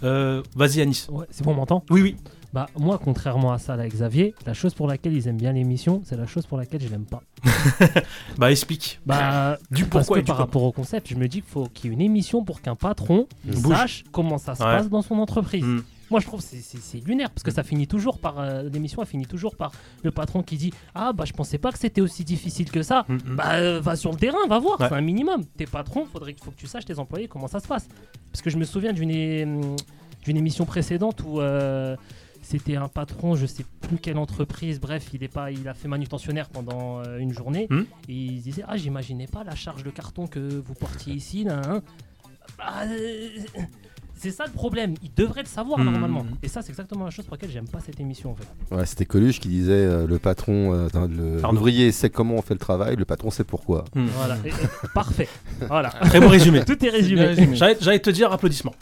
Speaker 2: Euh, Vas-y, Anis.
Speaker 10: C'est bon, on m'entend
Speaker 2: Oui, oui.
Speaker 10: Bah, moi, contrairement à ça, là, Xavier, la chose pour laquelle ils aiment bien l'émission, c'est la chose pour laquelle je l'aime pas.
Speaker 2: Bah, explique.
Speaker 10: Bah,
Speaker 2: [LAUGHS] du
Speaker 10: parce
Speaker 2: pourquoi
Speaker 10: que
Speaker 2: et du
Speaker 10: par
Speaker 2: comment.
Speaker 10: rapport au concept, je me dis qu'il faut qu'il y ait une émission pour qu'un patron
Speaker 2: Bouge.
Speaker 10: sache comment ça se
Speaker 2: Ouais. Hmm.
Speaker 10: passe dans son entreprise. Moi, je trouve que c'est- c'est c'est lunaire parce que ça finit toujours par euh, l'émission, elle finit toujours par le patron qui dit Ah, bah, je pensais pas que c'était aussi difficile que ça.
Speaker 2: Hmm,
Speaker 10: Bah, euh, va sur le terrain, va voir,
Speaker 2: Ouais.
Speaker 10: c'est un minimum. T'es patron, faudrait faut que tu saches tes employés comment ça se passe. Parce que je me souviens d'une é- hum, d'une émission précédente où euh, c'était un patron, je sais plus quelle entreprise, bref, il est pas, il a fait manutentionnaire pendant euh, une journée
Speaker 2: Hmm.
Speaker 10: et il se disait ah j'imaginais pas la charge de carton que vous portiez ici. nan, nan. Bah, euh, c'est ça le problème, il devrait le savoir
Speaker 2: Hmm.
Speaker 10: normalement. Et ça c'est exactement la chose pour laquelle j'aime pas cette émission en fait.
Speaker 7: [LAUGHS] Ouais, c'était Coluche qui disait euh, le patron, euh, attends, le-
Speaker 10: Pardon.
Speaker 7: l'ouvrier sait comment on fait le travail, le patron sait pourquoi.
Speaker 2: Mm.
Speaker 10: Voilà, Et- et- parfait. Voilà.
Speaker 2: Hmm. Très bon résumé.
Speaker 10: Tout est résumé.
Speaker 2: J'allais j'allais te dire applaudissements.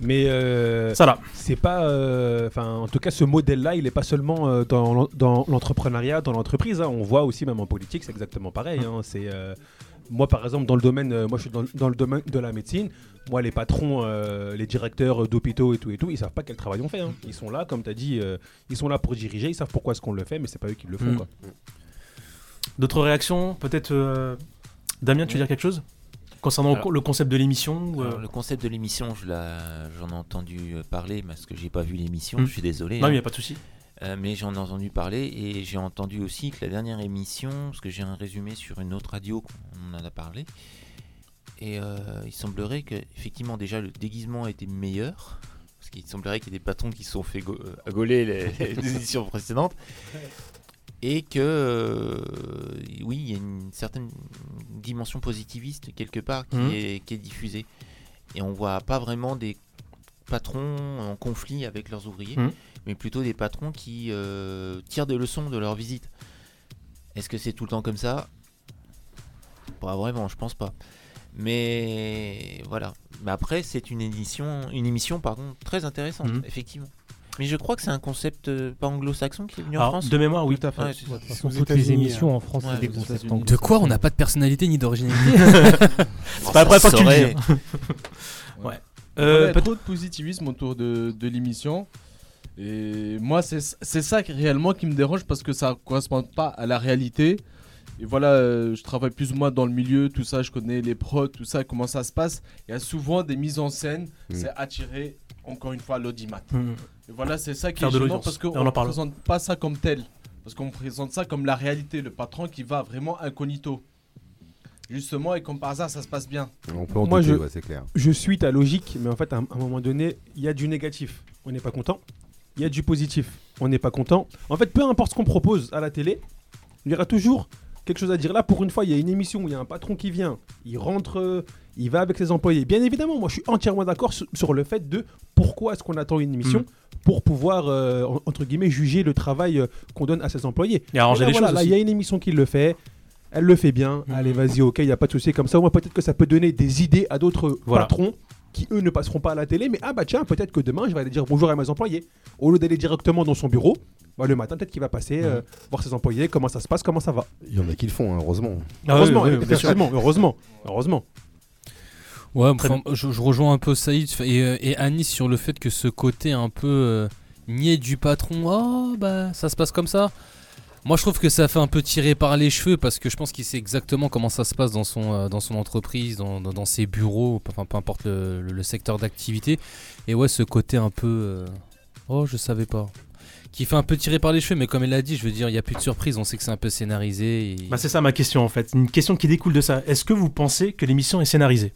Speaker 9: Mais euh,
Speaker 2: Ça, là.
Speaker 9: c'est pas. euh, Enfin, en tout cas, ce modèle-là, il est pas seulement euh, dans l'en- dans l'entrepreneuriat, dans l'entreprise. hein. On voit aussi, même en politique, c'est exactement pareil. hein. C'est. euh, moi, par exemple, dans le domaine, euh, moi, je suis dans, le- dans le domaine de la médecine. Moi, les patrons, euh, les directeurs d'hôpitaux et tout et tout, ils savent pas quel travail on fait. hein. Ils sont là, comme tu as dit, euh, ils sont là pour diriger. Ils savent pourquoi est-ce qu'on le fait, mais c'est pas eux qui le font.
Speaker 2: Mm.
Speaker 9: quoi.
Speaker 2: D'autres réactions Peut-être euh, Damien, tu veux dire quelque chose Concernant
Speaker 5: Alors-
Speaker 2: le concept de l'émission ou, euh,
Speaker 5: Alors, le concept de l'émission, je la- j'en ai entendu euh, parler parce que j'ai pas vu l'émission,
Speaker 2: Mm.
Speaker 5: je suis désolé.
Speaker 2: Non, mais
Speaker 5: hein.
Speaker 2: y a pas de souci.
Speaker 5: Euh, mais j'en ai entendu parler et j'ai entendu aussi que la dernière émission, parce que j'ai un résumé sur une autre radio, on en a parlé, et euh, il semblerait que effectivement déjà le déguisement était meilleur, parce qu'il semblerait qu'il y ait des patrons qui se sont fait go- euh, gauler les, [LAUGHS] les éditions précédentes, et que euh, oui, il y a une certaine dimension positiviste quelque part qui,
Speaker 2: Mhm.
Speaker 5: est, qui est diffusée, et on voit pas vraiment des patrons en conflit avec leurs ouvriers,
Speaker 2: Mhm.
Speaker 5: mais plutôt des patrons qui euh, tirent des leçons de leur visite. Est-ce que c'est tout le temps comme ça Pas vraiment, je pense pas. Mais voilà. Mais après, c'est une édition, une émission pardon, très intéressante,
Speaker 2: Mhm.
Speaker 5: effectivement. Mais je crois que c'est un concept euh, pas anglo-saxon qui est venu en
Speaker 2: Alors,
Speaker 5: France.
Speaker 2: Ah,
Speaker 5: hein.
Speaker 2: de mémoire, oui.
Speaker 5: tout à fait.
Speaker 2: Ouais,
Speaker 10: De toute façon, toutes les
Speaker 8: hein.
Speaker 10: émissions en France, c'est des concepts anglais.
Speaker 3: De quoi on n'a pas de personnalité ni d'originalité
Speaker 2: [LAUGHS]
Speaker 3: [LAUGHS]
Speaker 2: C'est pas la première fois que tu le dis. hein.
Speaker 4: [LAUGHS] Ouais.
Speaker 2: ouais. Euh,
Speaker 4: Voilà, trop de positivisme autour de, de l'émission. Et moi, c'est c'est ça qui- réellement qui me dérange parce que ça correspond pas à la réalité. Et voilà, euh, je travaille plus ou moins dans le milieu, tout ça, je connais les prods, tout ça, comment ça se passe. Il y a souvent des mises en scène,
Speaker 2: Mm.
Speaker 4: c'est attirer encore une fois l'audimat.
Speaker 2: Mm.
Speaker 4: Et voilà, c'est ça qui
Speaker 2: Faire
Speaker 4: est
Speaker 2: de
Speaker 4: gênant
Speaker 2: l'audience.
Speaker 4: parce
Speaker 2: Et
Speaker 4: qu'on
Speaker 2: on en
Speaker 4: ne
Speaker 2: parle.
Speaker 4: présente pas ça comme tel. Parce qu'on présente ça comme la réalité, le patron qui va vraiment incognito. Justement, et comme par hasard, ça se passe bien.
Speaker 7: On peut en
Speaker 9: Moi,
Speaker 7: douter,
Speaker 9: je-
Speaker 7: ouais, c'est clair.
Speaker 9: Je suis ta logique, mais en fait, à un, à un moment donné, il y a du négatif. On n'est pas content. Il y a du positif. On n'est pas content. En fait, peu importe ce qu'on propose à la télé, il y aura toujours quelque chose à dire. Là, pour une fois, il y a une émission où il y a un patron qui vient, il rentre, euh, il va avec ses employés. Bien évidemment, moi, je suis entièrement d'accord sur, sur le fait de pourquoi est-ce qu'on attend une émission
Speaker 2: Mm.
Speaker 9: pour pouvoir, euh, en- entre guillemets, juger le travail euh, qu'on donne à ses employés.
Speaker 2: Et arranger
Speaker 9: Mais là,
Speaker 2: les
Speaker 9: voilà,
Speaker 2: choses
Speaker 9: là,
Speaker 2: aussi.
Speaker 9: il y a une émission qui le fait. Elle le fait bien. Allez, vas-y, ok, il n'y a pas de souci. Comme ça, au moins, peut-être que ça peut donner des idées à d'autres
Speaker 2: Voilà.
Speaker 9: patrons qui, eux, ne passeront pas à la télé. Mais ah, bah tiens, peut-être que demain, je vais aller dire bonjour à mes employés. Au lieu d'aller directement dans son bureau, bah, le matin, peut-être qu'il va passer, euh, voir ses employés, comment ça se passe, comment ça va.
Speaker 7: Il y en a qui le font, hein, heureusement.
Speaker 9: heureusement,
Speaker 7: oui, oui, bien sûr.
Speaker 9: effectivement, heureusement, heureusement.
Speaker 3: Ouais, enfin, je, je rejoins un peu Saïd et, euh, et Anis sur le fait que ce côté un peu euh, niais du patron, oh bah ça se passe comme ça. Moi je trouve que ça fait un peu tirer par les cheveux parce que je pense qu'il sait exactement comment ça se passe dans son, euh, dans son entreprise, dans, dans- dans ses bureaux, enfin peu importe le, le- le secteur d'activité. Et ouais, ce côté un peu. euh, oh, je savais pas. Qui fait un peu tirer par les cheveux, mais comme elle l'a dit, je veux dire, il n'y a plus de surprise, on sait que c'est un peu scénarisé. et-
Speaker 2: Bah, c'est ça ma question en fait. Une question qui découle de ça. Est-ce que vous pensez que l'émission est scénarisée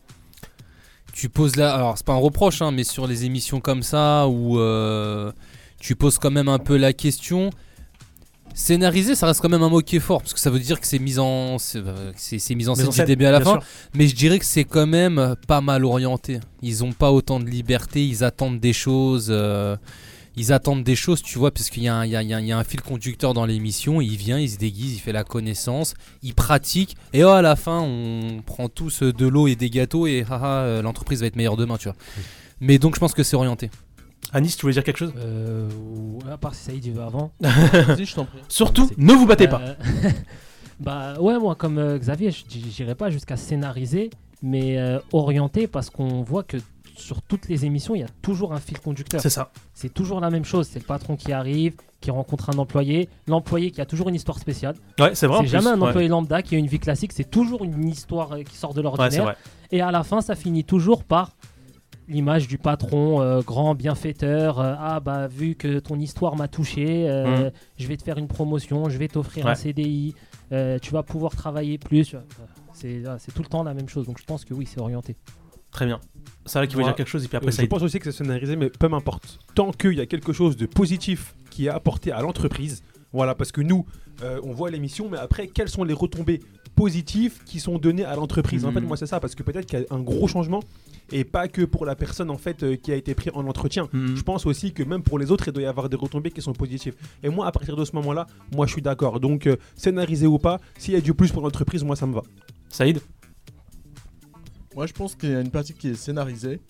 Speaker 3: tu poses là, alors c'est pas un reproche, hein, mais sur les émissions comme ça où euh, tu poses quand même un peu la question. Scénarisé, ça reste quand même un mot qui est fort parce que ça veut dire que c'est mis en, c'est euh, c'est- c'est mis en
Speaker 2: Mise
Speaker 3: scène
Speaker 2: en
Speaker 3: du
Speaker 2: scène,
Speaker 3: début à la
Speaker 2: bien
Speaker 3: fin.
Speaker 2: sûr.
Speaker 3: Mais je dirais que c'est quand même pas mal orienté. Ils ont pas autant de liberté, ils attendent des choses. euh, ils attendent des choses, tu vois, parce qu'il y, a un- il y a- il y a un- il y a un fil conducteur dans l'émission. Il vient, il se déguise, il fait la connaissance, il pratique. Et oh, à la fin, on prend tous de l'eau et des gâteaux et haha, euh, l'entreprise va être meilleure demain, tu vois. Mais donc, je pense que c'est orienté.
Speaker 2: Anis, tu voulais dire quelque chose
Speaker 10: Euh, ou- à part si Saïd y va avant.
Speaker 2: [LAUGHS] Vas-y, je t'en prie. Surtout,
Speaker 10: Merci.
Speaker 2: ne vous battez pas.
Speaker 10: [LAUGHS] bah ouais, moi comme euh, Xavier, je n'irai pas jusqu'à scénariser, mais euh, orienter parce qu'on voit que sur toutes les émissions, il y a toujours un fil conducteur.
Speaker 2: C'est ça.
Speaker 10: C'est toujours la même chose. C'est le patron qui arrive, qui rencontre un employé, l'employé qui a toujours une histoire spéciale.
Speaker 2: Ouais, c'est vrai, en
Speaker 10: C'est jamais
Speaker 2: plus,
Speaker 10: un
Speaker 2: ouais.
Speaker 10: employé lambda qui a une vie classique. C'est toujours une histoire euh, qui sort de
Speaker 2: Ouais, c'est
Speaker 10: l'ordinaire.
Speaker 2: vrai.
Speaker 10: et à la fin, ça finit toujours par l'image du patron euh, grand bienfaiteur. euh, ah bah vu que ton histoire m'a touché, euh,
Speaker 2: Mm.
Speaker 10: je vais te faire une promotion, je vais t'offrir
Speaker 2: Ouais.
Speaker 10: un CDI, euh, tu vas pouvoir travailler plus. Euh, C'est voilà, c'est tout le temps la même chose. Donc je pense que oui, c'est orienté.
Speaker 2: Très bien. Ça là qui veut
Speaker 9: Moi,
Speaker 2: dire quelque chose et puis
Speaker 9: euh,
Speaker 2: après ça.
Speaker 9: Je pense aussi que c'est scénarisé, mais peu m'importe. Tant qu'il y a quelque chose de positif qui est apporté à l'entreprise, voilà, parce que nous, euh, on voit l'émission, mais après, quelles sont les retombées positives qui sont données à l'entreprise En fait,
Speaker 2: Mhm.
Speaker 9: moi, c'est ça, parce que peut-être qu'il y a un gros changement et pas que pour la personne en fait euh, qui a été prise en entretien.
Speaker 2: Hmm.
Speaker 9: Je pense aussi que même pour les autres, il doit y avoir des retombées qui sont positives. Et moi, à partir de ce moment-là, moi, je suis d'accord. Donc, euh, scénarisé ou pas, s'il y a du plus pour l'entreprise, moi, ça me va.
Speaker 2: Saïd
Speaker 4: Moi, je pense qu'il y a une partie qui est scénarisée,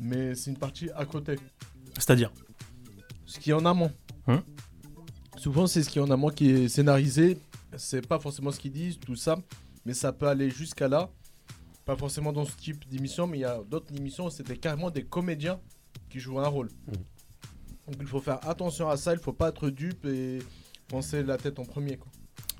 Speaker 4: mais c'est une partie à côté.
Speaker 2: C'est-à-dire
Speaker 4: Ce qui est en amont.
Speaker 2: Hein
Speaker 4: Souvent, c'est ce qui est en amont qui est scénarisé. C'est pas forcément ce qu'ils disent, tout ça, mais ça peut aller jusqu'à là. Pas forcément dans ce type d'émission, mais il y a d'autres émissions où c'était carrément des comédiens qui jouent un rôle. Donc il faut faire attention à ça, il faut pas être dupe et penser la tête en premier. Quoi.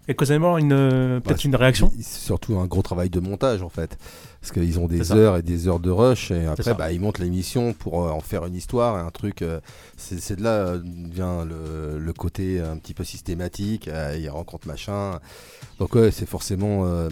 Speaker 2: Et Cosamore, une euh, peut-être
Speaker 7: Bah,
Speaker 2: une
Speaker 7: c'est-
Speaker 2: réaction
Speaker 7: C'est surtout un gros travail de montage en fait. Parce qu'ils ont
Speaker 2: C'est
Speaker 7: des
Speaker 2: ça.
Speaker 7: heures et des heures de rush et
Speaker 2: ça.
Speaker 7: après bah, ils montent l'émission pour euh, en faire une histoire et un truc. euh, c'est c'est de là euh, vient le, le côté euh, un petit peu systématique. euh, ils rencontrent machin. Donc ouais, c'est forcément euh,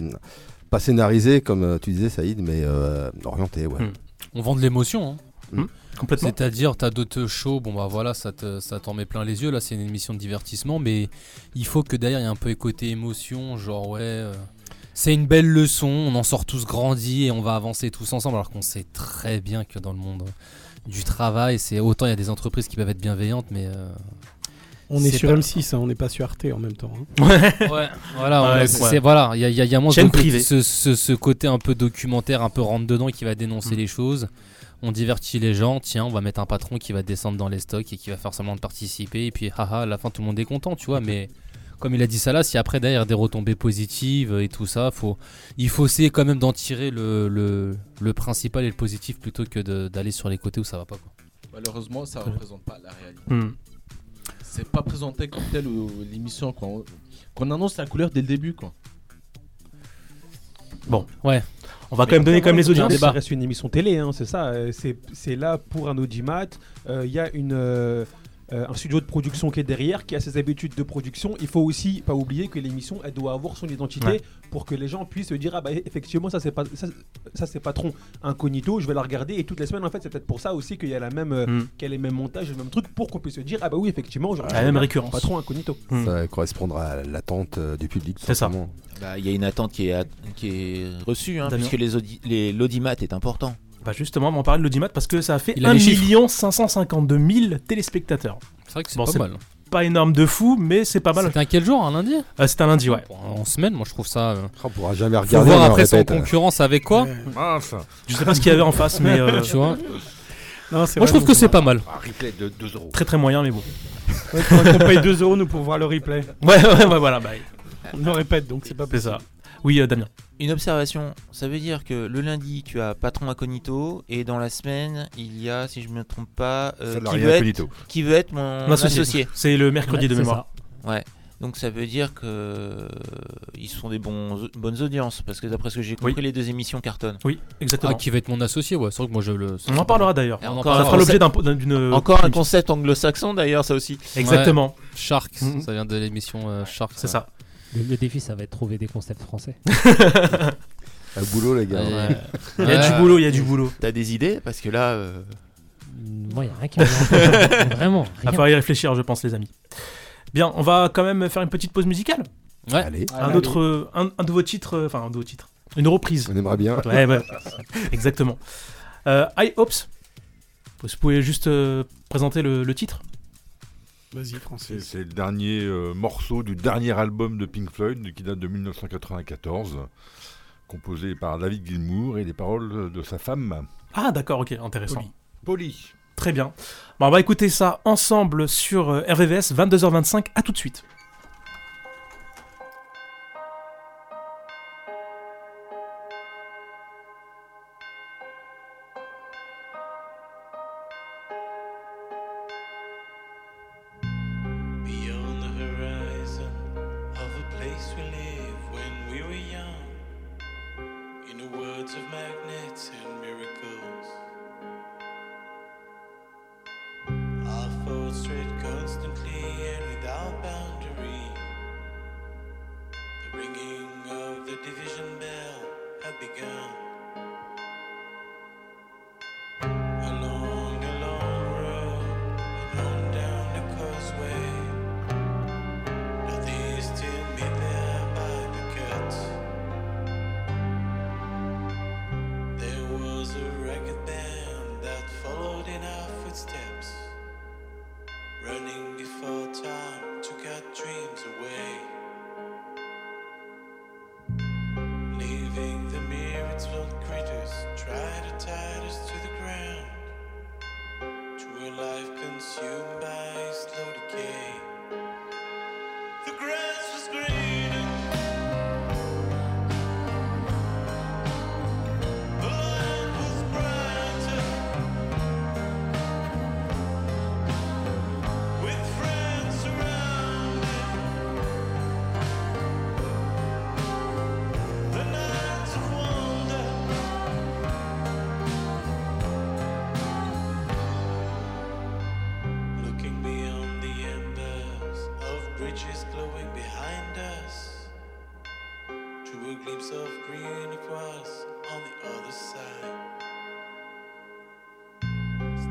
Speaker 7: pas scénarisé comme euh, tu disais Saïd, mais euh, orienté. Ouais.
Speaker 3: Hmm. On vend de l'émotion. hein.
Speaker 7: Hmm, complètement.
Speaker 3: C'est-à-dire, t'as d'autres shows, bon bah voilà, ça te- ça t'en met plein les yeux. Là, c'est une émission de divertissement, mais il faut que derrière, il y ait un peu les côtés émotion, genre ouais. euh, c'est une belle leçon, on en sort tous grandis et on va avancer tous ensemble. Alors qu'on sait très bien que dans le monde du travail, c'est autant il y a des entreprises qui peuvent être bienveillantes, mais. euh,
Speaker 8: On est,
Speaker 3: c'est
Speaker 8: sur
Speaker 3: pas-
Speaker 8: M6, hein, on n'est pas sur Arte en même temps. hein.
Speaker 3: ouais, voilà, on-
Speaker 8: Ouais,
Speaker 3: c'est-
Speaker 8: ouais.
Speaker 3: c'est- voilà, il y a, il y a- il y a moins
Speaker 8: Chaîne
Speaker 3: ce, côté-
Speaker 8: privée.
Speaker 3: ce, ce- ce côté un peu documentaire, un peu rentre dedans qui va dénoncer les choses. On divertit les gens, tiens, on va mettre un patron qui va descendre dans les stocks et qui va faire seulement de participer. Et puis, haha, à la fin, tout le monde est content, tu vois. Mais comme il a dit ça là, si après derrière des retombées positives et tout ça, faut, il faut essayer quand même d'en tirer le, le, le principal et le positif plutôt que de- d'aller sur les côtés où ça va pas. quoi.
Speaker 4: Malheureusement, ça
Speaker 2: Très bien.
Speaker 4: représente pas la réalité.
Speaker 2: Hmm.
Speaker 4: C'est pas présenté comme tel ou ou l'émission quoi. On- Qu'on annonce la couleur dès le début quoi.
Speaker 2: Bon,
Speaker 3: ouais.
Speaker 2: On va quand même donner quand même les audiences.
Speaker 9: Ça reste une émission télé, hein, c'est ça. euh, c'est- C'est là pour un audimat. euh, Il y a une. euh, euh, un studio de production qui est derrière, qui a ses habitudes de production. Il faut aussi pas oublier que l'émission, elle doit avoir son identité
Speaker 2: Ouais.
Speaker 9: pour que les gens puissent se dire ah bah effectivement ça c'est pas ça, ça, c'est patron incognito. Je vais la regarder et toutes les semaines en fait c'est peut-être pour ça aussi qu'il y a la même euh,
Speaker 2: Mm.
Speaker 9: qu'il y a les mêmes montages, le même truc pour qu'on puisse se dire ah bah oui effectivement aujourd'hui,
Speaker 7: La
Speaker 9: je
Speaker 7: même
Speaker 9: regarde
Speaker 7: récurrence.
Speaker 9: Patron incognito.
Speaker 2: Hmm.
Speaker 7: Ça correspondra à l'attente euh, du public. tout
Speaker 5: C'est ça.
Speaker 7: simplement.
Speaker 5: Bah, Il y a une attente qui est, at- qui est reçue, hein,
Speaker 2: Damien.
Speaker 5: puisque les audi- les- l'audimat est important.
Speaker 2: Bah justement, on va en parler de l'audimat parce que ça a fait
Speaker 5: Il a
Speaker 2: 1
Speaker 5: les chiffres.
Speaker 2: 552 000 téléspectateurs.
Speaker 3: C'est vrai que c'est
Speaker 2: Bon,
Speaker 3: pas mal.
Speaker 2: Pas énorme de fou, mais c'est pas mal.
Speaker 3: C'était un quel jour, un lundi
Speaker 2: C'était un lundi, ouais.
Speaker 3: En semaine, moi je trouve ça. euh,
Speaker 7: On pourra jamais
Speaker 3: Faut
Speaker 7: regarder.
Speaker 3: voir
Speaker 7: mais on
Speaker 3: après son
Speaker 7: répète, hein.
Speaker 3: concurrence avec quoi
Speaker 6: Mince.
Speaker 2: Je sais pas ce qu'il y avait en face, mais euh,
Speaker 3: [LAUGHS] tu vois.
Speaker 8: Non,
Speaker 3: Moi
Speaker 8: c'est
Speaker 3: je
Speaker 8: vrai,
Speaker 3: trouve que
Speaker 8: donc,
Speaker 3: c'est pas mal.
Speaker 6: Un replay de 2 euros.
Speaker 2: très très moyen, mais bon.
Speaker 8: Ouais, faudrait qu'on paye 2 euros nous pour voir le replay.
Speaker 2: [LAUGHS] Ouais, ouais, ouais, voilà. Bah,
Speaker 8: On le répète donc c'est pas
Speaker 2: c'est ça. Oui, euh, Damien.
Speaker 5: Une observation, ça veut dire que le lundi, tu as patron incognito, et dans la semaine, il y a, si je me trompe pas, euh, qui,
Speaker 6: Salarié
Speaker 5: veut être,
Speaker 6: incognito.
Speaker 5: qui veut être mon
Speaker 2: Mon associé.
Speaker 5: associé.
Speaker 2: C'est le mercredi de
Speaker 5: c'est
Speaker 2: mémoire.
Speaker 5: ça. Ouais. Donc ça veut dire que euh, ils sont des bons, bonnes audiences, parce que d'après ce que j'ai compris, les deux émissions cartonnent.
Speaker 2: Oui,
Speaker 3: Ah, qui va être mon associé, ouais. C'est vrai que moi je le.
Speaker 2: On en parlera d'ailleurs.
Speaker 5: Et
Speaker 2: Ça
Speaker 5: encore un
Speaker 2: fera l'objet d'un-
Speaker 5: concept-
Speaker 2: d'une.
Speaker 5: Encore un concept anglo-saxon d'ailleurs, ça aussi.
Speaker 2: Exactement.
Speaker 3: Ouais. Sharks, Mmh. ça vient de l'émission euh, Sharks.
Speaker 2: C'est ça.
Speaker 10: Le, le défi, ça va être trouver des concepts français.
Speaker 7: [LAUGHS] Un boulot les gars.
Speaker 3: Ouais.
Speaker 2: Il y a du boulot, il y a du boulot.
Speaker 5: T'as des idées Parce que là. euh,
Speaker 10: Moi, il n'y a rien qui
Speaker 2: [LAUGHS]
Speaker 10: me
Speaker 5: [LAUGHS]
Speaker 10: vient. Vraiment.
Speaker 2: Il va
Speaker 10: Rien.
Speaker 2: falloir y réfléchir, je pense, les amis. Bien, on va quand même faire une petite pause musicale.
Speaker 3: Ouais.
Speaker 7: Allez.
Speaker 2: Un autre, euh, un, un de vos titres, euh, enfin un de vos titres, une reprise.
Speaker 7: On aimerait bien.
Speaker 2: Ouais, ouais.
Speaker 7: [LAUGHS]
Speaker 2: exactement. Euh, I Hopes. Vous pouvez juste euh, présenter le, le titre.
Speaker 8: Vas-y,
Speaker 6: C'est c'est le dernier euh, morceau du dernier album de Pink Floyd qui date de 1994, composé par David Gilmour et les paroles de sa femme.
Speaker 2: Ah, d'accord, ok, intéressant.
Speaker 6: Poli.
Speaker 2: Très bien. Bon, on va écouter ça ensemble sur euh, RVVS 22h25. À tout de suite.
Speaker 11: Beyond the horizon of a place we live when we were young. In the words of magnets and miracles, our thoughts strayed constantly and without boundary. The ringing of the division bell had begun. Along a long road and on down the causeway. Nothing still meet there by the cuts. There was a ragged band that followed in our footsteps, running before time took our dreams away, leaving the mirrors. consumed by slow decay. The grass was green and the land was brighter. With friends surrounded, the nights of wonder. Looking beyond the embers of bridges glowing behind us to a glimpse of green across on the other side.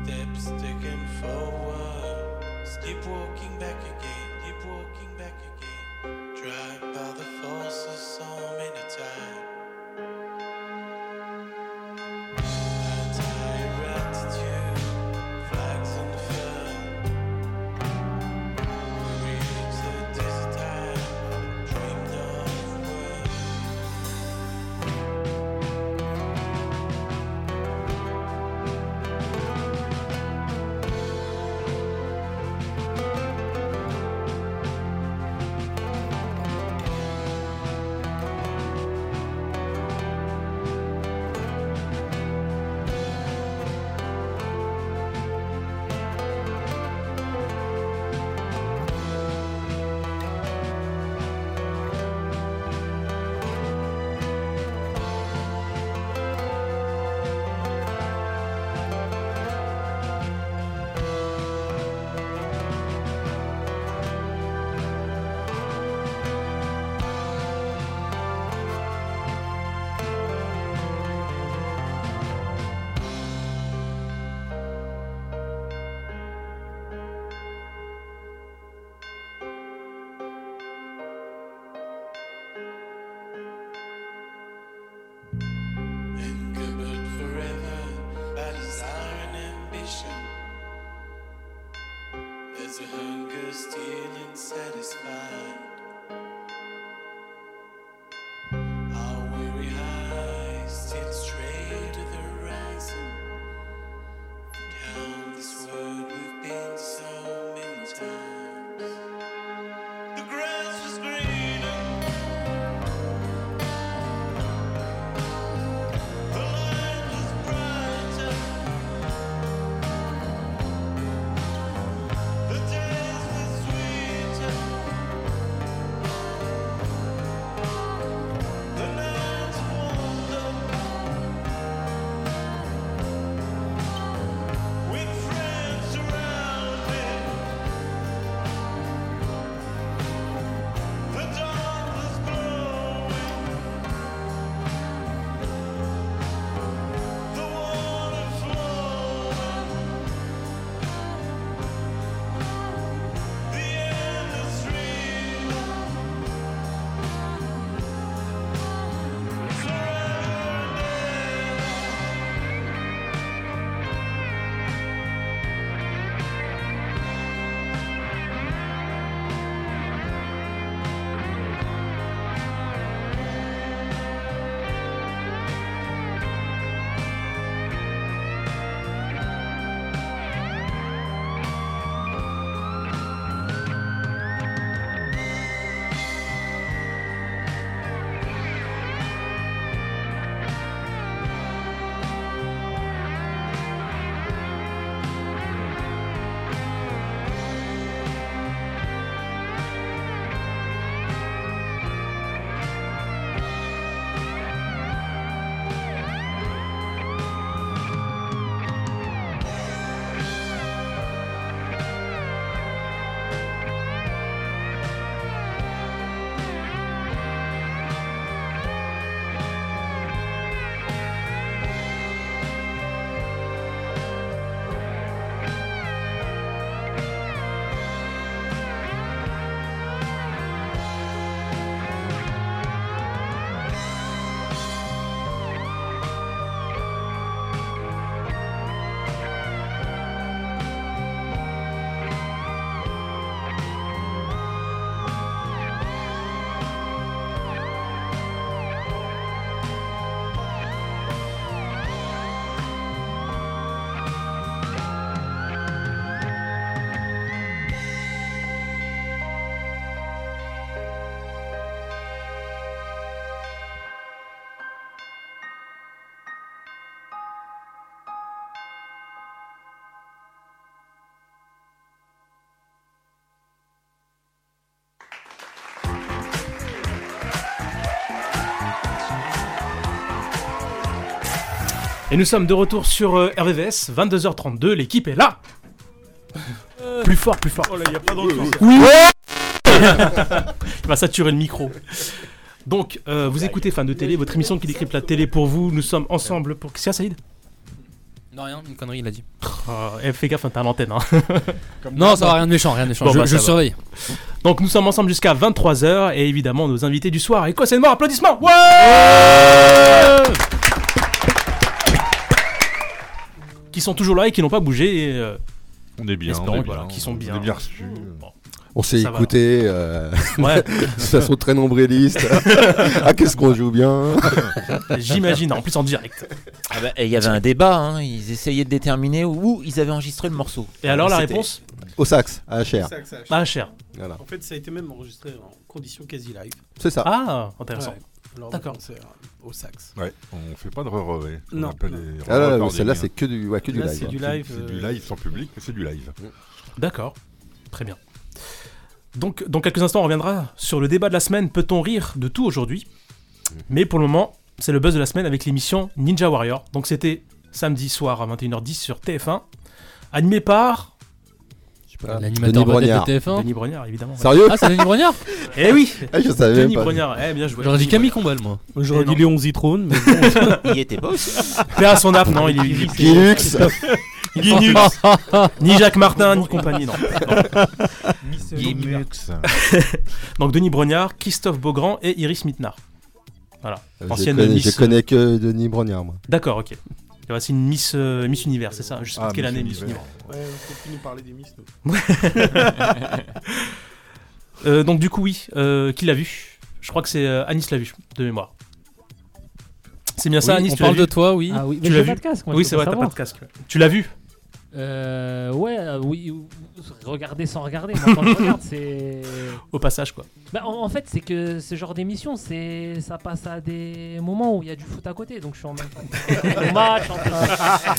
Speaker 11: Steps taken forward, keep walking back again, keep walking back again. Drive by the force of so many time. Entire attitude, flags in the fur. Encumbered forever by desire and ambition. There's a hunger still unsatisfied. Our weary eyes still stray to the horizon. Down this world we've been so many times. The grass was greener. The days were sweeter.
Speaker 2: Et nous sommes de retour sur euh, RVVS, 22h32, l'équipe est là Plus fort, plus fort.
Speaker 15: Oh là, y a pas d'entre-
Speaker 2: Oui [LAUGHS]
Speaker 15: Ouais.
Speaker 2: Il va saturer le micro. Donc, euh, vous écoutez Fan de Télé, votre émission qui décrypte la télé pour vous. Nous sommes ensemble pour. Qu'est-ce qu'il y a, Saïd
Speaker 3: Non, rien, une connerie, il a dit.
Speaker 2: Ah, eh, fais gaffe, hein, t'as l'antenne. hein.
Speaker 3: Non, ça va, rien de méchant, rien de méchant. Je- je
Speaker 2: bah, ça va.
Speaker 3: surveille.
Speaker 2: Donc nous sommes ensemble jusqu'à 23h et évidemment nos invités du soir. Et quoi, c'est le mort Applaudissements Ouais Qui sont toujours là et qui n'ont pas bougé. et, euh,
Speaker 6: On est bien,
Speaker 2: espérons
Speaker 6: on est
Speaker 2: que, voilà,
Speaker 6: bien,
Speaker 2: qu'ils sont
Speaker 6: on est
Speaker 2: bien.
Speaker 6: bien reçus.
Speaker 2: Bon.
Speaker 7: On s'est
Speaker 2: Ça va.
Speaker 7: écouté, euh,
Speaker 2: Ouais.
Speaker 7: [LAUGHS] de façon très nombriliste. ah, qu'est-ce qu'on joue bien
Speaker 2: J'imagine, en plus en direct.
Speaker 5: Ah bah, et il y avait un débat, hein, ils essayaient de déterminer où ils avaient enregistré le morceau.
Speaker 2: Et alors, la
Speaker 5: C'était-
Speaker 2: réponse
Speaker 7: Au sax, à HR.
Speaker 2: Pas cher.
Speaker 7: Voilà.
Speaker 8: En fait, ça a été même enregistré en condition quasi live.
Speaker 7: C'est ça.
Speaker 2: Ah, intéressant.
Speaker 8: D'accord. euh, Au sax.
Speaker 6: Ouais, on fait pas de re-re. on
Speaker 8: Non.
Speaker 6: appelle les
Speaker 7: Ah là,
Speaker 6: re-re
Speaker 7: là,
Speaker 6: par
Speaker 7: celle-là,
Speaker 6: des-
Speaker 7: c'est que du- ouais, que du Là, live, c'est hein. du live,
Speaker 6: C'est du
Speaker 7: euh,
Speaker 6: live sans public, mais c'est du live.
Speaker 2: D'accord, très bien. Donc, dans quelques instants, on reviendra sur le débat de la semaine. Peut-on rire de tout aujourd'hui Mais pour le moment, c'est le buzz de la semaine avec l'émission Ninja Warrior. Donc, c'était samedi soir à 21h10 sur TF1, animé par.
Speaker 3: L'animateur
Speaker 7: Denis
Speaker 3: vedette
Speaker 7: Brognard.
Speaker 3: de TF1.
Speaker 2: Denis Brognard, évidemment.
Speaker 7: Sérieux
Speaker 3: Ah, c'est Denis Brognard
Speaker 2: Eh oui
Speaker 7: Eh, je savais
Speaker 2: Denis
Speaker 7: pas.
Speaker 2: Brognard, eh bien joué. Eh,
Speaker 3: J'aurais dit Camille Combal, moi.
Speaker 2: J'aurais dit
Speaker 8: Léon Zitrone, mais
Speaker 2: [LAUGHS]
Speaker 8: [LAUGHS]
Speaker 5: Il était beau aussi.
Speaker 2: Père à son âme, non, il est il est-
Speaker 7: Guinux.
Speaker 2: [LAUGHS] Guinux. Ni Jacques Martin, ni compagnie, non. Non.
Speaker 5: Guinux.
Speaker 2: [LAUGHS] Donc Denis Brognard, Christophe Beaugrand et Iris Mittenard. Voilà.
Speaker 7: Euh, Je
Speaker 2: Ancienne
Speaker 7: connais, je
Speaker 2: Miss-
Speaker 7: connais que Denis Brognard, moi.
Speaker 2: D'accord, ok. Il y a aussi une Miss, euh, Miss Univers, c'est ça Je sais pas
Speaker 6: Ah,
Speaker 2: de quelle
Speaker 6: Miss
Speaker 2: année Miss
Speaker 6: Univers.
Speaker 2: Univers.
Speaker 8: Ouais, faut plus nous parler des miss, nous.
Speaker 2: Euh, donc du coup, oui, euh, qui l'a vu Je crois que c'est euh, Anis l'a vu, de mémoire. C'est bien ça,
Speaker 3: Oui,
Speaker 2: Anis
Speaker 3: on
Speaker 2: tu l'as
Speaker 3: parle
Speaker 2: vu
Speaker 3: de toi, oui. Ah oui, mais
Speaker 2: tu l'as
Speaker 3: j'ai
Speaker 2: vu
Speaker 3: pas de casque, moi,
Speaker 2: Oui,
Speaker 3: je
Speaker 2: c'est
Speaker 3: peux
Speaker 2: vrai, t'as
Speaker 3: savoir.
Speaker 2: pas de casque. Tu l'as vu
Speaker 10: Euh, ouais, euh, oui, ou- ou- regarder sans regarder. Moi, quand je regarde, c'est.
Speaker 2: Au passage, quoi.
Speaker 10: Bah, en, en fait, c'est que ce genre d'émission, c'est ça passe à des moments où il y a du foot à côté, donc je suis en même temps. [LAUGHS] Au match, en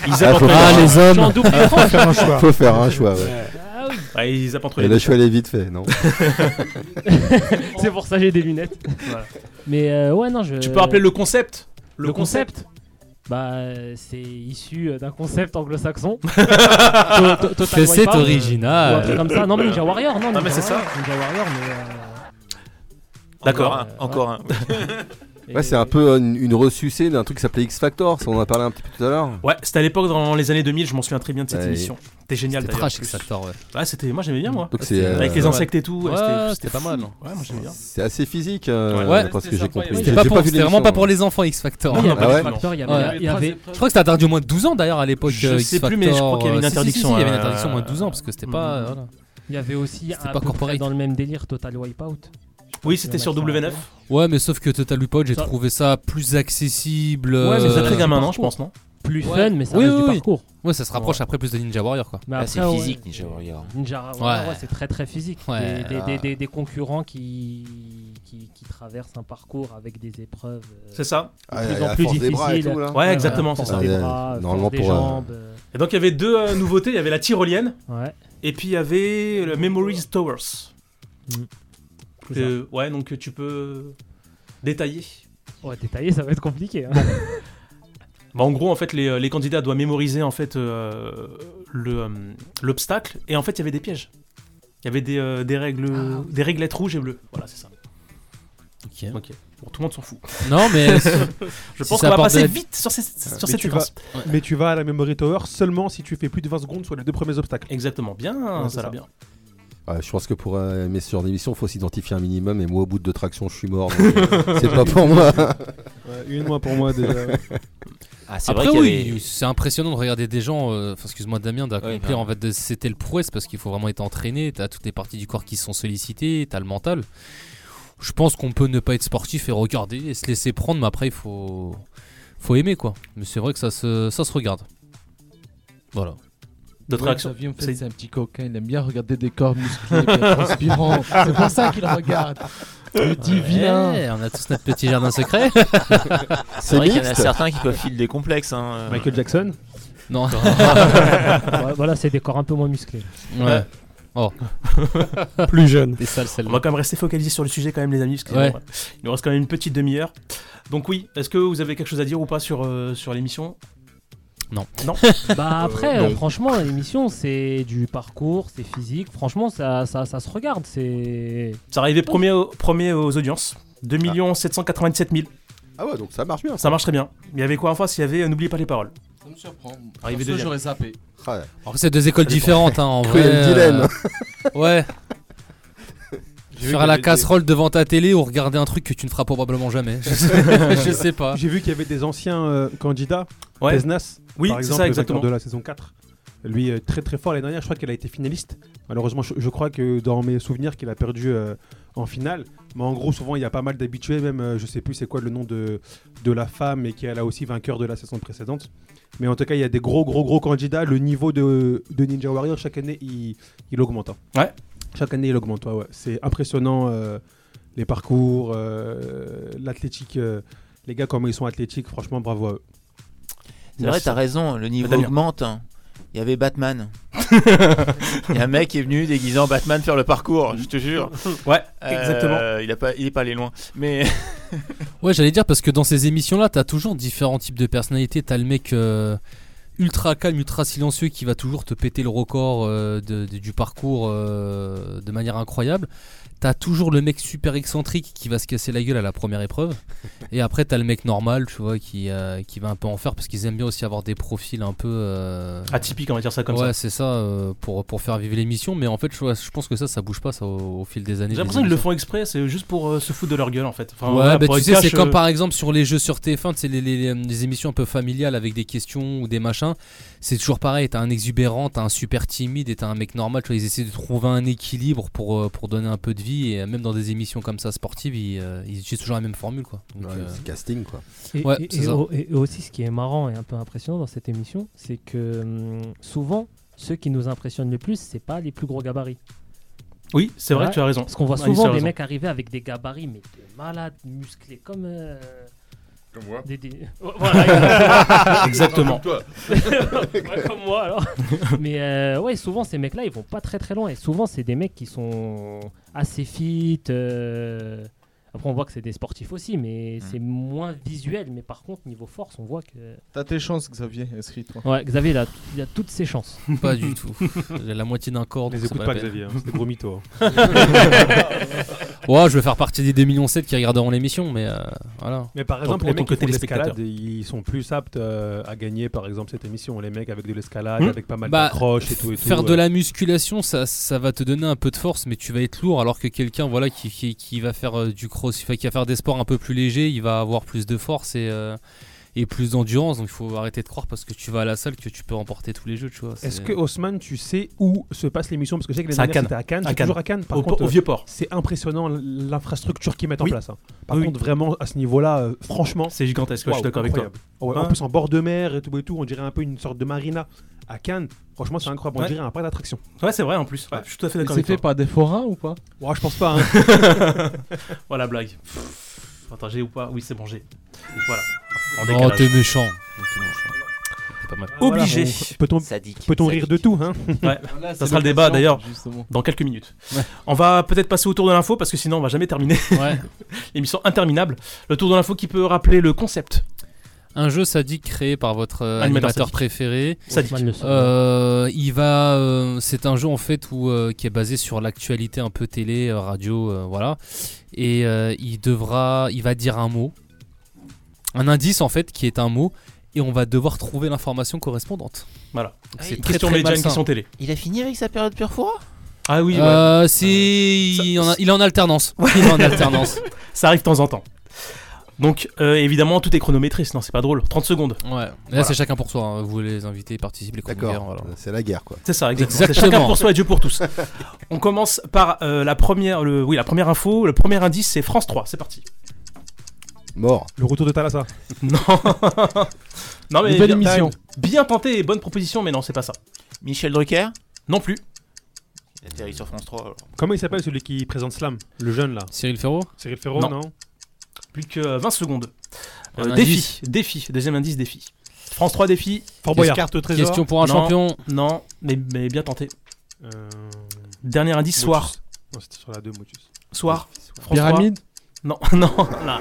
Speaker 2: Ils aiment
Speaker 7: Ah, faut
Speaker 2: entre les-
Speaker 7: faire un- Ah,
Speaker 2: je suis en double
Speaker 7: [LAUGHS] Faut faire un
Speaker 2: écran.
Speaker 7: choix. Faut faire un choix, ouais.
Speaker 10: Ah oui.
Speaker 2: Ouais, ils zappent entre
Speaker 7: Et
Speaker 2: les
Speaker 7: le
Speaker 2: deux.
Speaker 7: choix, il est vite fait, non
Speaker 10: [LAUGHS] c'est pour ça que j'ai des lunettes.
Speaker 2: Voilà.
Speaker 10: Mais euh, ouais, non, je.
Speaker 2: Tu peux rappeler le concept
Speaker 10: Le, concept, Bah, euh, c'est issu euh, d'un
Speaker 2: [LAUGHS]
Speaker 10: concept anglo-saxon.
Speaker 3: Que c'est original.
Speaker 10: Ou un truc comme ça. Non, mais Ninja Warrior, non.
Speaker 2: Ah, mais
Speaker 10: Ninja
Speaker 2: c'est ça.
Speaker 10: Warrior, Ninja Warrior, mais. euh,
Speaker 2: D'accord.
Speaker 5: Encore un, encore un.
Speaker 7: Ouais, c'est un peu euh, une, une ressucée d'un truc qui s'appelait X Factor, ça, on en a parlé un petit peu tout à l'heure.
Speaker 2: [LAUGHS] Ouais, c'était à l'époque dans les années 2000, je m'en souviens très bien de cette
Speaker 7: Ouais.
Speaker 2: émission. C'était génial
Speaker 3: C'était
Speaker 2: d'ailleurs.
Speaker 3: trash, X-Factor, ouais.
Speaker 2: Ah, c'était moi j'aimais bien moi.
Speaker 7: Donc c'est,
Speaker 2: avec
Speaker 7: euh,
Speaker 2: les
Speaker 7: pas
Speaker 2: insectes
Speaker 3: mal.
Speaker 2: et tout,
Speaker 3: Ouais, c'était pas
Speaker 2: fou.
Speaker 3: mal. hein.
Speaker 2: Ouais, moi j'aimais bien.
Speaker 7: C'est assez physique, euh,
Speaker 3: Ouais,
Speaker 7: parce que
Speaker 3: c'était
Speaker 7: j'ai
Speaker 3: sympa,
Speaker 7: compris.
Speaker 3: ouais.
Speaker 7: J'ai-
Speaker 3: C'était pas
Speaker 7: j'ai
Speaker 3: pour-
Speaker 7: vu
Speaker 3: c'était vraiment
Speaker 7: l'émission,
Speaker 3: pas pour
Speaker 7: hein.
Speaker 3: les enfants, X Factor.
Speaker 10: Non, il y
Speaker 7: Ah
Speaker 10: avait pas
Speaker 7: ouais.
Speaker 10: X Factor, il y avait-
Speaker 3: Ouais.
Speaker 10: il y avait-
Speaker 3: Je crois que ça tard du moins de 12 ans d'ailleurs à l'époque.
Speaker 2: Je
Speaker 3: euh,
Speaker 2: sais
Speaker 3: X
Speaker 2: plus, mais je
Speaker 3: Factor,
Speaker 2: crois qu'il y avait une
Speaker 3: euh, si, si, si,
Speaker 2: interdiction,
Speaker 3: si, Il y avait une
Speaker 2: euh, Mm,
Speaker 3: interdiction moins de 12 ans parce que c'était pas.
Speaker 10: Mhm.
Speaker 3: euh, voilà.
Speaker 10: Il y avait aussi
Speaker 3: C'était
Speaker 10: un
Speaker 3: pas
Speaker 10: peu
Speaker 3: corporate.
Speaker 10: près dans le même délire Total Wipeout. Je sais pas
Speaker 2: Oui,
Speaker 10: si
Speaker 2: c'était
Speaker 10: on a
Speaker 2: sur
Speaker 10: ça en
Speaker 2: W9.
Speaker 10: tête.
Speaker 3: euh, Ouais, mais sauf que Total Wipeout, j'ai
Speaker 10: Ça-
Speaker 3: trouvé ça plus accessible.
Speaker 2: Ouais, mais
Speaker 3: euh,
Speaker 2: ça fait gamin, non, je pense, non
Speaker 10: Plus
Speaker 3: Ouais.
Speaker 10: fun, mais ça
Speaker 3: Oui,
Speaker 10: reste
Speaker 3: oui,
Speaker 10: du
Speaker 3: oui.
Speaker 10: parcours.
Speaker 3: Ouais, ça se rapproche après plus de Ninja Warrior quoi.
Speaker 10: Mais
Speaker 5: Ah, c'est
Speaker 10: après, ouais.
Speaker 5: physique, Ninja Warrior.
Speaker 10: Ninja Warrior,
Speaker 3: Ouais.
Speaker 10: ouais, c'est très très physique.
Speaker 3: Ouais.
Speaker 10: Des- des,
Speaker 3: Ah.
Speaker 10: des- des- des concurrents qui, qui, qui traversent un parcours avec des épreuves. euh,
Speaker 2: C'est ça.
Speaker 10: De
Speaker 7: Ah,
Speaker 10: plus
Speaker 7: à
Speaker 10: en plus
Speaker 7: force des bras et
Speaker 10: difficiles.
Speaker 7: tout, là.
Speaker 2: Ouais, exactement,
Speaker 10: force
Speaker 2: c'est ça.
Speaker 10: Des
Speaker 7: Ouais,
Speaker 10: bras,
Speaker 7: normalement
Speaker 10: force des
Speaker 7: pour, euh,
Speaker 10: jambes. euh,
Speaker 2: Et donc il y avait deux euh, nouveautés, il y avait la tyrolienne
Speaker 10: Ouais.
Speaker 2: et puis il y avait le Memories Towers.
Speaker 10: Mm.
Speaker 2: Euh, ouais, donc tu peux détailler.
Speaker 10: Ouais, détailler, ça va être compliqué. hein.
Speaker 3: [LAUGHS]
Speaker 2: Bah, en gros, en fait, les, euh, les candidats doivent mémoriser en fait euh, le, euh, l'obstacle et en fait, il y avait des pièges. Il y avait des, euh, des règles,
Speaker 3: Ah,
Speaker 2: des réglettes rouges et bleues. Voilà, c'est ça.
Speaker 3: Ok.
Speaker 2: Ok. Bon, tout le monde s'en fout.
Speaker 3: Non,
Speaker 2: [LAUGHS]
Speaker 3: mais. si-
Speaker 2: Je
Speaker 3: si
Speaker 2: pense
Speaker 3: ça
Speaker 2: qu'on va
Speaker 3: apporte de
Speaker 2: passer
Speaker 3: la-
Speaker 2: vite sur, ces, sur
Speaker 9: mais,
Speaker 2: cette
Speaker 9: tu vas,
Speaker 2: séquence.
Speaker 9: mais tu vas à la Memory Tower seulement si tu fais plus de 20 secondes sur les deux premiers obstacles.
Speaker 2: Exactement. Bien,
Speaker 9: Ouais, c'est
Speaker 2: ça va
Speaker 9: ça.
Speaker 2: bien.
Speaker 7: Ouais, je pense que pour euh, aimer ce genre d'émission, faut s'identifier un minimum. Et moi, au bout de deux tractions, je suis mort. donc, euh, c'est pas pour moi.
Speaker 9: Ouais, une mois pour moi déjà.
Speaker 7: [LAUGHS]
Speaker 5: Ah, c'est vrai
Speaker 3: Après
Speaker 5: qu'il y
Speaker 3: oui,
Speaker 5: avait-
Speaker 3: c'est impressionnant de regarder des gens, euh, enfin, excuse-moi Damien, d'accomplir
Speaker 5: grave.
Speaker 3: en fait de- c'était le prouesse parce qu'il faut vraiment être entraîné, t'as toutes les parties du corps qui sont sollicitées, t'as le mental. Je pense qu'on peut ne pas être sportif et regarder et se laisser prendre, mais après il faut, faut aimer quoi. Mais c'est vrai que ça se, ça se regarde. Voilà.
Speaker 2: D'autres réactions [LAUGHS]
Speaker 16: Xavier, en fait,
Speaker 2: C'est-
Speaker 16: c'est un petit coquin, il aime bien regarder des corps musclés bien [LAUGHS] transpirants. C'est pour ça qu'il regarde. Le
Speaker 3: Ouais,
Speaker 16: divin.
Speaker 3: on a tous notre petit jardin secret.
Speaker 5: C'est vrai qu'il y en a certains qui peuvent filer des complexes. hein, euh.
Speaker 9: Michael Jackson
Speaker 3: Non.
Speaker 2: [LAUGHS]
Speaker 10: Ouais, voilà, c'est des corps un peu moins musclés.
Speaker 3: Ouais. Oh.
Speaker 8: [LAUGHS] Plus jeune.
Speaker 3: T'es sale celle-là.
Speaker 2: On va quand même rester focalisé sur le sujet quand même, les amis. parce que,
Speaker 3: Ouais.
Speaker 2: bon, ouais, Il nous reste quand même une petite demi-heure. Donc oui, est-ce que vous avez quelque chose à dire ou pas sur, euh, sur l'émission
Speaker 3: Non. [LAUGHS]
Speaker 10: Non. Bah après, euh, franchement, l'émission, c'est du parcours, c'est physique. Franchement, ça, ça, ça se regarde. C'est.
Speaker 2: Ça arrivait premier, au- premier aux audiences. 2 797 000.
Speaker 7: Ah ouais, donc ça marche bien.
Speaker 2: Ça marche très bien. Il y avait quoi en face Il y avait euh, N'oubliez pas les paroles.
Speaker 4: Ça me surprend.
Speaker 2: Arrivé
Speaker 3: Ah,
Speaker 4: Perso,
Speaker 2: deuxième.
Speaker 4: j'aurais zappé.
Speaker 3: Alors, Oh, c'est deux écoles
Speaker 2: Ça dépend.
Speaker 3: différentes, hein, en
Speaker 2: Cruel
Speaker 3: vrai. euh,
Speaker 2: dilemme.
Speaker 3: Ouais.
Speaker 2: J'ai vu
Speaker 3: Faire
Speaker 2: qu'il y
Speaker 3: la
Speaker 2: avait des-
Speaker 3: casserole devant ta télé ou regarder un truc que tu ne feras probablement jamais. Je sais- je sais pas.
Speaker 9: J'ai vu qu'il y avait des anciens euh, candidats.
Speaker 3: Ouais.
Speaker 9: Pesnas,
Speaker 3: Oui,
Speaker 9: par
Speaker 3: c'est
Speaker 9: exemple,
Speaker 3: ça,
Speaker 9: le
Speaker 3: exactement.
Speaker 9: vainqueur de la saison 4. Lui, euh, très très fort l'année dernière. Je crois qu'elle a été finaliste. Malheureusement, je, je crois que dans mes souvenirs qu'il a perdu euh, en finale. Mais en gros, souvent, il y a pas mal d'habitués. Même, euh, je sais plus c'est quoi le nom de, de la femme et qui est là aussi vainqueur de la saison précédente. Mais en tout cas, il y a des gros gros gros candidats. Le niveau de, de Ninja Warrior, chaque année, il, il augmente. hein.
Speaker 2: Ouais.
Speaker 9: Chaque année, il augmente. ouais, ouais. C'est impressionnant euh, les parcours, euh, l'athlétique. euh, les gars, comment ils sont athlétiques, franchement, bravo à eux.
Speaker 5: C'est vrai, t'as raison, le niveau
Speaker 9: Damien.
Speaker 5: augmente. hein. Il y
Speaker 2: [LAUGHS]
Speaker 5: avait Batman. Il y a un mec qui est venu déguisant Batman faire le parcours, je te jure.
Speaker 2: Ouais,
Speaker 5: Euh,
Speaker 2: exactement.
Speaker 5: Il, a pas, il est pas allé loin. Mais [LAUGHS]
Speaker 3: [LAUGHS] Ouais, j'allais dire parce que dans ces émissions-là, t'as toujours différents types de personnalités. T'as le mec euh, ultra calme, ultra silencieux qui va toujours te péter le record euh, de- de- du parcours euh, de manière incroyable. T'as toujours le mec super excentrique qui va se casser la gueule à la première épreuve. Et après, t'as le mec normal, tu vois, qui, euh, qui va un peu en faire parce qu'ils aiment bien aussi avoir des profils un peu. euh,
Speaker 2: Atypiques, on va dire ça comme ça.
Speaker 3: Ouais, c'est ça euh, pour, pour faire vivre l'émission. Mais en fait, je, je pense que ça, ça bouge pas ça, au, au fil des années.
Speaker 2: J'ai
Speaker 3: des
Speaker 2: l'impression qu'ils le
Speaker 3: émissions.
Speaker 2: font exprès, c'est juste pour euh, se foutre de leur gueule en fait. Enfin,
Speaker 3: Ouais,
Speaker 2: voilà,
Speaker 3: bah,
Speaker 2: pour
Speaker 3: tu
Speaker 2: être
Speaker 3: sais, c'est
Speaker 2: cash,
Speaker 3: comme
Speaker 2: euh,
Speaker 3: par exemple sur les jeux sur TF1, c'est les, les- euh, les émissions un peu familiales avec des questions ou des machins. C'est toujours pareil, t'as un exubérant, t'as un super timide et t'as un mec normal. Tu vois, ils essaient de trouver un équilibre pour, euh, pour donner un peu de vie. Et euh, même dans des émissions comme ça sportives, ils, euh, ils utilisent toujours la même formule. quoi. Donc,
Speaker 7: Ouais,
Speaker 3: euh,
Speaker 7: c'est casting, quoi.
Speaker 10: Et,
Speaker 3: ouais,
Speaker 10: et-
Speaker 3: c'est
Speaker 10: et
Speaker 3: ça.
Speaker 10: au- et aussi, ce qui est marrant et un peu impressionnant dans cette émission, c'est que hum, souvent, ceux qui nous impressionnent le plus, c'est pas les plus gros gabarits.
Speaker 2: Oui, c'est vrai,
Speaker 10: Ouais,
Speaker 2: tu as raison.
Speaker 10: Parce qu'on voit
Speaker 2: Alice a
Speaker 10: souvent des
Speaker 2: raison.
Speaker 10: mecs arriver avec des gabarits, mais de malades, musclés, comme. euh,
Speaker 6: Comme moi.
Speaker 10: des- des- Oh, voilà,
Speaker 2: Exactement.
Speaker 10: [LAUGHS] Ouais, comme moi alors. [LAUGHS] Mais euh, ouais, souvent ces mecs-là, ils vont pas très très loin. Et souvent, c'est des mecs qui sont assez fit. euh, Après, on voit que c'est des sportifs aussi, mais
Speaker 7: Hmm.
Speaker 10: c'est moins visuel. Mais par contre, niveau force, on voit que.
Speaker 4: T'as tes chances, Xavier, inscris-toi.
Speaker 10: Ouais, Xavier, il a, il a toutes ses
Speaker 7: [LAUGHS]
Speaker 10: chances.
Speaker 3: Pas du
Speaker 10: [LAUGHS]
Speaker 3: tout. J'ai la moitié d'un corps. donc
Speaker 9: Les
Speaker 3: c'est
Speaker 9: écoute
Speaker 3: la
Speaker 9: pas,
Speaker 3: peine.
Speaker 9: Xavier, hein,
Speaker 3: [LAUGHS]
Speaker 9: c'est des gros mythos,
Speaker 3: ouais, je vais faire partie des 2,7 millions qui regarderont l'émission, mais euh, voilà.
Speaker 9: Mais par
Speaker 3: Tant-
Speaker 9: exemple, les
Speaker 3: autant
Speaker 9: mecs
Speaker 3: que
Speaker 9: qui font de
Speaker 3: téléspectateurs.
Speaker 9: l'escalade, ils sont plus aptes euh, à gagner, par exemple, cette émission. Les mecs avec de l'escalade,
Speaker 3: Hmm.
Speaker 9: avec pas mal
Speaker 3: Bah,
Speaker 9: d'accroches et tout. Et
Speaker 3: Faire
Speaker 9: tout,
Speaker 3: de
Speaker 9: euh.
Speaker 3: la musculation, ça, ça va te donner un peu de force, mais tu vas être lourd. Alors que quelqu'un, voilà, qui, qui, qui va faire euh, du cross, enfin, qui va faire des sports un peu plus légers, il va avoir plus de force et, euh, et plus d'endurance. Donc il faut arrêter de croire parce que tu vas à la salle que tu peux remporter tous les jeux, tu vois.
Speaker 9: Est-ce
Speaker 3: c'est-
Speaker 9: que Haussmann, tu sais où se passe l'émission Parce que je sais que les
Speaker 3: C'est à
Speaker 9: dernière
Speaker 3: Cannes.
Speaker 9: c'était à Cannes,
Speaker 2: À
Speaker 9: c'est
Speaker 2: Cannes.
Speaker 9: toujours à Cannes. Par
Speaker 2: Au-
Speaker 9: contre,
Speaker 2: au
Speaker 9: euh,
Speaker 2: Vieux-Port.
Speaker 9: C'est impressionnant l'infrastructure qu'ils mettent en
Speaker 2: Oui.
Speaker 9: place. hein. Par
Speaker 2: Oui, oui.
Speaker 9: contre, vraiment à ce niveau-là, euh, franchement,
Speaker 2: C'est gigantesque, ouais, je suis
Speaker 9: waouh,
Speaker 2: d'accord avec toi.
Speaker 9: incroyable. Ouais,
Speaker 2: Hein
Speaker 9: En plus, en bord de mer et tout et tout, on dirait un peu une sorte de marina à Cannes. Franchement, c'est incroyable. On
Speaker 2: Ouais.
Speaker 9: dirait un parc d'attraction.
Speaker 2: Ouais, c'est vrai en plus. Ouais, je suis tout à fait
Speaker 16: Et
Speaker 2: d'accord
Speaker 16: C'est
Speaker 2: avec
Speaker 16: fait
Speaker 2: toi.
Speaker 16: par des forains ou pas
Speaker 9: Ouais, je pense pas. hein.
Speaker 2: [LAUGHS] Voilà, blague. Pff, Attends, j'ai ou pas Oui, c'est bon, j'ai. Voilà. En
Speaker 3: Oh,
Speaker 2: décalage.
Speaker 3: t'es méchant. T'es méchant. C'est pas mal.
Speaker 2: Obligé.
Speaker 9: Voilà, on- peut-on-
Speaker 5: Sadique,
Speaker 9: Peut-on rire de tout hein
Speaker 2: Ouais,
Speaker 4: Voilà,
Speaker 2: ça
Speaker 4: c'est
Speaker 2: sera le débat
Speaker 4: l'occasion,
Speaker 2: d'ailleurs
Speaker 4: justement.
Speaker 2: dans quelques minutes. On va peut-être passer au tour de l'info parce que sinon on va jamais terminer. [LAUGHS] L'émission interminable. Le tour de l'info qui peut rappeler le concept.
Speaker 3: Un jeu sadique créé par votre euh,
Speaker 2: Animateur
Speaker 3: animateur,
Speaker 2: sadique.
Speaker 3: préféré.
Speaker 2: Sadique. Haussmann le
Speaker 10: sort.
Speaker 3: Euh, il va. euh, c'est un jeu en fait où euh, qui est basé sur l'actualité un peu télé, euh, radio, euh, voilà. Et euh, il devra, il va dire un mot, un indice en fait qui est un mot, et on va devoir trouver l'information correspondante.
Speaker 2: Voilà.
Speaker 3: Donc,
Speaker 2: Ah
Speaker 3: C'est
Speaker 2: oui.
Speaker 3: très,
Speaker 2: Question
Speaker 3: très
Speaker 2: média, une
Speaker 3: malsain.
Speaker 2: question télé.
Speaker 5: il a fini avec sa période pure foie
Speaker 2: Ah oui, ouais.
Speaker 3: Euh, c'est il, en a- il est en alternance. Il est en alternance.
Speaker 2: [LAUGHS] Ça arrive de temps en temps. Donc euh, évidemment tout est chronométré, sinon c'est pas drôle. 30 secondes.
Speaker 3: Ouais. Là
Speaker 2: Voilà.
Speaker 3: c'est chacun pour soi. hein. Vous les invitez, participez, les chroniqueurs, voilà.
Speaker 7: C'est la guerre, quoi.
Speaker 2: C'est ça, exactement. C'est
Speaker 3: Exactement.
Speaker 2: Chacun pour soi et Dieu pour tous. On commence par euh, la première, le, oui, la première info. Le premier indice, c'est France 3. C'est parti.
Speaker 7: Mort.
Speaker 9: Le retour de Thalassa.
Speaker 2: Non. non mais
Speaker 16: Nouvelle
Speaker 2: bien,
Speaker 16: émission.
Speaker 2: bien tenté et bonne proposition, mais non, c'est pas ça.
Speaker 5: Michel Drucker
Speaker 2: Non plus.
Speaker 5: Il atterrit sur France 3. alors.
Speaker 9: Comment il s'appelle celui qui présente Slam Le jeune là.
Speaker 3: Cyril Ferraud.
Speaker 9: Cyril Ferro,
Speaker 2: Non.
Speaker 9: non,
Speaker 2: Plus que euh, 20 secondes. Euh,
Speaker 3: Un
Speaker 2: défi,
Speaker 3: indice.
Speaker 2: défi. Deuxième indice, défi. France 3 défi.
Speaker 9: Fort Boyard.
Speaker 2: Carte au trésor.
Speaker 3: Question pour un
Speaker 2: Non,
Speaker 3: champion.
Speaker 2: Non, mais, mais bien tenté.
Speaker 9: Euh,
Speaker 2: Dernier indice,
Speaker 9: Motus.
Speaker 2: soir.
Speaker 9: Non, c'était sur la 2, Motus.
Speaker 2: Soir. France [LAUGHS]
Speaker 16: Pyramide
Speaker 2: trois. Non, non, non.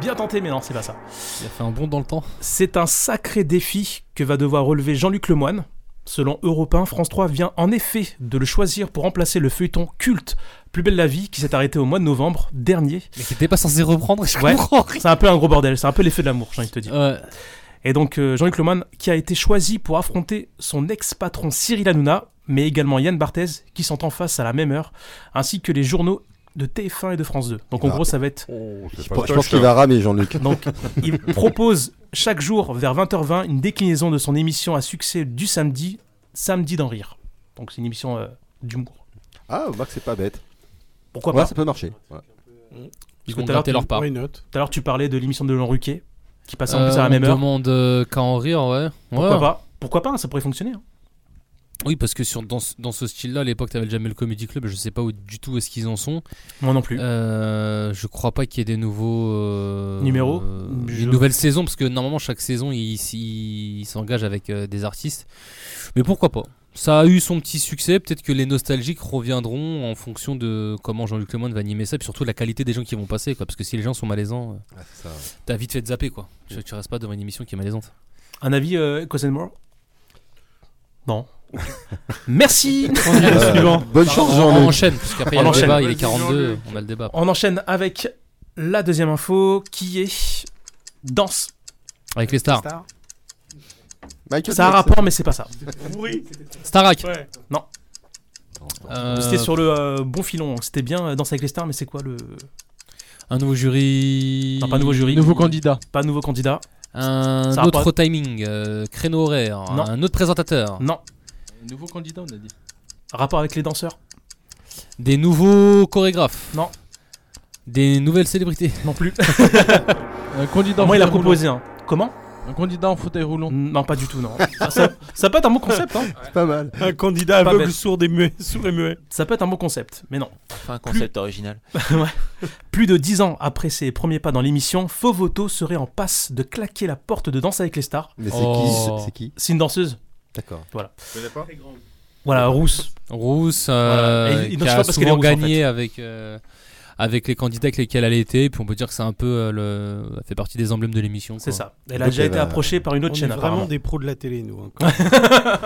Speaker 2: Bien tenté, mais non, c'est pas ça.
Speaker 3: Il a fait un bond dans le temps.
Speaker 2: C'est un sacré défi que va devoir relever Jean-Luc Lemoine. Selon Europe 1, France 3 vient en effet de le choisir pour remplacer le feuilleton culte Plus belle la vie qui s'est arrêté au mois de novembre dernier.
Speaker 3: Mais qui était pas censé reprendre, je
Speaker 2: Ouais,
Speaker 3: comprends.
Speaker 2: C'est un peu un gros bordel, c'est un peu l'effet de l'amour, j'ai envie de te dire. Et donc euh, Jean-Luc Lemoine qui a été choisi pour affronter son ex-patron Cyril Hanouna, mais également Yann Barthès qui sont en face à la même heure, ainsi que les journaux de TF1 et de France 2. Donc en
Speaker 7: Ah.
Speaker 2: gros ça va être...
Speaker 3: Oh,
Speaker 7: Je pense- je pense qu'il va ramer Jean-Luc.
Speaker 2: [LAUGHS] Donc il propose chaque jour vers 20h20 une déclinaison de son émission à succès du samedi, Samedi d'en rire. Donc c'est une émission euh, d'humour.
Speaker 7: Ah, on voit que c'est pas bête.
Speaker 2: Pourquoi
Speaker 7: Ouais,
Speaker 2: pas
Speaker 7: ça peut marcher. Ouais.
Speaker 2: Parce
Speaker 3: Ils
Speaker 2: que
Speaker 3: vont
Speaker 2: tout à l'heure,
Speaker 3: gratter
Speaker 2: tu-
Speaker 3: leur part.
Speaker 2: Tout
Speaker 3: Why
Speaker 2: à l'heure, tu parlais de l'émission de Laurent Ruquier, qui passe en
Speaker 3: Euh,
Speaker 2: plus à la
Speaker 3: on
Speaker 2: même heure.
Speaker 3: demande euh, qu'à en rire, ouais.
Speaker 2: Pourquoi
Speaker 3: Ouais.
Speaker 2: pas Pourquoi pas Ça pourrait fonctionner. hein.
Speaker 3: Oui, parce que sur, dans, ce- dans ce style-là, à l'époque, t'avais jamais le Comedy Club, je sais pas où, du tout où est-ce qu'ils en sont. Euh,
Speaker 2: Moi non plus.
Speaker 3: je crois pas qu'il y ait des nouveaux. euh,
Speaker 2: Numéros
Speaker 3: euh,
Speaker 2: Je-
Speaker 3: Une nouvelle saison, parce que normalement, chaque saison, ils ils- ils s'engagent avec euh, des artistes. Mais pourquoi pas ça a eu son petit succès, peut-être que les nostalgiques reviendront en fonction de comment Jean-Luc Lemoyne va animer ça, et puis surtout la qualité des gens qui vont passer, quoi. parce que si les gens sont malaisants, euh, t'as vite fait de zapper, quoi. Tu, tu restes pas devant une émission qui est malaisante.
Speaker 2: Un avis, euh, Cousin Moore Non. Merci [LAUGHS] Euh,
Speaker 3: On dirait le suivant. bonne chance, Jean-Luc. On enchaîne, parce qu'après, il y a
Speaker 2: On
Speaker 3: le
Speaker 2: enchaîne.
Speaker 3: débat, il est 42, on a le débat.
Speaker 2: On enchaîne avec la deuxième info qui est danse.
Speaker 3: Avec les stars.
Speaker 2: ça a un rapport, mais c'est pas ça.
Speaker 3: Starac.
Speaker 2: Non.
Speaker 3: Euh,
Speaker 2: C'était sur le euh, bon filon. C'était bien euh, Danse avec les stars, mais c'est quoi le.
Speaker 3: Un nouveau jury.
Speaker 2: Non, pas nouveau jury.
Speaker 3: Nouveau candidat.
Speaker 2: Pas nouveau candidat.
Speaker 3: Un
Speaker 2: Ça a
Speaker 3: autre
Speaker 2: pas-
Speaker 3: timing, euh, créneau horaire,
Speaker 2: Non.
Speaker 3: un autre présentateur.
Speaker 2: Non.
Speaker 4: Nouveau candidat, on a dit.
Speaker 2: Rapport avec les danseurs.
Speaker 3: Des nouveaux chorégraphes.
Speaker 2: Non.
Speaker 3: Des nouvelles célébrités.
Speaker 2: Non
Speaker 3: [LAUGHS]
Speaker 2: plus.
Speaker 3: un candidat.
Speaker 2: Moi, il a
Speaker 3: fauteuil
Speaker 2: proposé
Speaker 3: roulant.
Speaker 2: un. Comment
Speaker 4: Un candidat en fauteuil roulant.
Speaker 2: Non, pas du tout, non. Ah, ça, ça peut être un bon concept, hein.
Speaker 7: C'est pas mal.
Speaker 8: Un candidat
Speaker 2: Pas
Speaker 8: aveugle,
Speaker 2: bête.
Speaker 8: sourd et muet. [LAUGHS] Sourd et muet.
Speaker 2: Ça peut être un bon concept, mais non.
Speaker 5: Enfin, un concept original.
Speaker 2: [LAUGHS] Ouais. Plus de dix ans après ses premiers pas dans l'émission, Fovoto serait en passe de claquer la porte de Danse avec les stars.
Speaker 7: Mais c'est
Speaker 3: Oh.
Speaker 7: qui C'est qui
Speaker 2: C'est une danseuse.
Speaker 7: D'accord.
Speaker 2: Voilà.
Speaker 6: connais pas
Speaker 2: Voilà, rousse.
Speaker 3: Rousse, euh,
Speaker 2: Voilà. Et- et donc,
Speaker 3: qui
Speaker 2: je sais
Speaker 3: a
Speaker 2: pas parce qu'elle est
Speaker 3: souvent
Speaker 2: rousse, en
Speaker 3: gagné avec, euh, avec les candidats avec lesquels elle était. Et puis on peut dire que c'est un peu euh, le, elle fait partie des emblèmes de l'émission.
Speaker 2: C'est
Speaker 3: quoi.
Speaker 2: ça. Elle a déjà
Speaker 8: bah.
Speaker 7: bah,
Speaker 2: été approchée par une autre
Speaker 8: on
Speaker 2: chaîne,
Speaker 8: est
Speaker 2: apparemment.
Speaker 8: vraiment des pros de la télé, nous. hein, quand
Speaker 2: [LAUGHS]
Speaker 8: même.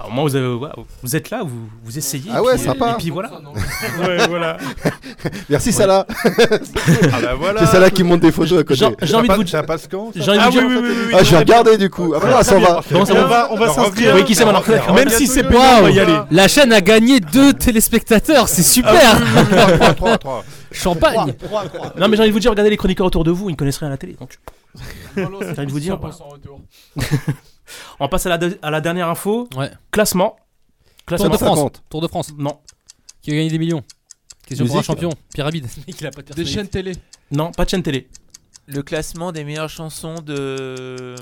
Speaker 2: Alors, moi, vous, avez- waouh, vous êtes là, vous, vous essayez.
Speaker 7: Ah
Speaker 2: et
Speaker 7: ouais,
Speaker 2: puis-
Speaker 7: sympa.
Speaker 2: Et puis voilà. [LAUGHS]
Speaker 8: Ouais, voilà.
Speaker 7: [LAUGHS] Merci
Speaker 2: Ouais. [LAUGHS]
Speaker 7: Salah.
Speaker 6: Ah bah voilà.
Speaker 7: C'est Salah qui monte des photos à côté.
Speaker 2: J'ai j'ai envie de vous
Speaker 6: Ça passe quand ça
Speaker 2: j'ai envie de
Speaker 6: Ah
Speaker 2: vous dire-
Speaker 6: oui, oui, oui, oui,
Speaker 7: Ah, je vais
Speaker 6: non,
Speaker 7: regarder du coup. Ah bah là,
Speaker 6: très
Speaker 7: ça
Speaker 6: bien,
Speaker 7: va.
Speaker 6: parfait.
Speaker 2: Non, ça
Speaker 6: On
Speaker 2: va.
Speaker 6: va- on va
Speaker 2: Non,
Speaker 6: s'inscrire.
Speaker 2: Oui, qui c'est maintenant
Speaker 6: Alors,
Speaker 8: Même si c'est pénible,
Speaker 3: Waouh
Speaker 8: on va y aller.
Speaker 3: La chaîne a gagné deux téléspectateurs,
Speaker 2: Ah
Speaker 3: c'est
Speaker 7: Ah
Speaker 3: super
Speaker 2: [LAUGHS]
Speaker 7: [LAUGHS]
Speaker 6: 3, 3, 3.
Speaker 3: Champagne
Speaker 2: Non, mais j'ai envie de vous dire, regardez les chroniqueurs autour de vous, ils ne connaissent rien à la télé. Donc... j'ai envie de vous dire. voilà. [LAUGHS] On passe à la, deux- à la dernière info.
Speaker 3: Ouais.
Speaker 2: Classement.
Speaker 3: Tour
Speaker 2: Classement.
Speaker 3: de France. Tour de France.
Speaker 2: Non.
Speaker 3: Qui a gagné des millions Question pour un
Speaker 2: Musique.
Speaker 3: champion.
Speaker 2: [LAUGHS]
Speaker 3: Pyramide. Il a pas de
Speaker 16: Des chaînes télé.
Speaker 2: Non, pas de chaîne télé.
Speaker 5: Le classement des meilleures chansons de.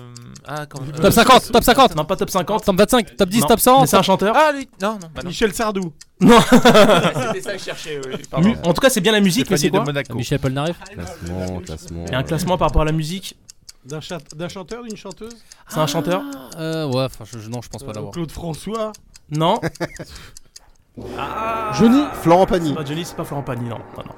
Speaker 5: Ah, comment.
Speaker 3: Top 50, top 50,
Speaker 2: Non, pas top 50.
Speaker 3: top 25, top 10,
Speaker 2: Non,
Speaker 3: top 100.
Speaker 2: mais c'est un chanteur.
Speaker 5: Ah, lui Non, non, bah non.
Speaker 8: Michel Sardou.
Speaker 2: [LAUGHS]
Speaker 3: [LAUGHS]
Speaker 2: Non.
Speaker 5: C'était ça que je cherchais, oui.
Speaker 2: Mu- En tout cas, c'est bien la musique, mais
Speaker 6: Stéphanie
Speaker 2: c'est quoi
Speaker 6: de Monaco.
Speaker 3: Michel Polnareff.
Speaker 7: Classement, classement.
Speaker 2: Il y a un classement par rapport à la musique.
Speaker 8: D'un chan- d'un chanteur, d'une chanteuse
Speaker 2: C'est un chanteur
Speaker 3: Euh, ouais, enfin, je, je- non, je pense pas
Speaker 8: Euh,
Speaker 3: l'avoir.
Speaker 8: Claude François.
Speaker 3: [LAUGHS]
Speaker 2: Non. Ah.
Speaker 7: Johnny Florent
Speaker 2: C'est
Speaker 7: Pagny.
Speaker 2: pas Johnny, c'est pas Florent Pagny, non. Non, non.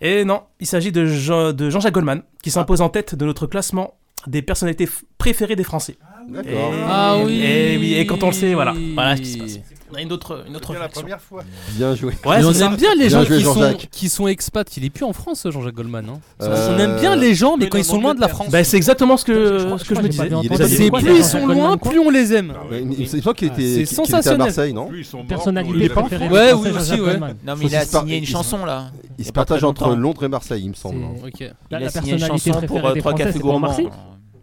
Speaker 2: Et non, il s'agit de, Jean- de Jean-Jacques Goldman, qui s'impose en tête de notre classement des personnalités f- préférées des Français.
Speaker 7: D'accord.
Speaker 2: Et-
Speaker 3: Ah oui.
Speaker 2: Et oui, et quand on le sait, voilà. Voilà ce qui se passe. On a une autre, une autre
Speaker 6: la
Speaker 2: réflexion.
Speaker 6: première fois.
Speaker 7: Bien joué.
Speaker 2: Ouais,
Speaker 3: Mais on
Speaker 2: c'est ça.
Speaker 3: aime bien les
Speaker 7: Bien
Speaker 3: gens
Speaker 7: joué,
Speaker 3: qui sont,
Speaker 7: Jean-Jacques.
Speaker 3: qui sont expats. Il est plus en France, Jean-Jacques Goldman. hein.
Speaker 7: Euh,
Speaker 3: On aime bien les gens, mais quand ils sont loin de la France.
Speaker 2: Bah, c'est exactement ce que ce que je me
Speaker 7: pas
Speaker 2: disais.
Speaker 7: bien entendu.
Speaker 3: C'est
Speaker 7: quoi,
Speaker 3: plus ils
Speaker 7: Jean-Jacques
Speaker 3: sont loin, plus on les
Speaker 6: Ah,
Speaker 3: aime.
Speaker 7: Ouais, Il me semble qu'il était
Speaker 3: Ah, C'est
Speaker 7: qu'il- qu'il était à
Speaker 3: sensationnel.
Speaker 7: Marseille, non
Speaker 6: Plus ils sont morts,
Speaker 10: Personnalité
Speaker 6: plus on les aime.
Speaker 10: préférée.
Speaker 3: Ouais,
Speaker 10: des
Speaker 3: oui,
Speaker 10: Français,
Speaker 3: aussi,
Speaker 10: Jean-Jacques
Speaker 3: ouais.
Speaker 10: Goldman.
Speaker 5: Non,
Speaker 7: Sauf
Speaker 5: mais il a
Speaker 7: qu'ils se par-
Speaker 5: signé une
Speaker 7: ils-
Speaker 5: chanson, là.
Speaker 7: Ils se
Speaker 5: a pas très
Speaker 7: partagent entre
Speaker 5: longtemps.
Speaker 7: Londres et Marseille, il me semble. hein.
Speaker 3: Ok.
Speaker 5: Il
Speaker 10: La-
Speaker 5: a
Speaker 10: la
Speaker 5: signé une
Speaker 10: personnalité
Speaker 5: chanson
Speaker 10: préférée
Speaker 5: pour euh,
Speaker 10: des
Speaker 5: trois
Speaker 10: Français,
Speaker 5: cafés
Speaker 10: c'est Omar
Speaker 5: gourmands.
Speaker 10: Sy.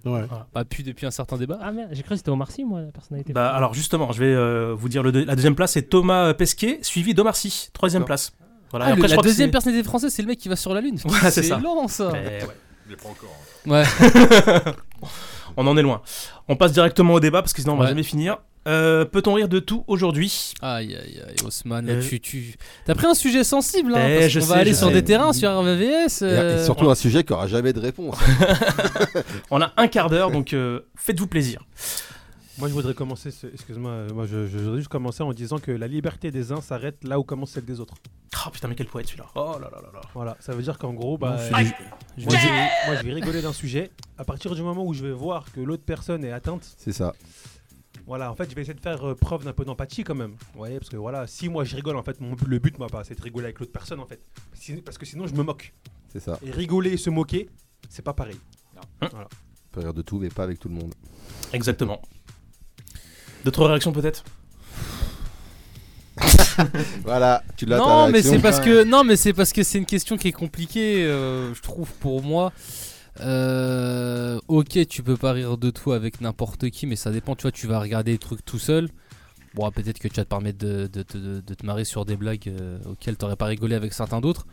Speaker 8: Ouais.
Speaker 3: Pas plus depuis un certain débat.
Speaker 10: Ah merde, j'ai cru que c'était Omar Sy, moi, la personnalité.
Speaker 2: Bah alors justement, je vais euh, vous dire le deux- la deuxième place c'est Thomas Pesquet suivi d'Omar Sy, troisième place. Voilà.
Speaker 3: Ah,
Speaker 2: et
Speaker 3: le-
Speaker 2: après, je
Speaker 3: la
Speaker 2: crois que
Speaker 3: deuxième
Speaker 2: c'est-
Speaker 3: personnalité française, c'est le mec qui va sur la Lune.
Speaker 2: [LAUGHS] Ouais, c'est ça.
Speaker 3: lent ça.
Speaker 2: Mais ouais.
Speaker 6: Je l'ai pas encore. hein.
Speaker 3: Ouais.
Speaker 2: [LAUGHS]
Speaker 3: [LAUGHS]
Speaker 2: On en est loin. On passe directement au débat parce que sinon on va
Speaker 3: Ouais.
Speaker 2: jamais finir. Euh, Peut-on rire de tout aujourd'hui
Speaker 3: Aïe aïe aïe, Haussmann, là,
Speaker 2: Euh,
Speaker 3: tu, tu... T'as pris un sujet sensible, hein,
Speaker 2: Eh,
Speaker 3: parce
Speaker 2: je
Speaker 3: qu'on
Speaker 2: sais,
Speaker 3: va aller
Speaker 2: je
Speaker 3: sur
Speaker 7: sais.
Speaker 3: des terrains, sur RVVS.
Speaker 7: Et-
Speaker 3: euh,
Speaker 7: Et surtout un sujet qui
Speaker 2: [LAUGHS]
Speaker 7: aura jamais de réponse.
Speaker 2: On a un quart d'heure donc euh, faites-vous plaisir.
Speaker 9: Moi, je voudrais commencer, ce- excuse-moi, euh, moi, je, je voudrais juste commencer en disant que la liberté des uns s'arrête là où commence celle des autres.
Speaker 2: Oh, Oh putain, mais quel poète celui-là. Oh là là là là.
Speaker 9: Voilà, ça veut dire qu'en gros, bah,
Speaker 2: Non, c'est
Speaker 9: euh,
Speaker 2: du-
Speaker 9: moi, je vais, moi, je vais rigoler d'un sujet. À partir du moment où je vais voir que l'autre personne est atteinte,
Speaker 7: C'est ça.
Speaker 9: voilà, en fait, je vais essayer de faire euh, preuve d'un peu d'empathie quand même. Vous voyez, parce que voilà, si moi je rigole, en fait, mon- le but, moi, pas, c'est de rigoler avec l'autre personne, en fait. Si- parce que sinon, je me moque.
Speaker 7: C'est ça.
Speaker 9: Et rigoler et se moquer, c'est pas pareil. Voilà.
Speaker 7: On peut rire de tout, mais pas avec tout le monde.
Speaker 2: Exactement. D'autres réactions peut-être
Speaker 7: Voilà, tu l'as.
Speaker 3: non, mais c'est parce que non, mais c'est parce que c'est une question qui est compliquée, euh, je trouve pour moi. Euh, ok, tu peux pas rire de tout avec n'importe qui, mais ça dépend. Tu vois, tu vas regarder des trucs tout seul. Bon, peut-être que tu vas te permettre de, de- de- de te marrer sur des blagues euh, auxquelles t'aurais pas rigolé avec certains d'autres.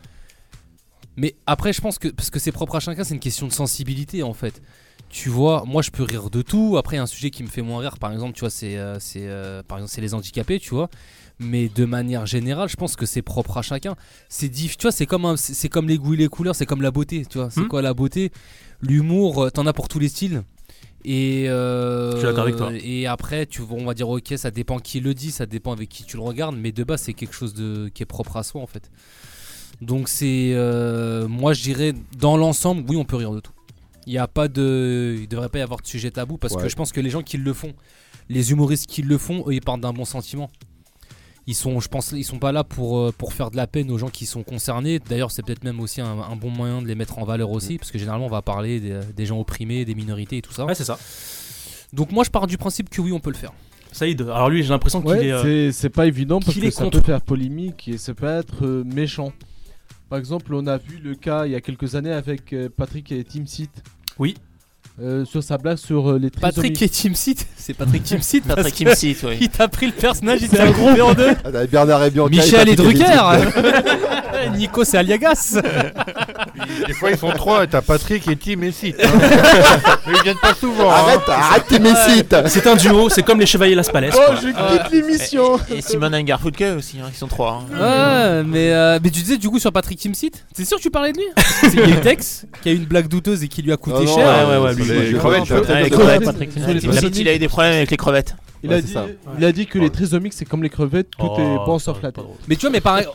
Speaker 3: Mais après, je pense que parce que c'est propre à chacun, c'est une question de sensibilité en fait. Tu vois, moi je peux rire de tout. Après, il y a un sujet qui me fait moins rire, par exemple, tu vois, c'est euh, c'est, euh, par exemple c'est les handicapés, tu vois. Mais de manière générale, je pense que c'est propre à chacun. C'est diff, tu vois, c'est comme un- c'est c'est comme les goûts, et les couleurs, c'est comme la beauté, tu vois.
Speaker 2: Hmm.
Speaker 3: C'est quoi la beauté L'humour, euh, t'en as pour tous les styles. Et euh,
Speaker 2: Je suis d'accord avec toi.
Speaker 3: et après, tu vois, on va dire ok, ça dépend qui le dit, ça dépend avec qui tu le regardes, mais de base, c'est quelque chose de qui est propre à soi en fait. Donc c'est, euh, moi, je dirais dans l'ensemble, oui, on peut rire de tout. Il y a pas de, il devrait pas y avoir de sujet tabou parce que
Speaker 2: Ouais.
Speaker 3: je pense que les gens qui le font, les humoristes qui le font, eux, ils partent d'un bon sentiment. Ils sont, je pense, ils sont pas là pour, euh, pour faire de la peine aux gens qui sont concernés. D'ailleurs, c'est peut-être même aussi un, un bon moyen de les mettre en valeur aussi, parce que généralement, on va parler des, des gens opprimés, des minorités et tout ça.
Speaker 2: Mm. Ouais, c'est ça.
Speaker 3: Donc moi, je pars du principe que oui, on peut le faire.
Speaker 2: Saïd, alors lui, j'ai l'impression qu'il
Speaker 16: Ouais,
Speaker 2: est. euh,
Speaker 16: c'est- c'est pas évident parce
Speaker 2: qu'il
Speaker 16: que
Speaker 2: est
Speaker 16: ça
Speaker 2: contre.
Speaker 16: peut faire polémique et ça peut être euh, méchant. Par exemple, on a vu le cas il y a quelques années avec euh, Patrick et Team Seat.
Speaker 2: Oui.
Speaker 16: sur sa blague sur euh, les
Speaker 3: Patrick
Speaker 16: trisomies.
Speaker 3: et Team Seat [LAUGHS] C'est Patrick Team
Speaker 16: [LAUGHS]
Speaker 3: Seat parce
Speaker 16: Patrick
Speaker 3: que
Speaker 16: Team Seat, oui. [LAUGHS]
Speaker 3: Il t'a pris le personnage, il
Speaker 16: C'est
Speaker 3: t'a
Speaker 16: un
Speaker 3: coupé
Speaker 16: groupe.
Speaker 3: en deux.
Speaker 16: Ah, avec Bernard et Bianca,
Speaker 3: Michel
Speaker 16: et
Speaker 3: et
Speaker 16: Patrick
Speaker 3: [LAUGHS]
Speaker 16: et
Speaker 3: Drucker Nico, c'est Aliagas
Speaker 17: Des fois, ils sont trois. T'as Patrick et Tim et Sid.
Speaker 6: [LAUGHS]
Speaker 17: Mais ils viennent pas souvent.
Speaker 2: Arrête,
Speaker 17: arrête
Speaker 2: tes C'est un duo, c'est comme les Chevaliers Las Palais.
Speaker 17: Oh,
Speaker 2: quoi.
Speaker 17: je
Speaker 2: Ouais.
Speaker 16: l'émission
Speaker 5: Ah, Et, et Simon and Garfunkel aussi, hein, ils sont trois. hein.
Speaker 3: [LAUGHS] Ah, Ouais, mais, euh, mais tu disais du coup sur Patrick Timsit T'es sûr que tu parlais de lui Parce que C'est [LAUGHS] qu'il y a eu Tex qui a eu une blague douteuse et qui lui a coûté
Speaker 5: Ah, Non, non,
Speaker 3: cher.
Speaker 5: ouais, ouais, ouais, lui,
Speaker 3: Sur
Speaker 5: lui, lui, lui, lui, Ouais, les crevettes. La petite, il a eu des problèmes avec les crevettes.
Speaker 16: Il, a, dit, il a dit que les trisomiques c'est comme les crevettes, tout
Speaker 3: Oh,
Speaker 16: est bon sauf
Speaker 3: ça
Speaker 16: la tête.
Speaker 3: Mais tu vois, mais pareil.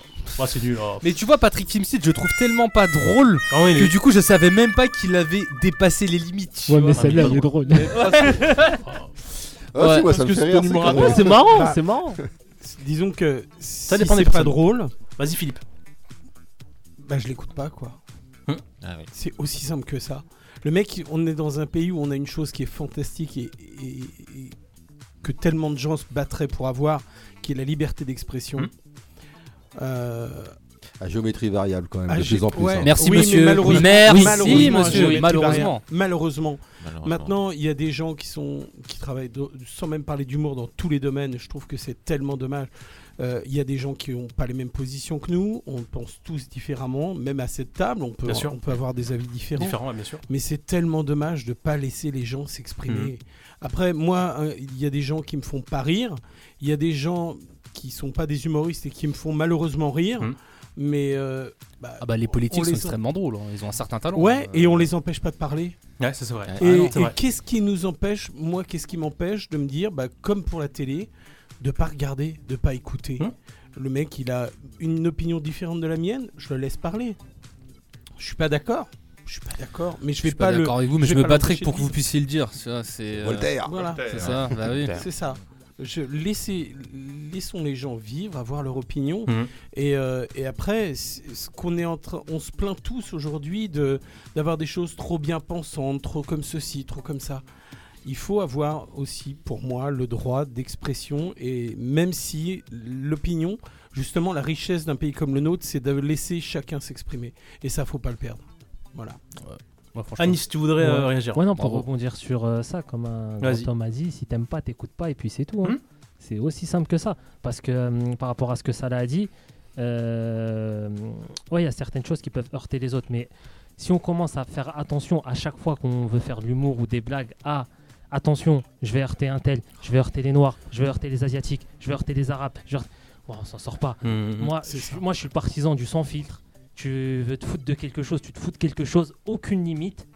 Speaker 2: c'est nul. oh.
Speaker 3: Mais tu vois, Patrick Timsit, je trouve tellement pas drôle
Speaker 2: Ah oui,
Speaker 3: que
Speaker 2: lui.
Speaker 3: du coup, je savais même pas qu'il avait dépassé les limites. tu
Speaker 16: Ouais,
Speaker 3: vois. Ah,
Speaker 16: mais celle-là, elle est drôle.
Speaker 3: [LAUGHS]
Speaker 16: Mais parce
Speaker 7: Ah, si, moi,
Speaker 3: parce
Speaker 7: ça me
Speaker 3: que
Speaker 7: fait
Speaker 3: c'est
Speaker 7: rire,
Speaker 3: ton
Speaker 7: c'est
Speaker 3: humour
Speaker 7: quand
Speaker 3: à toi.
Speaker 7: même-
Speaker 3: C'est marrant,
Speaker 7: Bah,
Speaker 3: c'est marrant.
Speaker 8: Disons que ça
Speaker 2: dépend des
Speaker 8: c'est pas
Speaker 2: personnes.
Speaker 8: drôle,
Speaker 2: Vas-y, Philippe.
Speaker 8: bah je l'écoute pas quoi.
Speaker 5: Ah oui.
Speaker 8: C'est aussi simple que ça. Le mec, on est dans un pays où on a une chose qui est fantastique et, et- et que tellement de gens se battraient pour avoir, qui est la liberté d'expression. Euh,
Speaker 7: À géométrie variable quand même,
Speaker 8: Ah,
Speaker 7: de
Speaker 8: j'ai-
Speaker 7: plus en plus.
Speaker 8: ouais.
Speaker 7: hein.
Speaker 3: Merci,
Speaker 8: Oui, mais
Speaker 3: monsieur.
Speaker 8: malheureusement-
Speaker 3: Merci,
Speaker 8: oui, malheureusement,
Speaker 3: monsieur.
Speaker 8: j'ai-
Speaker 3: Malheureusement.
Speaker 8: Malheureusement.
Speaker 3: Malheureusement.
Speaker 8: Maintenant, il y a des gens qui sont qui travaillent de- sans même parler d'humour dans tous les domaines. Je trouve que c'est tellement dommage. Euh, Il y a des gens qui n'ont pas les mêmes positions que nous. On pense tous différemment. Même à cette table, on peut,
Speaker 2: Bien sûr.
Speaker 8: on peut avoir des avis différents.
Speaker 2: Différents, ouais, bien sûr.
Speaker 8: Mais c'est tellement dommage de pas laisser les gens s'exprimer.
Speaker 2: Mhm.
Speaker 8: Après, moi, hein, il y a des gens qui me font pas rire. Il y a des gens qui sont pas des humoristes et qui me font malheureusement rire.
Speaker 2: Mmh.
Speaker 8: Mais euh,
Speaker 3: Ah bah, les
Speaker 8: on-
Speaker 3: politiques
Speaker 8: on
Speaker 3: sont
Speaker 8: en-
Speaker 3: extrêmement drôles, hein. Ils ont un certain talent,
Speaker 8: Ouais,
Speaker 3: hein.
Speaker 8: et on les empêche pas de parler.
Speaker 2: Ouais, ça, c'est vrai. Ah
Speaker 8: Et,
Speaker 2: non, c'est
Speaker 8: et
Speaker 2: vrai.
Speaker 8: qu'est-ce qui nous empêche Moi, qu'est-ce qui m'empêche de me dire, bah, comme pour la télé, de pas regarder, de pas écouter.
Speaker 2: Mmh.
Speaker 8: Le mec, il a une opinion différente de la mienne. Je le laisse parler. Je suis pas d'accord. Je suis pas d'accord. Mais je
Speaker 3: Je
Speaker 8: vais
Speaker 3: suis pas,
Speaker 8: pas, le-
Speaker 3: d'accord avec vous, mais je
Speaker 8: vais
Speaker 3: me
Speaker 8: pas
Speaker 3: battrai
Speaker 8: l'empêcher
Speaker 3: pour
Speaker 8: de
Speaker 3: que vous
Speaker 8: vivre.
Speaker 3: puissiez le dire. tu vois, c'est, euh,
Speaker 8: Voilà.
Speaker 3: C'est ça, bah oui.
Speaker 8: C'est ça. Je laissez- laissons les gens vivre, avoir leur opinion.
Speaker 3: Mhm.
Speaker 8: Et, euh, et après, c'est- ce qu'on est en train, on se plaint tous aujourd'hui de d'avoir des choses trop bien pensantes, trop comme ceci, trop comme ça. Il faut avoir aussi, pour moi, le droit d'expression. Et même si l'opinion, justement, la richesse d'un pays comme le nôtre, c'est de laisser chacun s'exprimer. Et ça, faut pas le perdre. Voilà.
Speaker 2: Anis, tu voudrais euh, réagir
Speaker 10: Ouais, non, pour
Speaker 2: Bravo.
Speaker 10: rebondir sur euh, ça, comme un
Speaker 2: Vas-y. Hmm
Speaker 10: grand homme a dit, si t'aimes pas, t'écoutes pas, et puis c'est tout. hein. C'est aussi simple que ça. Parce que hum, par rapport à ce que Salah a dit, euh, ouais, il y a certaines choses qui peuvent heurter les autres, mais si on commence à faire attention à chaque fois qu'on veut faire de l'humour ou des blagues à attention, je vais heurter un tel, je vais heurter les noirs, je vais heurter les asiatiques, je vais heurter les arabes, je vais heurter- Ouais, on s'en sort pas.
Speaker 2: Mhm.
Speaker 10: Moi, je, moi, je suis le partisan du sans filtre. Tu veux te foutre de quelque chose, tu te fous de quelque chose, aucune limite.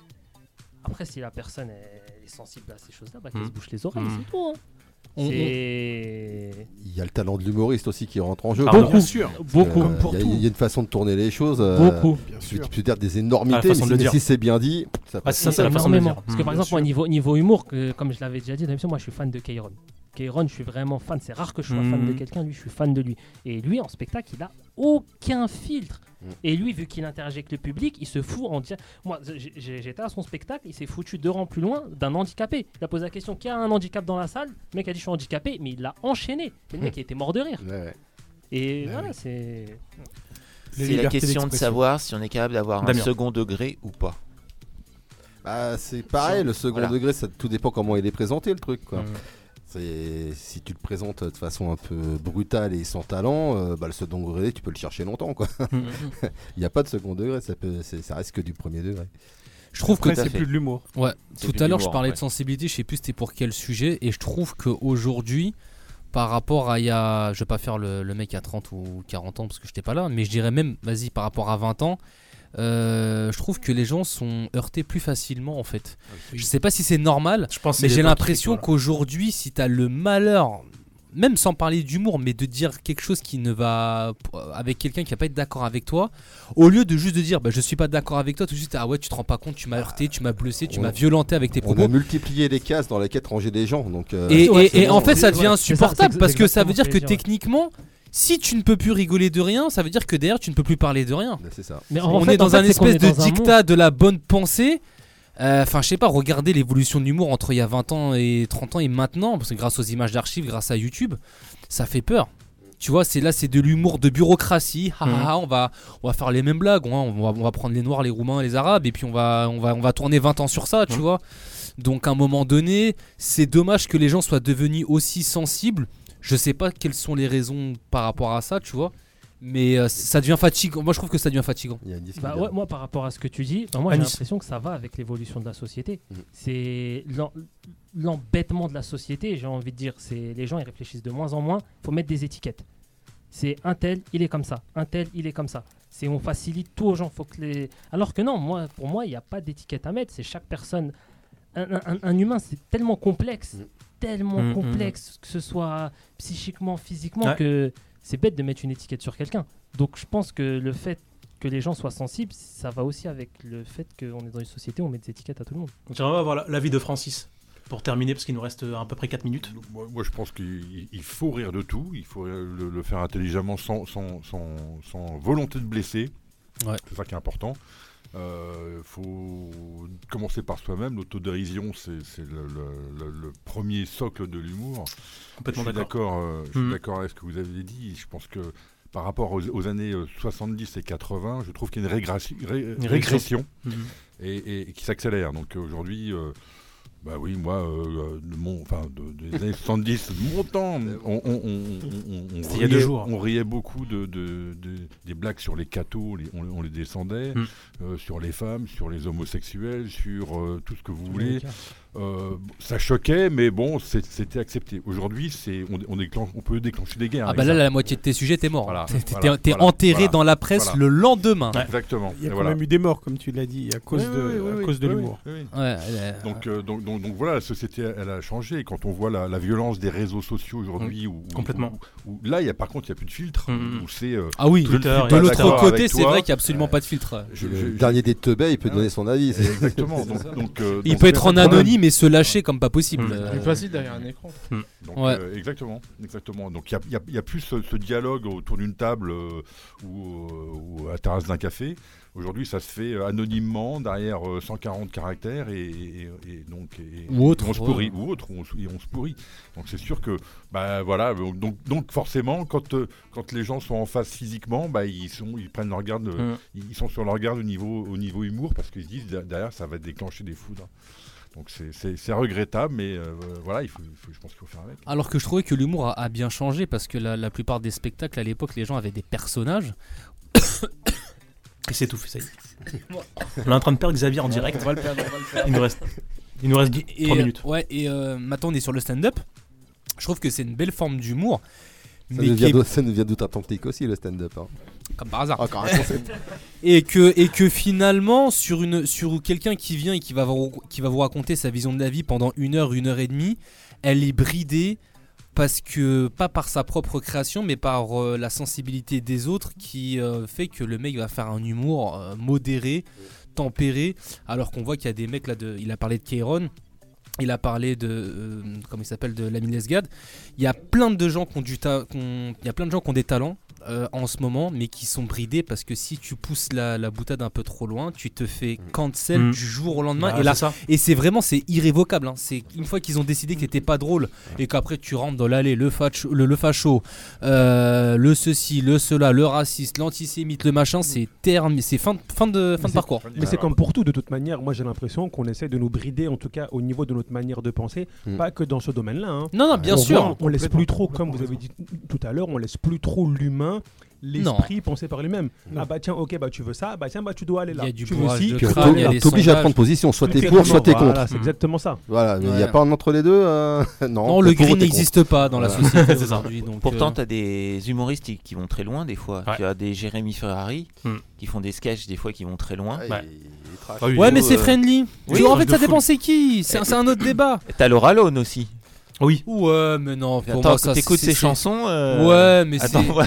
Speaker 10: Après, si la personne
Speaker 7: Hmm.
Speaker 10: est sensible à ces choses-là, bah, qu'elle
Speaker 3: Mhm.
Speaker 10: se bouche les oreilles,
Speaker 3: Mhm.
Speaker 10: c'est tout. hein.
Speaker 3: On-
Speaker 10: C'est-
Speaker 7: Il y y a le talent de l'humoriste aussi qui rentre en jeu.
Speaker 8: Ah, Beaucoup. bien sûr.
Speaker 7: Parce que,
Speaker 8: Beaucoup.
Speaker 7: euh,
Speaker 8: Pour
Speaker 7: Il y a-
Speaker 8: tout.
Speaker 7: il y, a une façon de tourner les choses.
Speaker 8: Beaucoup. Bien
Speaker 7: Tu,
Speaker 8: sûr.
Speaker 7: peux dire des
Speaker 8: Ah, la
Speaker 7: énormités, mais
Speaker 8: façon
Speaker 7: si,
Speaker 8: de le
Speaker 7: mais
Speaker 8: dire.
Speaker 7: si c'est bien dit, ça
Speaker 8: Ah,
Speaker 7: passe.
Speaker 8: ça, c'est la façon de le
Speaker 10: énormément.
Speaker 8: dire.
Speaker 10: Parce que
Speaker 8: Mm.
Speaker 7: Hmm.
Speaker 10: par exemple, moi, niveau, niveau humour, que- comme je l'avais déjà dit dans l'émission, moi je suis fan de Kairon. Kairon, je suis vraiment fan. C'est rare que je sois fan
Speaker 3: Mm.
Speaker 7: Hmm.
Speaker 10: de quelqu'un, lui, je suis fan de lui. Et lui, en spectacle, il a aucun filtre.
Speaker 7: Hmm.
Speaker 10: Et lui, vu qu'il interagit avec le public, il se fout en direct. Moi, j'ai- j'ai- j'étais à son spectacle, il s'est foutu deux rangs plus loin d'un handicapé. Il a posé la question qui a un handicap dans la salle Le mec a dit je suis handicapé, mais il l'a enchaîné. Mais
Speaker 7: Hmm.
Speaker 10: le mec, il était mort de rire. Et
Speaker 8: Bah
Speaker 10: voilà, c'est.
Speaker 5: C'est la question de savoir si on est capable d'avoir un
Speaker 7: Damien.
Speaker 5: second degré ou pas.
Speaker 7: Bah, c'est pareil, le second
Speaker 5: Voilà.
Speaker 7: degré, ça tout dépend comment il est présenté le truc. Quoi.
Speaker 5: Mhm.
Speaker 7: C'est si tu le présentes de façon un peu brutale et sans talent, euh, bah, le second degré, tu peux le chercher longtemps. [LAUGHS] Quoi. il n'y a pas de second degré, ça, peut, c'est- ça reste que du premier degré.
Speaker 3: Je trouve que Ouais.
Speaker 7: C'est
Speaker 3: Tout
Speaker 7: plus
Speaker 3: à
Speaker 7: de
Speaker 3: l'heure, je
Speaker 7: l'humour,
Speaker 3: parlais
Speaker 7: ouais.
Speaker 3: de sensibilité. Je sais plus c'était pour quel sujet. Et je trouve que aujourd'hui, par rapport à il y a, je vais pas faire le, le mec à 30 ou 40 ans parce que j'étais pas là, mais je dirais même, vas-y, par rapport à 20 ans. euh, je trouve que les gens sont heurtés plus facilement en fait.
Speaker 8: Ah
Speaker 3: Je sais pas si c'est normal,
Speaker 2: pense que
Speaker 3: mais
Speaker 2: c'est l'époque qui
Speaker 3: j'ai
Speaker 2: fait
Speaker 3: l'impression qu'aujourd'hui, si t'as le malheur, même sans parler d'humour, mais de dire quelque chose qui ne va euh, avec quelqu'un qui va pas être d'accord avec toi, au lieu de juste de dire bah, je suis pas d'accord avec toi, tout de suite ah ouais tu te rends pas compte, tu m'as heurté, tu m'as blessé, tu
Speaker 7: On-
Speaker 3: m'as violenté avec tes
Speaker 7: On
Speaker 3: propos.
Speaker 7: a multiplié les cases dans lesquelles ranger des gens. Donc, euh,
Speaker 3: Et, et-
Speaker 7: ouais,
Speaker 3: et
Speaker 7: c'est
Speaker 3: en
Speaker 7: bon.
Speaker 3: fait, ça devient
Speaker 7: Ouais.
Speaker 3: insupportable
Speaker 7: C'est ça,
Speaker 3: parce que
Speaker 7: c'est
Speaker 3: ça veut dire que
Speaker 7: exactement ce
Speaker 3: techniquement, si tu ne peux plus rigoler de rien, ça veut dire que derrière tu ne peux plus parler de rien.
Speaker 7: Ben, C'est ça.
Speaker 10: Mais en
Speaker 3: on
Speaker 10: fait,
Speaker 3: est
Speaker 10: en
Speaker 3: dans
Speaker 10: fait,
Speaker 3: un
Speaker 10: c'est qu'on
Speaker 3: espèce
Speaker 10: est
Speaker 3: de
Speaker 10: dans un monde.
Speaker 3: dictat de la bonne pensée. Euh, Enfin, je sais pas, regardez l'évolution de l'humour entre il y a 20 ans et 30 ans et maintenant, parce que grâce aux images d'archives, grâce à YouTube, ça fait peur. Tu vois, c'est là, c'est de l'humour de bureaucratie. Ah, ah,
Speaker 2: Mhm.
Speaker 3: ah, on va, on va faire les mêmes blagues. hein. On va, on va prendre les noirs, les roumains, les arabes, et puis on va, on va, on va tourner 20 ans sur ça, tu vois. Donc, à un moment donné, c'est dommage que les gens soient devenus aussi sensibles. Je sais pas quelles sont les raisons par rapport à ça, tu vois. Mais euh, ça devient fatigant. Moi, je trouve que ça devient fatigant.
Speaker 10: Bah ouais, moi par rapport à ce que tu dis, bah, moi j'ai
Speaker 3: Anis. Mm.
Speaker 10: l'impression que ça va avec l'évolution de la société. C'est l'en- l'embêtement de la société, j'ai envie de dire. C'est les gens ils réfléchissent de moins en moins. Faut mettre des étiquettes. C'est un tel, il est comme ça. Un tel, il est comme ça. C'est on facilite tout aux gens. Faut que les. Alors que non, moi pour moi il n'y a pas d'étiquette à mettre. C'est chaque personne. Un, un- un- un humain c'est tellement complexe, tellement
Speaker 3: Mm, mm,
Speaker 10: complexe que ce soit psychiquement, physiquement
Speaker 3: Ouais.
Speaker 10: que c'est bête de mettre une étiquette sur quelqu'un. Donc je pense que le fait que les gens soient sensibles, ça va aussi avec le fait qu'on est dans une société où on met des étiquettes à tout le monde.
Speaker 2: J'aimerais avoir la- l'avis de Francis pour terminer parce qu'il nous reste euh, à peu près 4 minutes.
Speaker 6: Moi, moi, je pense qu'il il faut rire de tout, il faut euh, le, le faire intelligemment sans, sans- sans- sans volonté de blesser.
Speaker 3: Ouais.
Speaker 6: C'est ça qui est important. Il faut commencer par soi-même. L'autodérision, c'est c'est le, le- le- le premier socle de l'humour. Je
Speaker 2: Complètement
Speaker 6: suis d'accord. euh, je suis
Speaker 2: Mhm.
Speaker 6: d'accord avec ce que vous avez dit. Je pense que par rapport aux, aux années euh, 70 et 80, je trouve qu'il y a une régressi- ré-
Speaker 2: Une régression.
Speaker 6: régression
Speaker 2: Mhm.
Speaker 6: et, et- et qui s'accélère. Donc aujourd'hui, euh, bah oui, moi, euh, euh, de mon, enfin, de- des années 70, mon temps,
Speaker 8: Euh,
Speaker 6: on, on- on- on- on
Speaker 2: C'était il y a
Speaker 6: riait,
Speaker 2: deux jours.
Speaker 6: on riait beaucoup de, de- de- des blagues sur les cathos, les- on, on les descendait,
Speaker 3: Hmm.
Speaker 2: Mm.
Speaker 6: euh, sur les femmes, sur les homosexuels, sur euh, tout ce que vous
Speaker 2: Sur les
Speaker 6: voulez.
Speaker 2: écarts.
Speaker 6: Euh, ça choquait, mais bon, c'est- c'était accepté. Aujourd'hui, c'est on, on, déclenche- on peut déclencher des guerres.
Speaker 3: Ah
Speaker 6: avec
Speaker 3: bah là,
Speaker 6: ça.
Speaker 3: la moitié de tes sujets, t'es mort.
Speaker 6: Voilà.
Speaker 3: hein. T'es- t'es-
Speaker 6: Voilà.
Speaker 3: t'es
Speaker 6: Voilà.
Speaker 3: enterré
Speaker 6: Voilà.
Speaker 3: dans la presse
Speaker 6: Voilà.
Speaker 3: le lendemain.
Speaker 6: Exactement.
Speaker 8: Il y a
Speaker 6: Et
Speaker 8: quand
Speaker 6: voilà.
Speaker 8: même eu des morts, comme tu l'as dit, à cause
Speaker 6: Oui,
Speaker 8: de,
Speaker 6: oui, oui,
Speaker 8: à
Speaker 6: oui,
Speaker 8: cause de
Speaker 6: oui,
Speaker 8: l'humour.
Speaker 6: oui, oui.
Speaker 3: Ouais, elle est-
Speaker 6: donc, euh, donc, donc, donc voilà, la société, elle a changé. Et Quand on voit la, la violence des réseaux sociaux aujourd'hui, où,
Speaker 2: Complètement.
Speaker 6: où- où- là, il y a, par contre, il n'y a plus de filtre. Où c'est, euh,
Speaker 3: Ah oui,
Speaker 6: je ne suis
Speaker 3: Twitter,
Speaker 6: pas
Speaker 3: de l'autre
Speaker 6: d'accord
Speaker 3: côté,
Speaker 6: avec
Speaker 3: c'est
Speaker 6: toi.
Speaker 3: vrai qu'il y a absolument pas de filtre. Euh,
Speaker 6: Je-
Speaker 7: Le
Speaker 6: je-
Speaker 7: dernier des teubés, il peut
Speaker 6: Ah
Speaker 7: donner
Speaker 6: ouais.
Speaker 7: son avis. [LAUGHS] c'est-
Speaker 6: Exactement. Donc- donc, euh,
Speaker 3: Il
Speaker 6: donc
Speaker 3: peut
Speaker 6: c'est
Speaker 3: être
Speaker 6: un
Speaker 3: en
Speaker 6: problème.
Speaker 3: anonyme et se lâcher comme pas possible.
Speaker 6: Mm.
Speaker 3: Euh,
Speaker 6: Plus
Speaker 16: facile derrière un écran.
Speaker 3: Mm.
Speaker 6: Donc,
Speaker 3: Ouais.
Speaker 6: euh, exactement, exactement. Donc il n'y a, il y a plus ce, ce dialogue autour d'une table euh, ou, euh, ou à la terrasse d'un café. Aujourd'hui, ça se fait euh, anonymement derrière euh, 140 caractères et, et- et donc et-
Speaker 3: Ou autre,
Speaker 6: on se
Speaker 3: ouais.
Speaker 6: pourrit, ou autre, on, se- et on se pourrit. Donc c'est sûr que bah voilà, donc, donc- donc forcément quand euh, quand les gens sont en face physiquement, bah ils sont ils prennent leur garde, euh,
Speaker 2: Mm.
Speaker 6: ils sont sur leur garde au niveau au niveau humour parce qu'ils se disent derrière ça va déclencher des foudres. Donc c'est- c'est c'est regrettable, mais euh, voilà, il faut, il faut- je pense qu'il faut faire avec.
Speaker 3: Alors que je trouvais que l'humour a, a bien changé parce que la, la plupart des spectacles à l'époque, les gens avaient des personnages.
Speaker 2: Il s'est tout fait, ça y est. On est en train de perdre Xavier en direct.
Speaker 3: On va le perdre, on va le perdre.
Speaker 2: Il nous reste, il nous reste
Speaker 3: Et-
Speaker 2: 3
Speaker 3: et,
Speaker 2: minutes.
Speaker 3: euh, Ouais, et euh, maintenant on est sur le stand-up. Je trouve que c'est une belle forme d'humour.
Speaker 7: Ça
Speaker 3: mais
Speaker 7: nous
Speaker 3: qui
Speaker 7: vient
Speaker 3: est-
Speaker 7: d'où- ça nous vient d'outre-Atlantique aussi, le stand-up. hein.
Speaker 3: comme par hasard.
Speaker 7: Encore un
Speaker 3: [LAUGHS]
Speaker 7: concept.
Speaker 3: et que et que finalement sur une sur quelqu'un qui vient et qui va vous, qui va vous raconter sa vision de la vie pendant une heure une heure et demie, elle est bridée parce que pas par sa propre création, mais par euh, la sensibilité des autres qui euh, fait que le mec va faire un humour euh, modéré, tempéré, alors qu'on voit qu'il y a des mecs là de, il a parlé de Kairon. Il a parlé de euh, comment il s'appelle de Lamine Lesgade. Il y a plein de gens qui ont du ta- qui ont- il y a plein de gens qui ont des talents euh, en ce moment, mais qui sont bridés parce que si tu pousses la, la boutade un peu trop loin, tu te fais cancel
Speaker 2: Mm.
Speaker 3: du jour au lendemain.
Speaker 2: Bah,
Speaker 3: et là,
Speaker 2: c'est ça.
Speaker 3: et c'est vraiment c'est irrévocable. hein. C'est une fois qu'ils ont décidé que t'étais pas drôle et qu'après tu rentres dans l'allée, le facho, le, le facho, euh, le ceci, le cela, le raciste, l'antisémite, le machin, c'est terme, c'est fin, de- fin de fin
Speaker 9: Mais
Speaker 3: de
Speaker 9: c'est-
Speaker 3: parcours.
Speaker 9: Mais c'est comme pour tout, de toute manière. Moi, j'ai l'impression qu'on essaie de nous brider, en tout cas au niveau de notre manière de penser,
Speaker 7: Hmm.
Speaker 3: Mm.
Speaker 9: pas que dans ce domaine-là. hein.
Speaker 3: Non, non, bien
Speaker 9: On
Speaker 3: sûr.
Speaker 9: voit, on laisse
Speaker 3: Complètement.
Speaker 9: plus trop, comme vous avez dit tout à l'heure, on laisse plus trop l'humain. L'esprit penser par lui-même. Ah bah tiens, ok, bah tu veux ça, bah tiens, bah tu dois aller là.
Speaker 3: Il y a du
Speaker 9: tu
Speaker 3: bourrage
Speaker 9: veux ci,
Speaker 3: de
Speaker 9: tu veux
Speaker 3: crâne, il y a
Speaker 9: là.
Speaker 3: des
Speaker 7: T'oblige à prendre position, soit t'es pour, soit t'es contre. Hmm.
Speaker 9: Voilà, c'est exactement ça.
Speaker 7: Voilà, mais il n'y a
Speaker 9: Ouais.
Speaker 7: pas un entre les deux. euh, [LAUGHS] non,
Speaker 3: Mmh. Non,
Speaker 7: t'es
Speaker 3: le
Speaker 7: pour ou
Speaker 3: green
Speaker 7: t'es contre.
Speaker 3: n'existe pas dans la
Speaker 7: Voilà. [LAUGHS]
Speaker 5: [LAUGHS]
Speaker 3: société aujourd'hui. donc,
Speaker 5: Pourtant,
Speaker 3: euh,
Speaker 5: t'as des humoristes qui- qui vont très loin des fois. Tu as des Jérémy Ferrari qui font des sketchs des fois qui vont très loin.
Speaker 7: Hmm. Ouais. Ah il trash.
Speaker 3: Ouais, mais
Speaker 7: euh,
Speaker 3: c'est friendly. Tu vois, en fait, ça dépend c'est qui. C'est c'est un autre débat.
Speaker 5: T'as Laura Lone aussi.
Speaker 2: Oui.
Speaker 3: Ouais, mais non. Pour
Speaker 5: Attends,
Speaker 3: moi, ça,
Speaker 5: t'écoutes
Speaker 3: c'est-
Speaker 5: ses
Speaker 3: c'est-
Speaker 5: chansons. euh,
Speaker 3: Ouais, mais c'est.
Speaker 5: attends, ouais.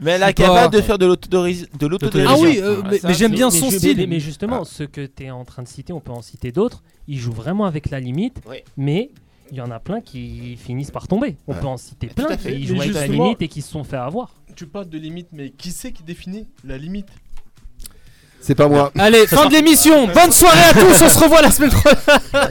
Speaker 5: Mais elle
Speaker 3: Je
Speaker 5: est
Speaker 3: sais pas.
Speaker 5: capable de faire de l'autodoris- de l'autodérision.
Speaker 3: Ah oui, euh, mais-
Speaker 5: ça,
Speaker 3: mais j'aime
Speaker 5: c'est-
Speaker 3: bien son
Speaker 10: ju-
Speaker 3: style.
Speaker 10: Mais, mais justement, ce que tu es en train de citer, on peut en citer d'autres. Ils jouent vraiment avec la limite, mais il y en a plein qui finissent par tomber. On
Speaker 5: Ouais.
Speaker 10: peut en citer
Speaker 5: Tout
Speaker 10: plein
Speaker 5: à fait.
Speaker 10: qui
Speaker 5: Mais
Speaker 10: jouent avec la
Speaker 5: justement-
Speaker 10: limite et qui se sont fait avoir.
Speaker 16: Tu parles de limite, mais qui c'est qui définit la limite
Speaker 7: C'est pas moi.
Speaker 3: Allez,
Speaker 2: Ça
Speaker 3: fin
Speaker 2: sera-
Speaker 3: de l'émission. Bonne soirée à tous. On se revoit la semaine prochaine.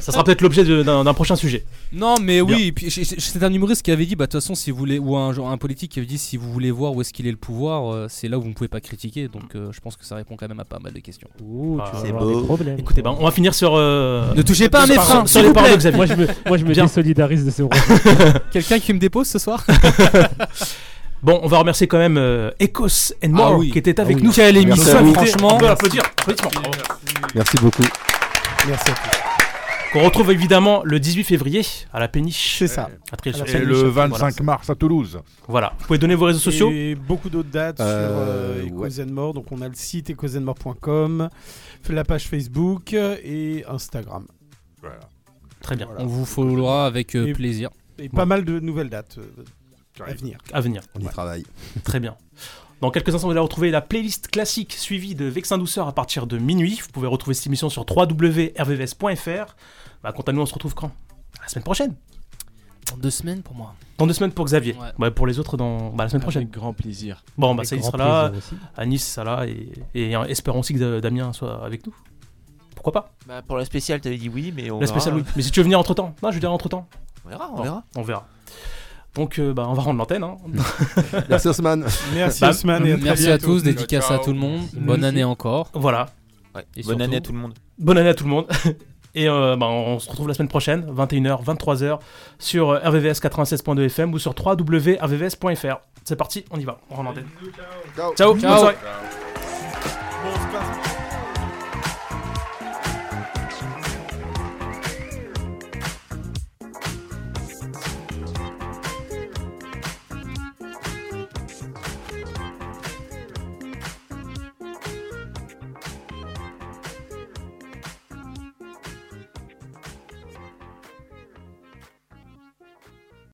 Speaker 2: Ça sera peut-être l'objet de- d'un d'un prochain sujet.
Speaker 3: Non, mais oui, et puis j- j- c'est un humoriste qui avait dit, bah de toute façon, si vous voulez, ou un, genre, un politique qui avait dit, si vous voulez voir où est-ce qu'il est le pouvoir, euh, c'est là où vous ne pouvez pas critiquer. Donc euh, je pense que ça répond quand même à pas mal de questions.
Speaker 10: Ah, vas c'est avoir beau. des problèmes.
Speaker 2: Écoutez, bah, on va finir sur. euh,
Speaker 3: Ne touchez pas à
Speaker 2: sur-
Speaker 3: mes freins,
Speaker 2: Sur
Speaker 3: s'il
Speaker 2: les
Speaker 3: vous
Speaker 2: paroles
Speaker 3: plaît.
Speaker 2: de Xavier.
Speaker 10: Moi, je me, moi, je me
Speaker 2: Bien.
Speaker 10: désolidarise de ce rôle.
Speaker 5: [LAUGHS]
Speaker 3: Quelqu'un qui me dépose ce soir
Speaker 2: [LAUGHS] Bon, on va remercier quand même euh, Ecos and More
Speaker 3: Ah oui.
Speaker 2: qui était
Speaker 3: Ah
Speaker 2: avec
Speaker 3: oui.
Speaker 2: nous.
Speaker 3: Quelle
Speaker 2: Merci
Speaker 3: émission,
Speaker 2: à vous.
Speaker 3: franchement.
Speaker 2: On peut l'applaudir. applaudissements.
Speaker 7: Merci beaucoup.
Speaker 8: Merci à
Speaker 2: Qu'on retrouve évidemment le 18 février à la péniche. C'est ça. À Triel sur
Speaker 6: Et
Speaker 2: Seine.
Speaker 6: le
Speaker 2: Voilà.
Speaker 6: 25 mars à Toulouse.
Speaker 2: Voilà. Vous pouvez donner vos réseaux sociaux
Speaker 8: Et beaucoup d'autres dates
Speaker 2: Euh,
Speaker 8: sur euh,
Speaker 2: ouais.
Speaker 8: Echoes and More. Donc on a le site echoesandmore.com, la page Facebook et Instagram.
Speaker 2: Très bien.
Speaker 3: On vous followera avec euh,
Speaker 8: Et-
Speaker 3: plaisir.
Speaker 8: Et pas mal de nouvelles dates euh, à venir.
Speaker 2: à venir.
Speaker 7: On y travaille.
Speaker 2: [LAUGHS] Très bien. Dans quelques instants, vous allez retrouver la playlist classique suivie de Vexin Douceur à partir de minuit. Vous pouvez retrouver cette émission sur www.rvvs.fr. Bah, quant à nous, on se retrouve quand À la semaine prochaine.
Speaker 3: Dans deux semaines pour moi.
Speaker 2: Dans deux semaines pour Xavier.
Speaker 3: Ouais.
Speaker 2: Bah, pour les autres, dans bah, la semaine prochaine.
Speaker 16: Avec grand plaisir.
Speaker 2: Bon, bah,
Speaker 16: Avec
Speaker 2: ça, il
Speaker 16: grand
Speaker 2: sera là.
Speaker 16: plaisir aussi.
Speaker 2: Anis sera là. Et, et, euh, espérons aussi que Damien soit avec nous. Pourquoi pas
Speaker 5: Bah, pour la spéciale, t'avais dit oui, mais on.
Speaker 2: La spéciale,
Speaker 5: verra.
Speaker 2: oui. Mais si tu veux venir entre temps, non, je veux dire entre temps.
Speaker 5: On verra, on verra.
Speaker 2: On verra. Donc, euh, bah, on va rendre l'antenne. hein.
Speaker 7: Merci Osman.
Speaker 8: Merci
Speaker 2: Bah,
Speaker 8: Osman et à très
Speaker 3: Merci à
Speaker 8: bientôt.
Speaker 3: tous, dédicace à tout le monde. Bonne
Speaker 2: Merci.
Speaker 3: année encore.
Speaker 2: Voilà.
Speaker 3: Et
Speaker 5: Bonne
Speaker 3: surtout-
Speaker 5: année à tout le monde.
Speaker 2: Bonne année à tout le monde. [LAUGHS] Et euh, bah, on se retrouve la semaine prochaine, 21h, 23h, sur euh, RVVS 96.2 Oh. FM ou sur www.rvvs.fr. C'est parti, on y va. On rend l'antenne. Ciao. Bonne soirée.